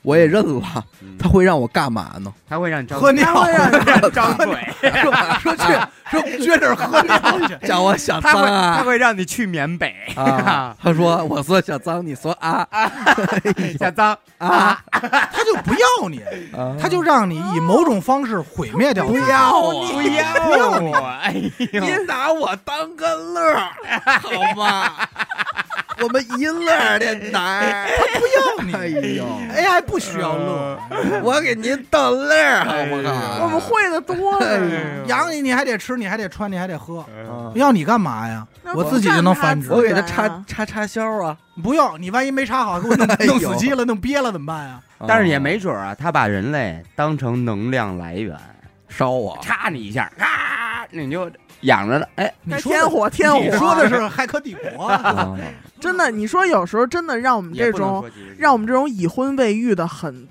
Speaker 1: 我也认了，
Speaker 3: 嗯
Speaker 1: 他会让我干嘛呢？
Speaker 3: 他会让张
Speaker 2: 喝 尿，啊
Speaker 5: 张嘴，
Speaker 2: 说 说去说撅着喝尿去。
Speaker 1: 啊叫我小
Speaker 3: 他
Speaker 1: 脏
Speaker 3: 会他
Speaker 1: 啊
Speaker 3: 会让你去缅北，
Speaker 1: 啊！他说我说小脏，你说啊
Speaker 3: 小脏
Speaker 1: 啊，
Speaker 2: 他就不要你，他
Speaker 1: 他
Speaker 2: 就让你以某种方式毁灭掉自己。
Speaker 1: 你
Speaker 3: 不要我，哎呦，
Speaker 1: 别拿我当个乐儿，好吗？我们一乐儿电台，他不要你，哎嗯呦，
Speaker 2: AI 不需要乐，
Speaker 1: 我给您逗乐儿，好不好？
Speaker 4: 我们会的多了，
Speaker 1: 嗯
Speaker 2: 养你你还得吃，你还得穿，你还得喝，
Speaker 1: 啊，
Speaker 2: 要你干嘛呀？
Speaker 4: 那
Speaker 2: 我自己就能繁殖
Speaker 1: 我给他插插插销啊，
Speaker 2: 不用，你万一没插好，给 我弄
Speaker 1: 哎呦
Speaker 2: 弄死机了，弄憋了怎么办呀？
Speaker 1: 哦
Speaker 3: 但是也没准儿啊，他把人类当成能量来源，
Speaker 1: 烧我，
Speaker 3: 插你一下，啊，你就养着了，哎，
Speaker 2: 你
Speaker 4: 该
Speaker 2: 说的
Speaker 4: 天火天
Speaker 2: 你
Speaker 4: 火，
Speaker 2: 说的是《骇客帝国》啊，
Speaker 1: 啊
Speaker 4: 真的，你说有时候真的让我们这种让我们这种已婚未育的很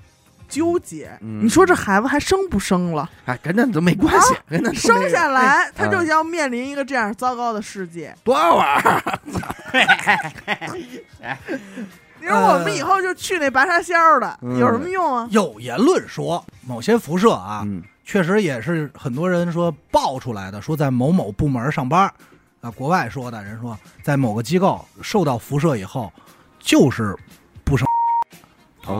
Speaker 4: 纠结。
Speaker 1: 嗯
Speaker 4: 你说这孩子还生不生了？
Speaker 1: 哎，跟那都没关系，跟 那都没
Speaker 4: 生下来他就
Speaker 1: 嗯
Speaker 4: 要面临一个这样糟糕的世界。
Speaker 1: 多好玩儿，
Speaker 4: 你说我们以后就去那白沙仙儿的，
Speaker 1: 嗯
Speaker 4: 有什么用啊？
Speaker 2: 有言论说某些辐射啊，
Speaker 1: 嗯
Speaker 2: 确实也是很多人说爆出来的，说在某某部门上班，啊，国外说的人说在某个机构受到辐射以后，就是
Speaker 1: 嗯
Speaker 5: 哦，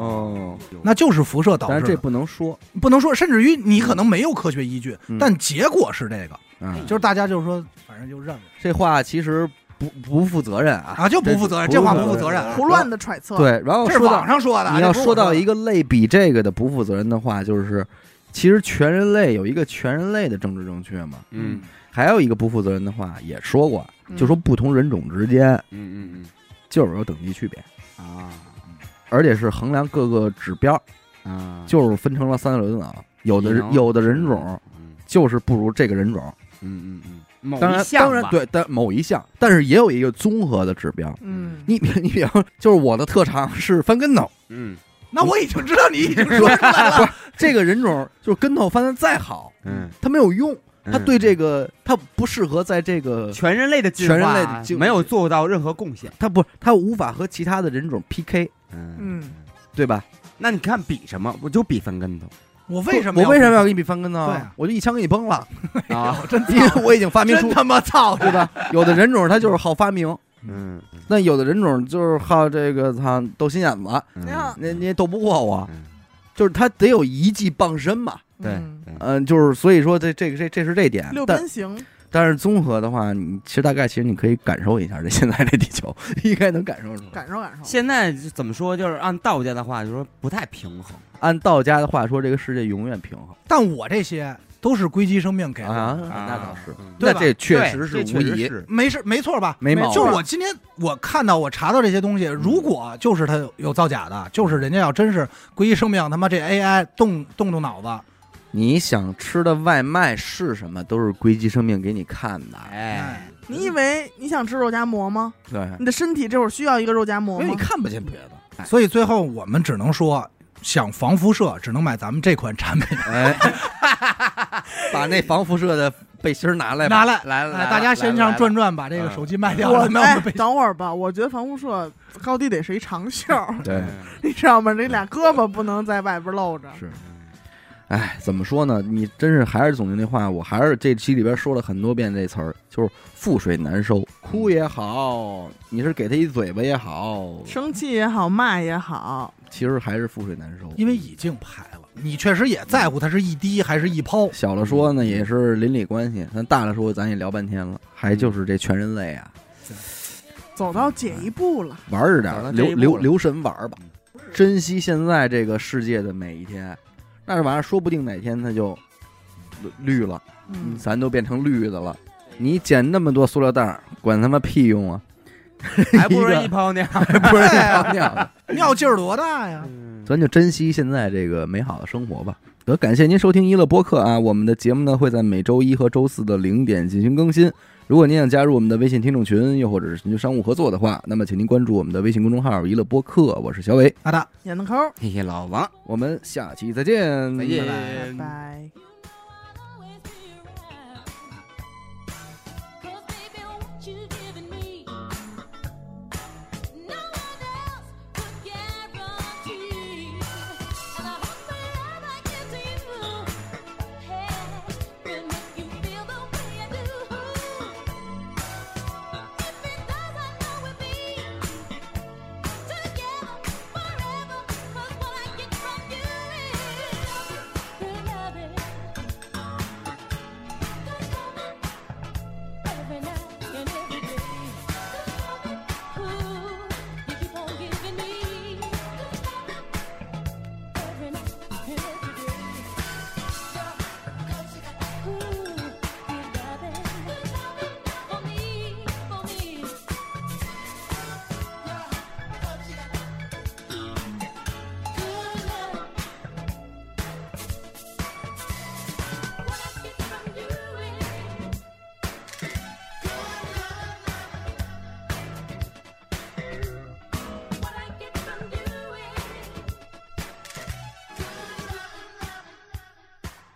Speaker 1: 哦，
Speaker 2: 那就是辐射导
Speaker 1: 但是
Speaker 2: 致
Speaker 1: 这
Speaker 2: 的，
Speaker 1: 不能说，
Speaker 2: 不能说，甚至于你可能没有科学依据，
Speaker 1: 嗯
Speaker 2: 但结果是这个，
Speaker 1: 嗯，
Speaker 2: 就是大家就是说，反正就认了
Speaker 1: 这话其实不不负责任啊，
Speaker 2: 啊，就不负责任，这话不负责任啊，
Speaker 4: 胡乱的揣测。
Speaker 1: 对，然后
Speaker 2: 这是
Speaker 1: 说
Speaker 2: 网
Speaker 1: 到
Speaker 2: 上说的啊，
Speaker 1: 你要
Speaker 2: 这不是
Speaker 1: 说
Speaker 2: 我
Speaker 1: 到
Speaker 2: 的
Speaker 1: 一个类比这个的不负责任的话，就是其实全人类有一个全人类的政治正确嘛，
Speaker 3: 嗯
Speaker 1: 还有一个不负责任的话也说过，
Speaker 4: 嗯
Speaker 1: 就说不同人种之间
Speaker 3: 嗯嗯
Speaker 1: 就是有等级区别，
Speaker 3: 嗯啊
Speaker 1: 而且是衡量各个指标，
Speaker 3: 啊，
Speaker 1: 就是分成了三轮啊，有的人
Speaker 3: 嗯
Speaker 1: 有的人种
Speaker 3: 嗯
Speaker 1: 就是不如这个人种。
Speaker 3: 嗯嗯嗯，某
Speaker 1: 当
Speaker 3: 一
Speaker 1: 然，
Speaker 3: 项
Speaker 1: 当然
Speaker 3: 吧，
Speaker 1: 对，但某一项，但是也有一个综合的指标。
Speaker 4: 嗯，
Speaker 1: 你比 你比方，就是我的特长是翻跟 头，
Speaker 3: 嗯
Speaker 2: 那我已经知道你已经说出来了，
Speaker 1: 这个人种就是跟头翻的再好，
Speaker 3: 嗯，
Speaker 1: 他没有用，他对
Speaker 3: 个。
Speaker 1: 这个他不适合在这个，
Speaker 3: 嗯全人类的进化
Speaker 1: 全人类的进化
Speaker 3: 没有做到任何贡献。
Speaker 1: 他不他无法和其他的人种 PK，
Speaker 4: 嗯，
Speaker 1: 对吧？
Speaker 3: 那你看比什么？我就比翻 跟头
Speaker 2: 我为什么
Speaker 1: 我为什么要
Speaker 2: 要
Speaker 1: 给你比翻跟头
Speaker 2: 对啊
Speaker 1: 啊？我就一枪给你崩 了，
Speaker 3: 啊，
Speaker 1: 因为 我已经发明
Speaker 2: 真
Speaker 1: 出，
Speaker 2: 他妈操
Speaker 1: 对吧？有的人种他就是好发明，
Speaker 3: 嗯，
Speaker 1: 那有的人种就是好这个操斗心眼子，
Speaker 3: 嗯
Speaker 4: 你看
Speaker 1: 那你也斗不过我
Speaker 3: 嗯，
Speaker 1: 就是他得有一技傍身嘛。
Speaker 3: 对
Speaker 4: 嗯，
Speaker 3: 对
Speaker 1: 嗯，就是所以说这这个这这是这点，
Speaker 4: 六
Speaker 1: 但
Speaker 4: 边形，
Speaker 1: 但是综合的话，你其实大概其实你可以感受一下这现在这地球， 应该能感受出来。
Speaker 4: 感受感受。
Speaker 3: 现在就怎么说？就是按道家的话，就说不太平衡。
Speaker 1: 按道家的话说，这个世界永远平衡
Speaker 2: 但我这些都是硅基生命给的，
Speaker 1: 啊，那
Speaker 3: 啊
Speaker 1: 倒是，
Speaker 3: 嗯
Speaker 2: 对
Speaker 1: 那
Speaker 2: 吧
Speaker 1: 这确实
Speaker 3: 对
Speaker 1: 是无
Speaker 3: 这确
Speaker 1: 疑
Speaker 3: 实，是
Speaker 2: 没事，没错吧？
Speaker 1: 没毛
Speaker 2: 就是
Speaker 1: 病。嗯
Speaker 2: 我今天我看到我查到这些东西，如果就是他有造假的，就是人家要真是皈依生命，他妈这 AI 动动动脑子，
Speaker 1: 你想吃的外卖是什么，都是硅基生命给你看的。
Speaker 3: 哎，
Speaker 2: 哎，
Speaker 4: 你以为你想吃肉夹馍吗？
Speaker 1: 对，
Speaker 4: 你的身体这会儿需要一个肉夹馍
Speaker 1: 因为你
Speaker 4: 吗？
Speaker 1: 看不见别的。
Speaker 2: 所以最后我们只能说，想防辐射只能买咱们这款产品，
Speaker 1: 哎， 把那防辐射的背心儿拿来吧，
Speaker 2: 拿来
Speaker 1: 来
Speaker 2: 哎大家先上转转，把这个手机卖
Speaker 1: 嗯
Speaker 2: 掉，
Speaker 4: 我
Speaker 2: 咱们要
Speaker 4: 哎
Speaker 2: 是被，
Speaker 4: 等会儿吧，我觉得防辐射高低得是一长袖儿，
Speaker 1: 对，
Speaker 3: 哎
Speaker 4: 你知道吗？这俩胳膊不能在外边露着。
Speaker 1: 是。哎，怎么说呢？你真是还是总结那话，我还是这期里边说了很多遍这词儿，就是覆水难收。哭也好，你是给他一嘴巴也好，
Speaker 4: 生气也好，骂也好，
Speaker 1: 其实还是覆水难收。
Speaker 2: 因为已经排了，你确实也在乎它是一滴还是一抛，
Speaker 1: 小了说
Speaker 3: 嗯
Speaker 1: 呢，也是邻里关系；咱大了说，咱也聊半天了，还就是这全人类啊，
Speaker 3: 嗯
Speaker 4: 走到解一步了。
Speaker 1: 玩儿着点
Speaker 3: 走
Speaker 1: 儿，
Speaker 3: 到
Speaker 1: 留
Speaker 3: 这一步嗯
Speaker 1: 留
Speaker 3: 了
Speaker 1: 留神玩儿吧，珍惜现在这个世界的每一天。那玩意儿说不定哪天它就绿了，
Speaker 4: 嗯，
Speaker 1: 咱都变成绿的
Speaker 3: 哎
Speaker 1: 了。你捡那么多塑料袋儿，管他妈屁用啊！
Speaker 3: 还不如一哎泡尿。
Speaker 1: 不是尿尿的，
Speaker 2: 尿哎劲儿多大呀！
Speaker 3: 嗯
Speaker 1: 咱就珍惜现在这个美好的生活吧。得感谢您收听一乐播客啊，我们的节目呢会在每周一和周四的零点进行更新。如果您想加入我们的微信听众群，又或者是寻求商务合作的话，那么请您关注我们的微信公众号“一乐播客”，我是小伟，
Speaker 2: 阿达，
Speaker 4: 眼子抠，
Speaker 3: 嘿嘿，老王，
Speaker 1: 我们下期再见，
Speaker 3: 再见。
Speaker 4: 拜拜。
Speaker 6: Yeah. Every night and every day, ooh, you keep on giving me. Every night and every day, ooh, you got it for me, for me. Good love. What I get from you is good love. What I get from you is good love.